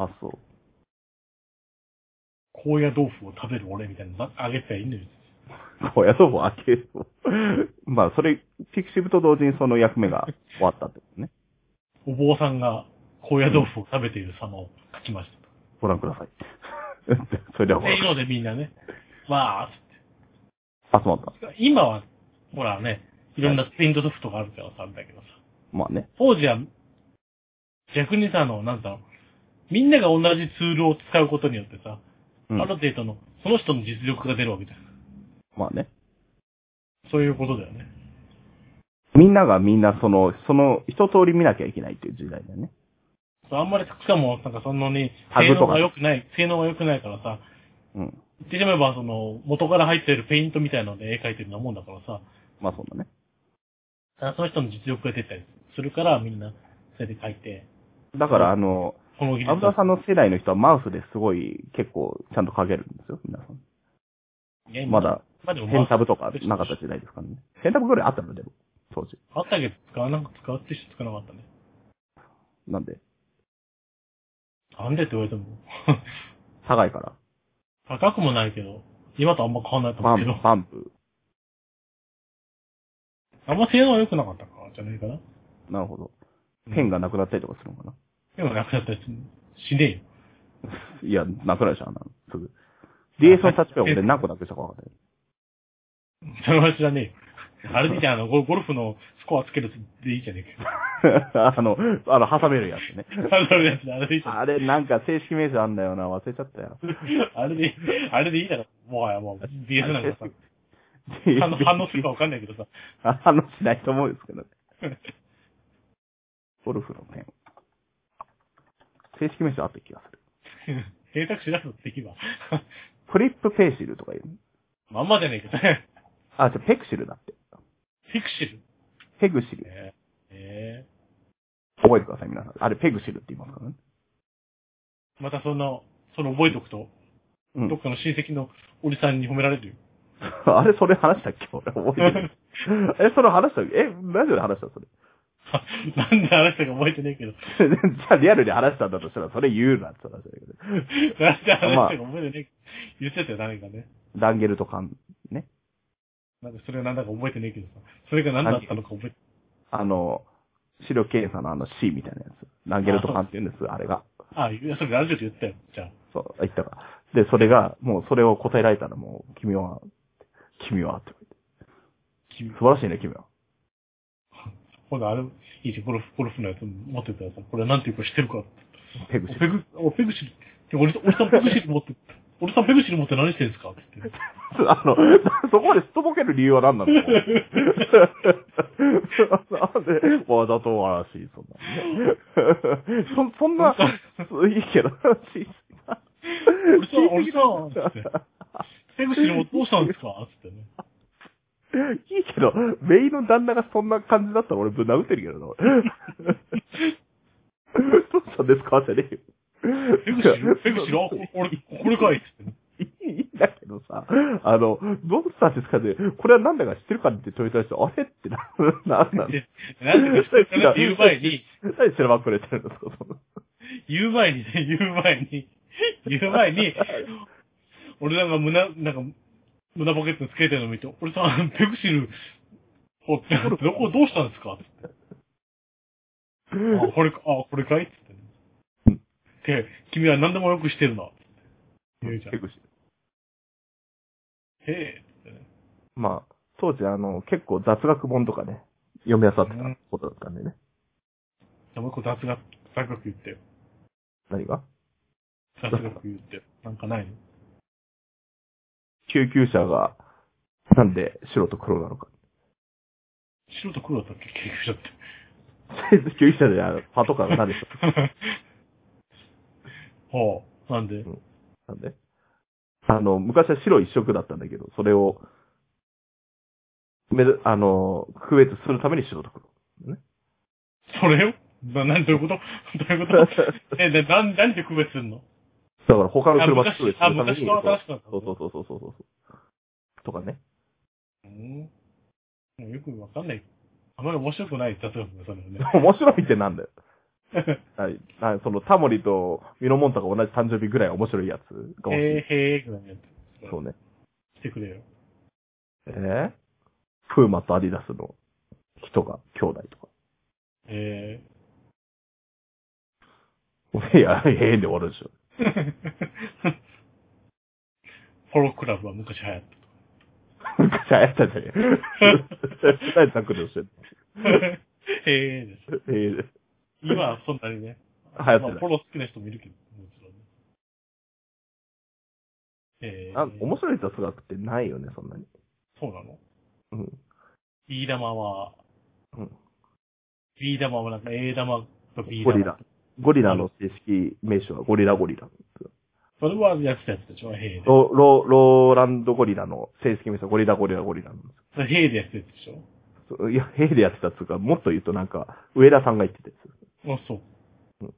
A: あ、そう。
B: 高野豆腐を食べる俺みたいなのあげていいんだよ。
A: 高野豆腐を開ける。まあ、それ、ピクシブと同時にその役目が終わったってことね。
B: お坊さんが高野豆腐を食べている様を描きました。
A: ご覧ください。 それではご
B: で、
A: 覧くだ
B: 色でみんなね、わ
A: さい。集まった。
B: ーっつって今は、ほらね、いろんなプリントソフトがあるからさ、あれだけどさ。
A: まあね。
B: 当時は、逆にさ、あの、なんだろう。みんなが同じツールを使うことによってさ、
A: うん
B: ある程度の、その人の実力が出るわけじゃん。
A: まあね。
B: そういうことだよね。
A: みんながみんなその、その一通り見なきゃいけないっていう時代だよね。
B: そうあんまり、しかも、なんかそんなに、
A: タ
B: 性
A: グ
B: 能
A: とか
B: が良くない、性能が良くないからさ、
A: うん。
B: 言ってしまえば、その、元から入ってるペイントみたいので絵描いてるようなもんだからさ、
A: まあそうだね。
B: あその人の実力が出たりするから、みんな、それで描いて、
A: だからあの、
B: この技
A: ア
B: 術
A: ブダさんの世代の人はマウスですごい結構ちゃんと書けるんですよ、皆さん。
B: ね
A: まだ、
B: まあでも、
A: ペンタブと
B: まあ
A: かなかった時代ですからね。ペンタブぐらいあったのでも、当時。
B: あったけど、使わなく使うって人使わなかったね。
A: なんで、
B: なんでって言われても、
A: 高いから。
B: 高くもないけど、今とあんま変わんないと
A: バ
B: 思うけど
A: ン、、バンプ。
B: あんま性能は良くなかったから、じゃないかな。
A: なるほど。ペンがなくなったりとかするのか な。
B: でもなくなったやつ、死ねえよ。
A: いや、なくなるじゃん、あんなのすぐ。DS のタッチペンは俺何個なくしたか分かんない。
B: それは知らねえよ。あれでいいじゃん、あの、ゴゴルフのスコアつけるやつでいいじゃねえ か。
A: あの、あの、挟めるやつ ね。
B: あれでいいじゃんあれでいいじゃん。
A: あれ、なんか正式名称あんだよな、忘れちゃったよ。
B: あれで、あれでいいだろ。もはやもう、DS なんかさ、反応反応するかわかんないけど さ。
A: 反応しないと思うんですけどね。 ゴルフのペン。正式名称あった気がする。
B: 平卓しなくてできれば。
A: フリップペーシルとか言うの。
B: まんまじゃねえけどね。
A: あ、じゃあペクシルだって。
B: フィクシル。
A: ペグシル。
B: ねえ
A: 覚えてください、皆さん。あれ、ペグシルって言いますからね。
B: えまたその、その覚えとくと、
A: うん
B: どっかの親戚のおじさんに褒められるよ。
A: あれ、それ話したっけ俺、覚えてる。 え、それ話したっけえ、ラジオで話したそれ。
B: なんで話したか覚えてねえけど。
A: じゃあリアルで話したんだとしたら、それ言うなって話だけど。
B: なんで話したか覚えてねえけど。言ってたよ、誰かね。
A: ダンゲルとカン、
B: なんかそれはなんだか覚えてねえけどさ。それが何だったのか覚えて
A: あの、視力検査のあの C みたいなやつ。ダンゲルとカンって言うんです、あれが。
B: あ、いや、それラジオで言ったよ。じゃあ。
A: そう、言ったか。で、それが、もうそれを答えられたらもう、君は、君はって。
B: 君、
A: 素晴らしいね、君は。
B: ほら、あれ、いいじゃん、ゴルフ、ゴルフのやつ持ってたらさ、これなんていうか知ってるか。
A: ペグ
B: お
A: シ
B: ペグ、おペグシル。俺、俺さんペグシル持ってた。俺さんペグシル持って何してるんですかって言って。
A: あの、そこまですっとぼける理由は何なの なんで、わざとらしい、そんなのね。 そ、そんな、いいけど、小さ
B: 俺さん、俺さん、つって。ペグシルもどうしたんですかつってね。
A: いいけど、メイの旦那がそんな感じだったら俺ぶん殴ってるけ どな。どうしたんですかじゃねえよ。
B: ペグシル、ペグシル、あ、これ、これかいっつってね。
A: いいんだけどさ、あの、どうしたんですかねこれは何だか知ってるかって問いたして、あれってな、なんなん
B: でなんでか知ってるかって言う前に、
A: 何で調べくれてるんですかその
B: 言う前にね、言う前に、言う前に、俺なんか胸、なんか、胸ポケットにつけてるの見て、俺さ、ペクシル、おって、どこどうしたんですかって言って。あ、これか、あ、これかいって言って、ね。で、君は何でもよくしてるな。って言うじゃん。
A: ペ
B: へ
A: グシル
B: え。
A: まあ、当時あの、結構雑学本とかね、読み漁ってたことだったんでね。
B: でもう一個雑学、雑学言ってよ。
A: 何が
B: 雑学言ってよ。 なんかないの
A: 救急車が、なんで白と黒なのか。
B: 白と黒だったっけ救急車って。
A: 救急車であのパトカーがなんで白
B: はあ、なんで
A: なんであの、昔は白一色だったんだけど、それを、めあの、区別するために白と黒。
B: それをな、なん、どういうこと どうい うことえ、で、なん、なんで区別すんの
A: だから他の
B: あ
A: 車と
B: 昔
A: 区別するため
B: あ昔
A: に、
B: から新しくなった
A: そうそうそうそうそうそうそう。とかね。
B: うん。もうよくわかんない。あまり面白くない雑学だ、それ はね。
A: 面白いってなんだよ。はい。はい、そのタモリとミノモンタが同じ誕生日ぐらい面白いやつが欲しい。
B: へーへーぐらいのやつ。
A: そうね。
B: してくれよ。
A: えー、プーマとアディダスの人が兄弟とか。
B: え
A: いや、へえで終わるでしょ。
B: ー。フォロークラブは昔流行っ
A: 昔流行った じゃねえ。何タックルしてん
B: た。へーです。
A: のえー
B: 今はそんなにね。
A: 流行って
B: ま
A: な
B: あ
A: い
B: フォロー好きな人もいるけど、もちろんね。えー。
A: あ面白い雑学ってないよね、そんなに。
B: そうなの
A: うん。
B: ビー玉は、
A: うん。
B: ビー玉はなんか A 玉と B
A: ゴ
B: 玉。
A: リラ。ゴリラの正式名称はゴリラゴリラ。
B: それはやってたやつでしょヘイで。
A: ロ、ロ、ローランドゴリラの正式名称はゴリラゴリラゴリラなんで
B: それヘイでやってたやつでしょ
A: すよ。いや、ヘイでやってたっつうか、もっと言うとなんか、上田さんが言ってたやつ。
B: あ、そう。
A: う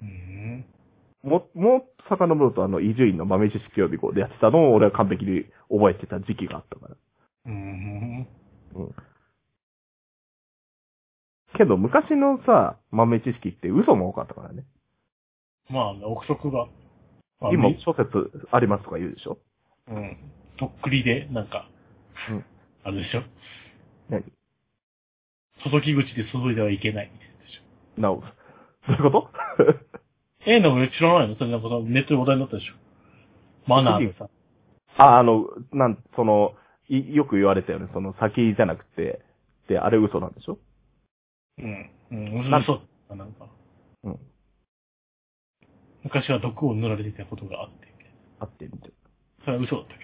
B: うーん。
A: も、もう遡るとあの、伊集院の豆知識予備校でやってたのを俺は完璧に覚えてた時期があったから。
B: うーん。
A: けど昔のさ、豆知識って嘘も多かったからね。
B: まあ、憶測が。まあ
A: 今
B: み、
A: 諸説ありますとか言うでしょ
B: うん。とっくりで、なんか、
A: うん
B: あれでしょ
A: 何
B: 注ぎ口で注いではいけない。
A: なお、そういうこと
B: ええの知らないのそれなんかさネットで話題になったでしょマナーでさ。
A: あ、あの、なん、その、いよく言われたよね。その先じゃなくて、で、あれ嘘なんでしょ
B: うん。うん。
A: な
B: 嘘だったなんか。
A: うん。
B: 昔は毒を塗られていたことがあって。
A: あって、みたい
B: それは嘘だったけ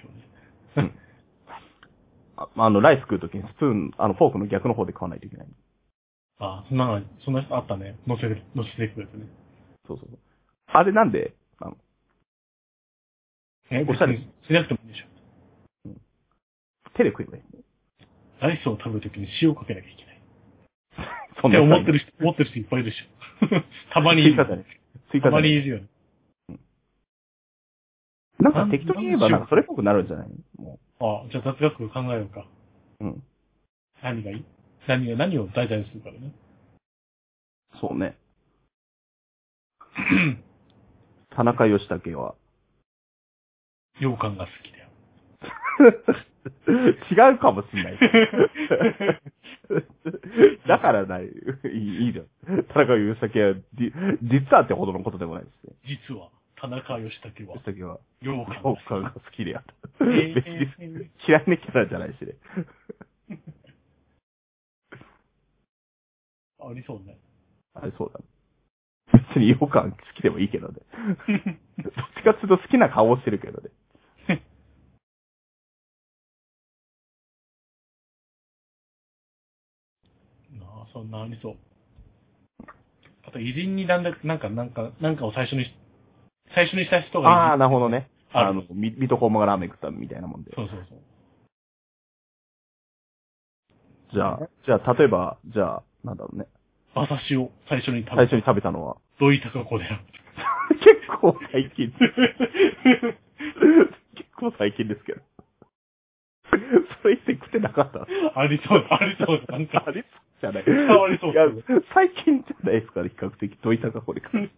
B: ど
A: な。
B: ね。
A: ああの、ライス食うときにスプーン、あの、フォークの逆の方で買わないといけない。
B: あそんなの、そんな人あったね。乗せる、乗せてくれてね。
A: そうそう。あれなんで、あの
B: え、
A: おしゃれ
B: 別にしなくてもいいでしょ。
A: 手で食えばいい。
B: ライスを食べるときに塩をかけなきゃいけない。
A: そ
B: って思って
A: る。
B: る人、思ってる人いっぱいいるでしょ。 たまにい
A: 追加
B: る。
A: じゃない。追加じ
B: た
A: ゃ
B: ま
A: な
B: にい
A: い。
B: るよね。
A: なんか適当に言えば、なんかそれっぽくなるんじゃないも
B: あじゃあ雑学考えようか。
A: う。うん。
B: 何がいい何が、何を題材にするからね。
A: そうね。 田中義武は、
B: 羊羹が好きだよ。
A: 違うかもしんない。 だからない、いいいいじゃん。田中義武は、じ実はってほどのことでもないですね。
B: 実は、田中義武は
A: 義武は、
B: 羊羹
A: 僕
B: が好
A: はが好きでやった。
B: き。
A: 別
B: え
A: に
B: ー
A: 嫌いなキャラじゃないしね。
B: ありそうね。
A: あれそうだ。別に違和感好きでもいいけどね。どっちかっていうと好きな顔をしてるけどね。
B: なあ、そんなありそう。あと、偉人になんだ、なんか、なんか、なんかを最初にし、最初にした人が
A: ああ、
B: い
A: なるほどね。
B: あ
A: あの、み、水戸黄門がラーメン食ったみたいなもんで
B: る。。そうそうそう。
A: じゃあ、じゃあ、例えば、じゃあ、なんだろうね。
B: 馬刺しを最初に食
A: 最
B: べ
A: 初に食べたのは。
B: 土井高子であ
A: 結構最 近。
B: る。
A: 結構最近ですけど。それ以前食ってなかった
B: ありそう、ありそう、なんか
A: あ。れじゃない。
B: わりそう
A: いや、最近じゃないですから、比較的。どういったか これから。なんで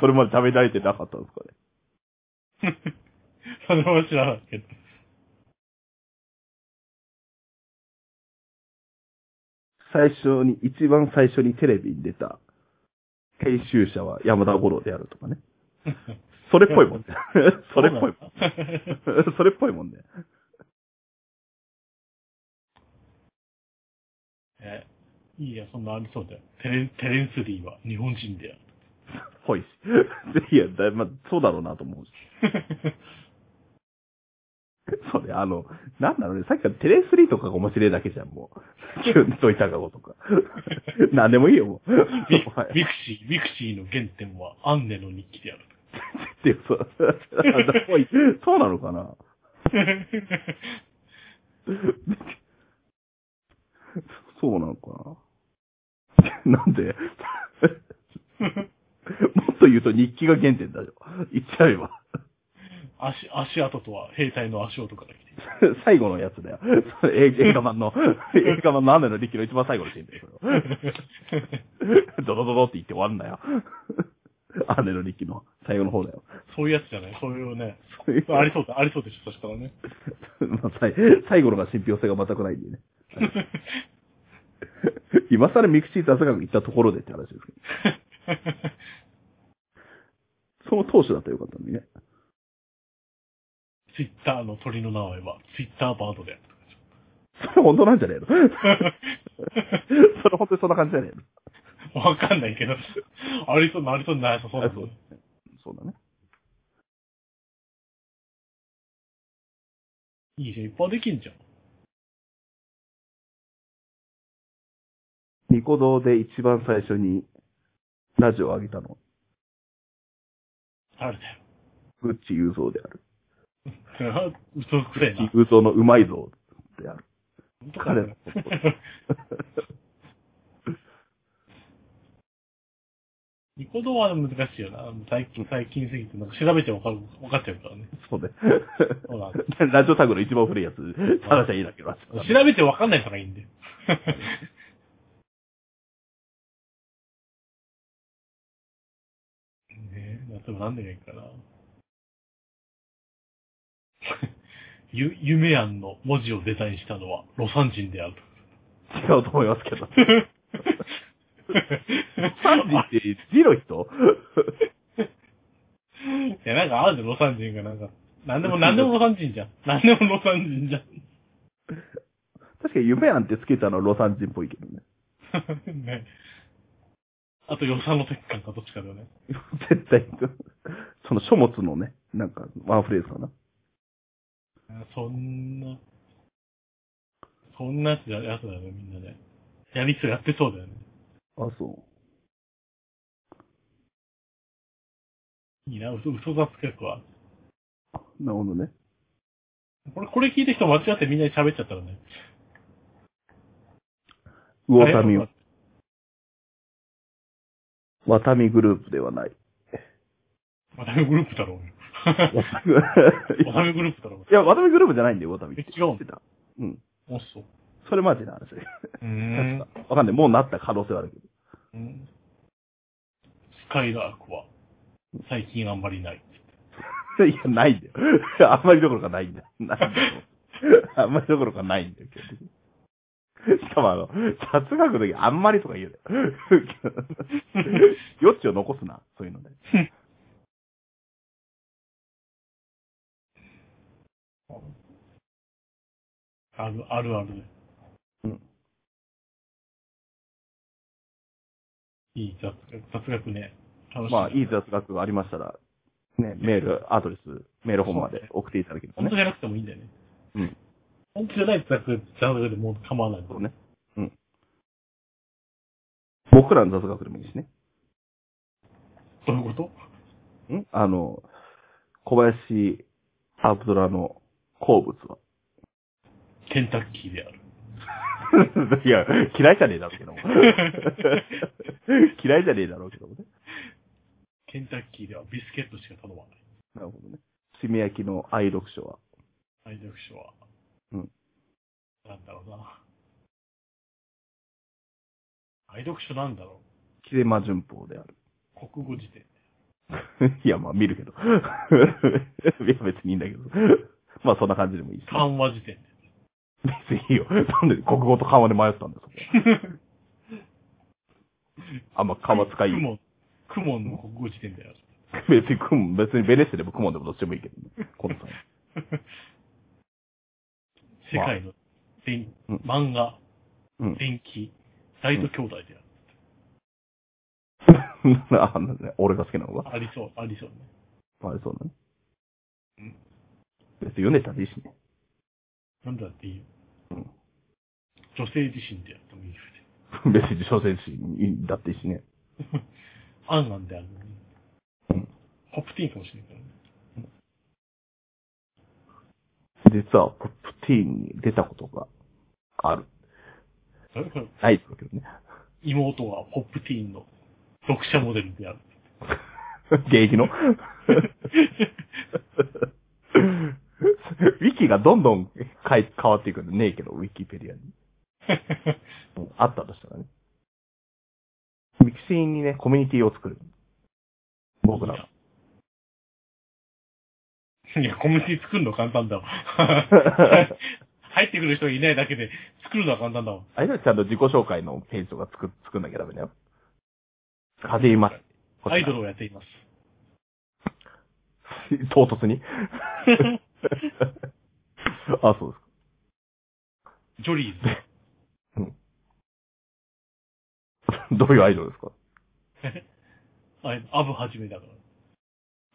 A: それまで食べられてなかったんですかね。
B: それは知らないけど。
C: 最初に、一番最初にテレビに出た、編集者は山田五郎であるとかね。
A: それっぽいもんね。それっぽいもん。
B: い。
A: それっぽいもんね。
B: えいいや、そんなありそうだよ。テレン、テレンスリーは日本人だよ。
A: ぽいし。いや、だまあ、そうだろうなと思うし。そうね、あの、なんだろうね、さっきからテレスリーとかが面白いだけじゃん、も う。キュンといたかごとか。なんでもいいよ、もう。
B: ミク
A: お前
B: ミクシー、ミクシーの原点はアンネの日記である。
A: っていう、そう。ぽいそうなのかなそうなのかな なんでもっと言うと日記が原点だよ。言っちゃえば。
B: 足、足跡とは兵隊の足音から来ている。
A: 最後のやつだよ。 それ映映画版の、映画版の雨の日記の一番最後のシーンだよ。それはドロドロって言って終わるんだよ。雨の日記の最後の方だよ。
B: そういうやつじゃないそういうね。ありそうだ、ありそうでしょ、そしたらね。
A: まあ、さい最後のが信憑性が全くないんでね。今更ミクシー雑学行ったところでって話ですけど。その当初だったらよかったのにね。
B: ツイッターの鳥の名前は、ツイッターバードである。
A: それ本当なんじゃねえの それ本当にそんな感じじゃねえの
B: わかんないけど。ありそうな、ありそうな、なさそうな。
A: あそうだね。
B: いいじゃん、いっぱいできんじゃん。
C: ニコ動で一番最初に、ラジオを上げたの、
B: あれだよ。
C: グッチ雄三である。
B: それは嘘くせえな。
C: 雄三のうまいぞ。
B: 本当か
C: 彼の
B: な。 ニコ動は難しいよな。最近、最近すぎて、なんか調べてわかる、わかっちゃうからね。
A: そう ね。
B: そうなんだ
A: ラジオタグの一番古いやつ、話はいいだけど。
B: 調べてわかんないからいい んだよ。ねえ、でもなんでがいいかな。 ゆ、夢案の文字をデザインしたのは、ロサン人であると。
A: 違うと思います けど。サンジって字の人
B: いや、なんかあるじゃん、ロサン人がなんか。なんでも、なんでもロサン人じゃん。なんでもロサン人じゃん。
A: 確かに夢なんてつけたのロサン人っぽいけどね。
B: ね。あと、予算の鉄管かどっちかだよね。
A: 絶対。その書物のね、なんかワンフレーズかな。
B: そんな、そんなやつだやつだよね、みんなね。やりつやってそうだよね。
A: あ、そ
B: いいな、嘘、嘘雑学は。
A: う。なるほどね。
B: これ、これ聞いてる人間違ってみんなに喋っちゃったらね。
A: 魚民
B: あ
A: は
B: れ。
A: ワタミグループではない。
B: ワタミグループだろうよ。ワタミグループだろ
A: いや、ワタミグループじゃないんだよ、ワタミっ
B: うよ。
A: て。
B: え違うの
A: 知ってた
B: おっそう。
A: それマジな話だよ
B: うーん。
A: わかんない。もうなった可能性はあるけど。
B: うんスカイラークは、最近あんまりない。
A: いや、ないんだよ。あ んまりどころかないんだよ。ないんだよ。あんまりどころかないんだよ、基本的にしかもあの、雑学の時あんまりとか言うだよ。 余地を残すな、そういうので。
B: ある、あるある。
A: うん
B: いい雑学、雑学ね。楽しみ。
A: まあ、いい雑学がありましたら、ね、メール、アドレス、メールフォームまで送っていただけると
B: 本
A: ね
B: 当。じゃなくてもいいんだよね。
A: うん。
B: 本当じゃない雑学、雑学でも構わない。
A: そうね。うん。僕らの雑学でもいいしね。
B: どういうこと
A: んあの、小林アブドラの好物は。
B: ケンタッキーである。
D: いや、嫌いじゃねえだろう けども。嫌いじゃねえだろうけどもね。
B: ケンタッキーではビスケットしか頼まない。
A: なるほどね。炭焼きの愛読書は。
B: 愛読書は。
A: うん。
B: なんだろうな。愛読書なんだろ
A: 切れ間順法である。
B: う。国語辞典。
A: いや、まあ見るけど。 いや、別にいいんだけど。まあそんな感じでもいいし。
B: 漢和辞典。
A: 別にいいよ。なんで国語と緩和で迷ったんだよ、そこ。あんま緩和使い
B: ク、モン。クモンの国語辞典であ る。
A: 別にクモ、別にベレッセでもクモンでもどっちでもいいけど、ね、この際。
B: 世界の電、
A: うん
B: 漫画、
A: うん。
B: 電気、ライト兄弟で
A: あのね、俺が好きなの
B: あ
A: が
B: る。。ありそう、ありそうね。
A: あれそうな
B: う
A: ね
B: ん。
A: 別に読んでたらいいしね。
B: なんだっていいよ。
A: うん
B: 女性自身でやってもいいよね。
A: 別に小説誌だっていいしね。
B: アンアンであるのに。
A: うん
B: ホプティーンかもしれないからね。
A: 実は、ポップティーンに出たことがある。
B: それから
A: ないですけどね。
B: 妹はホップティーンの読者モデルである。
A: 現役の。ウ ィキがどんどん変え変わっていくんでねえけど、ウィキペディアに。うんあったとしたらね。ミキシーにね、コミュニティを作る。僕ら。
B: いや、コミュニティ作るの簡単 だわ。入ってくる人がいないだけで作るのは簡単だわ。
A: あれだよちゃんと自己紹介のページとか作、作んなきゃダメだよ。風邪います。
B: アイドルをやっています。
A: 唐突 にあ、そうです
B: ジョリー ズ。
A: か。どういうアイドルですか
B: あアブはじめだか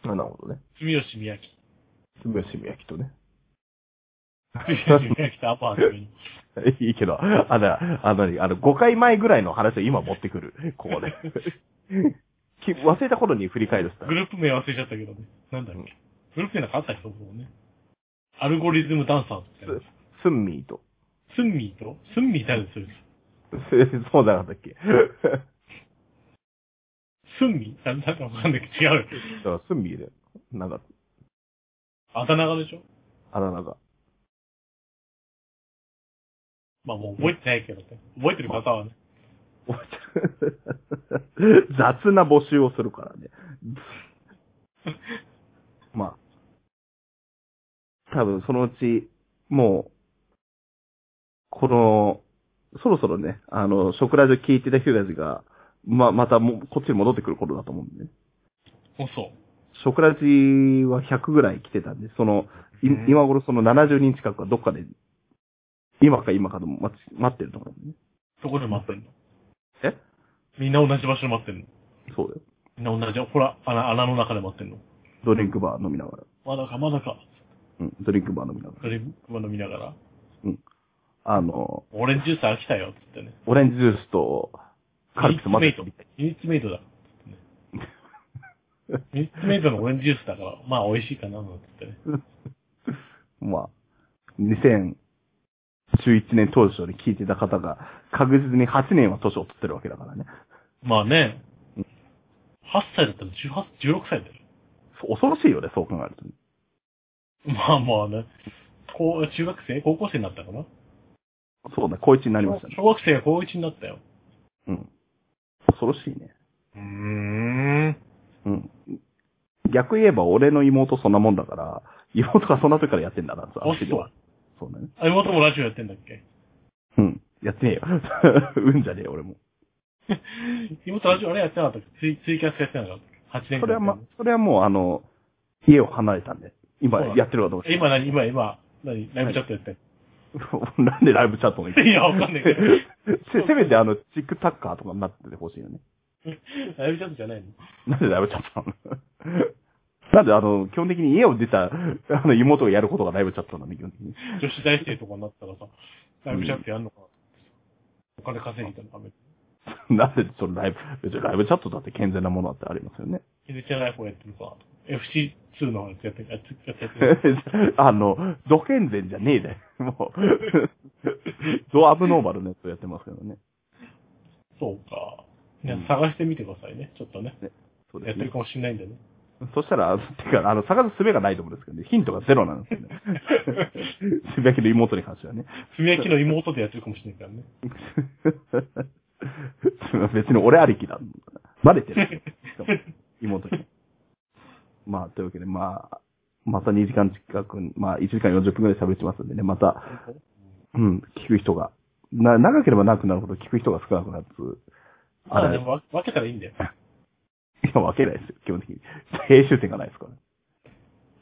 B: ら。
A: あなるほどね。
B: 住吉宮城。
A: 住吉宮きとね。
B: 住吉宮城とアブはじめに。
A: いいけど、あの、あの、あの、5回前ぐらいの話を今持ってくる。ここで。 き忘れた頃に振り返るスタイ
B: グ
A: ル。
B: ループ名忘れちゃったけどね。なんだっけ。グループ名なんかあったっけそもそもね。アルゴリズムダンサーってやつ。
A: スンミーと。
B: スンミーとスンミー誰でする
A: そうじゃなかったっけ
B: スンミーなんだかわかんないけど違うよ。
A: だからスンミーで、なんか、
B: あだ名がでしょ
A: あだ名が。
B: まあもう覚えてないけどね。覚えてる方はね。
A: 雑な募集をするからね。 まあ。多分そのうち、もう、この、そろそろね、あの、食ラジオ聞いてた人たちが、まあ、またもうこっちに戻ってくる頃だと思うんでね。
B: もうそう。
A: 食ラジは100ぐらい来てたんで、その、い
B: うん
A: 今頃その70人近くはどっかで、今か今かと待ち待ってると思うんでね。
B: どこで待ってんの
A: え
B: みんな同じ場所で待ってんの
A: そうだよ。
B: みんな同じ、ほら、穴、穴の中で待ってんの
A: ドリンクバー飲みながら。
B: まだかまだか。
A: うん、ドリンクバー飲みなが
B: それ、馬飲みながら。
A: ら。あの、
B: オレンジジュース飽きたよ、つってね。
A: オレンジジュースと、カルピス混ぜて
B: ミニッツメイト。ミニッツメイト だ。つってねミニッツメイトのオレンジジュースだから、まあ美味しいかな、なんつってね。
A: まあ、2011年当初に聞いてた方が、確実に8年は年を取ってるわけだからね。
B: まあね
A: うん。
B: 8歳だったら18、16歳だよ。
A: そ恐ろしいよね、そう考えると。
B: まあまあね。こう、中学生高校生になったかな
A: そうね、高一になりましたね。
B: 小学生が高1になったよ。
A: うん。恐ろしいね。
B: うーん。
A: うん。逆言えば俺の妹そんなもんだから、妹がそんな時からやってんだな、さ
B: あ、そう。。
A: そうだね。
B: あ、妹もラジオやってんだっけ
A: うん。やってねえよ。 うんじゃねえよ、俺も。
B: 妹ラジオあれやってなかったっけツイツイキャスやってなかったっけ ?8 年間。
A: それはま、それはもうあの、家を離れたんで、今
B: そうだね
A: やってるわと思って。
B: 今何今、今、何ライブチャットやって ん
A: なんでライブチャットの
B: いやわかんないけど
A: せせめてあの、チックタッカーとかになっててほしいよね。
B: ライブチャットじゃないの
A: なんでだいぶチャットなの なんであの、基本的に家を出た、あの、妹がやることがだいぶチャットなんで、基本的に。
B: 女子大生とかになったらさ、ライブチャットやんのかな、お金稼ぎたのために。
A: なんでそのライブ、別にライブチャットだって健全なものだってありますよね。
B: 全然ライフやってるか。FC2 のやつやってる、やってる、やって る。
A: あの、ド健全じゃねえで、もう。 ドアブノーマルネットやってますけどね。
B: そうか。いや探してみてくださいね、ちょっとね。
A: そうで
B: やっ
A: す
B: て
A: ね
B: る。かもしれないんでね。
A: そしたら、てか、あの、探す術がないと思うんですけどね、ヒントがゼロなんですよね。 つぶやきの妹に関してはね。
B: つぶやきの妹でやってるかもしれないからね。
A: 別に俺ありきだ。バレて る。しかも妹に。 まあ、というわけで、まあ、また2時間近く、まあ、1時間40分くらい喋ってますんでね、また、うん、聞く人が、な、長ければ長くなるほど聞く人が少なくなる。あ
B: ただ
A: ら、
B: で
A: い
B: も分けたらいいんだよ。
A: や、分けないですよ、基本的に。編集点がないですから。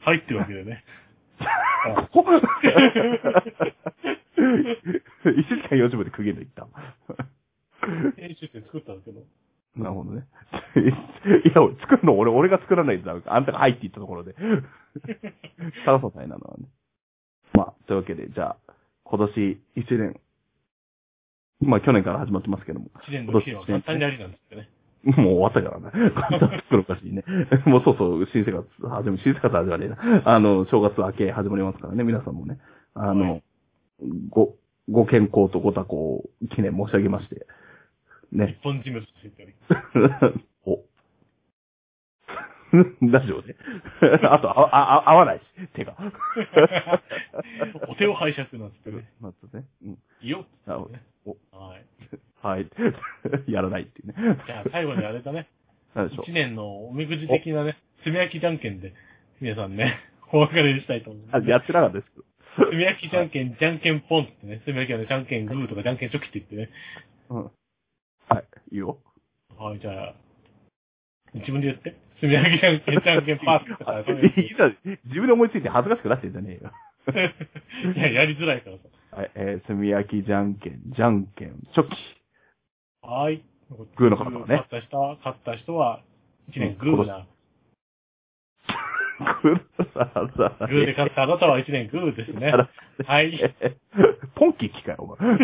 B: 入ってるわけだよね。
A: ここ ?1 時間40分で区切るの一旦。
B: 編集点作ったんだけど。
A: なるほどね。 いや、作るの俺、俺が作らないとダメか。あんたが入っていったとこ ろで。辛さないなのはね。まあ、というわけで、じゃあ、今年1年、まあ去年から始まってますけども、
B: 一年の期限は簡単にありなんですよね。
A: もう終わったからね。簡単に作るおかしいね。 もうそうそう、新生活、始め、新生活始まりな。あの、正月明け始まりますからね、皆さんもね。あの、
B: はい
A: ご、ご健康とご多幸を記念申し上げまして。ね
B: 一。本締めとしてい たり。
A: お。 大丈夫ね。 あと、あ、あ、合わないし、手 が。
B: お手を拝借なんつってね。
A: まずね。うん。
B: いいよ。
A: なるほど
B: はい。
A: おはい。 やらないっていうね。
B: じゃあ最後にあれだね。
A: なんでしょう
B: 一。年のおみくじ的なね、つぶやきじゃんけんで、皆さんね、 お別れしたいと思いま
A: あ
B: す。
A: やってなかったですけど。
B: つぶやきじゃんけん、じゃんけんポンってね、つぶやきはね、じゃんけんグーとかじゃんけんチョキって言ってね。
A: うん。はい。いいよ。
B: はい、じゃあ、自分で言って。つぶやきじゃんけん、じゃんけんパーって
A: あい
B: さそれ
A: いじゃん自分で思いついて恥ずかしくなってんじゃねえよ。
B: いや、やりづらいからさ。
A: はい。えー、炭焼きじゃんけん、じゃんけん、チョキ。
B: はーい。
A: グーの方はね
B: 勝った人は、勝った人は、一年グーな。
A: グーささ
B: グーで勝ったあなたは一年グーで すね。はい。
A: え ポンキッキかよ、お前。わ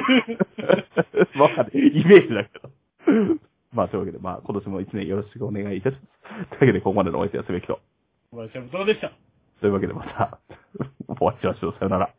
A: かんないイメージだけど。まあ、というわけで、まあ、今年も一年よろしくお願いいたします。というわけで、ここまでのお相手はすべきと。
B: お前、シャブトロでした。
A: というわけで、また、お会いしましょう。さよなら。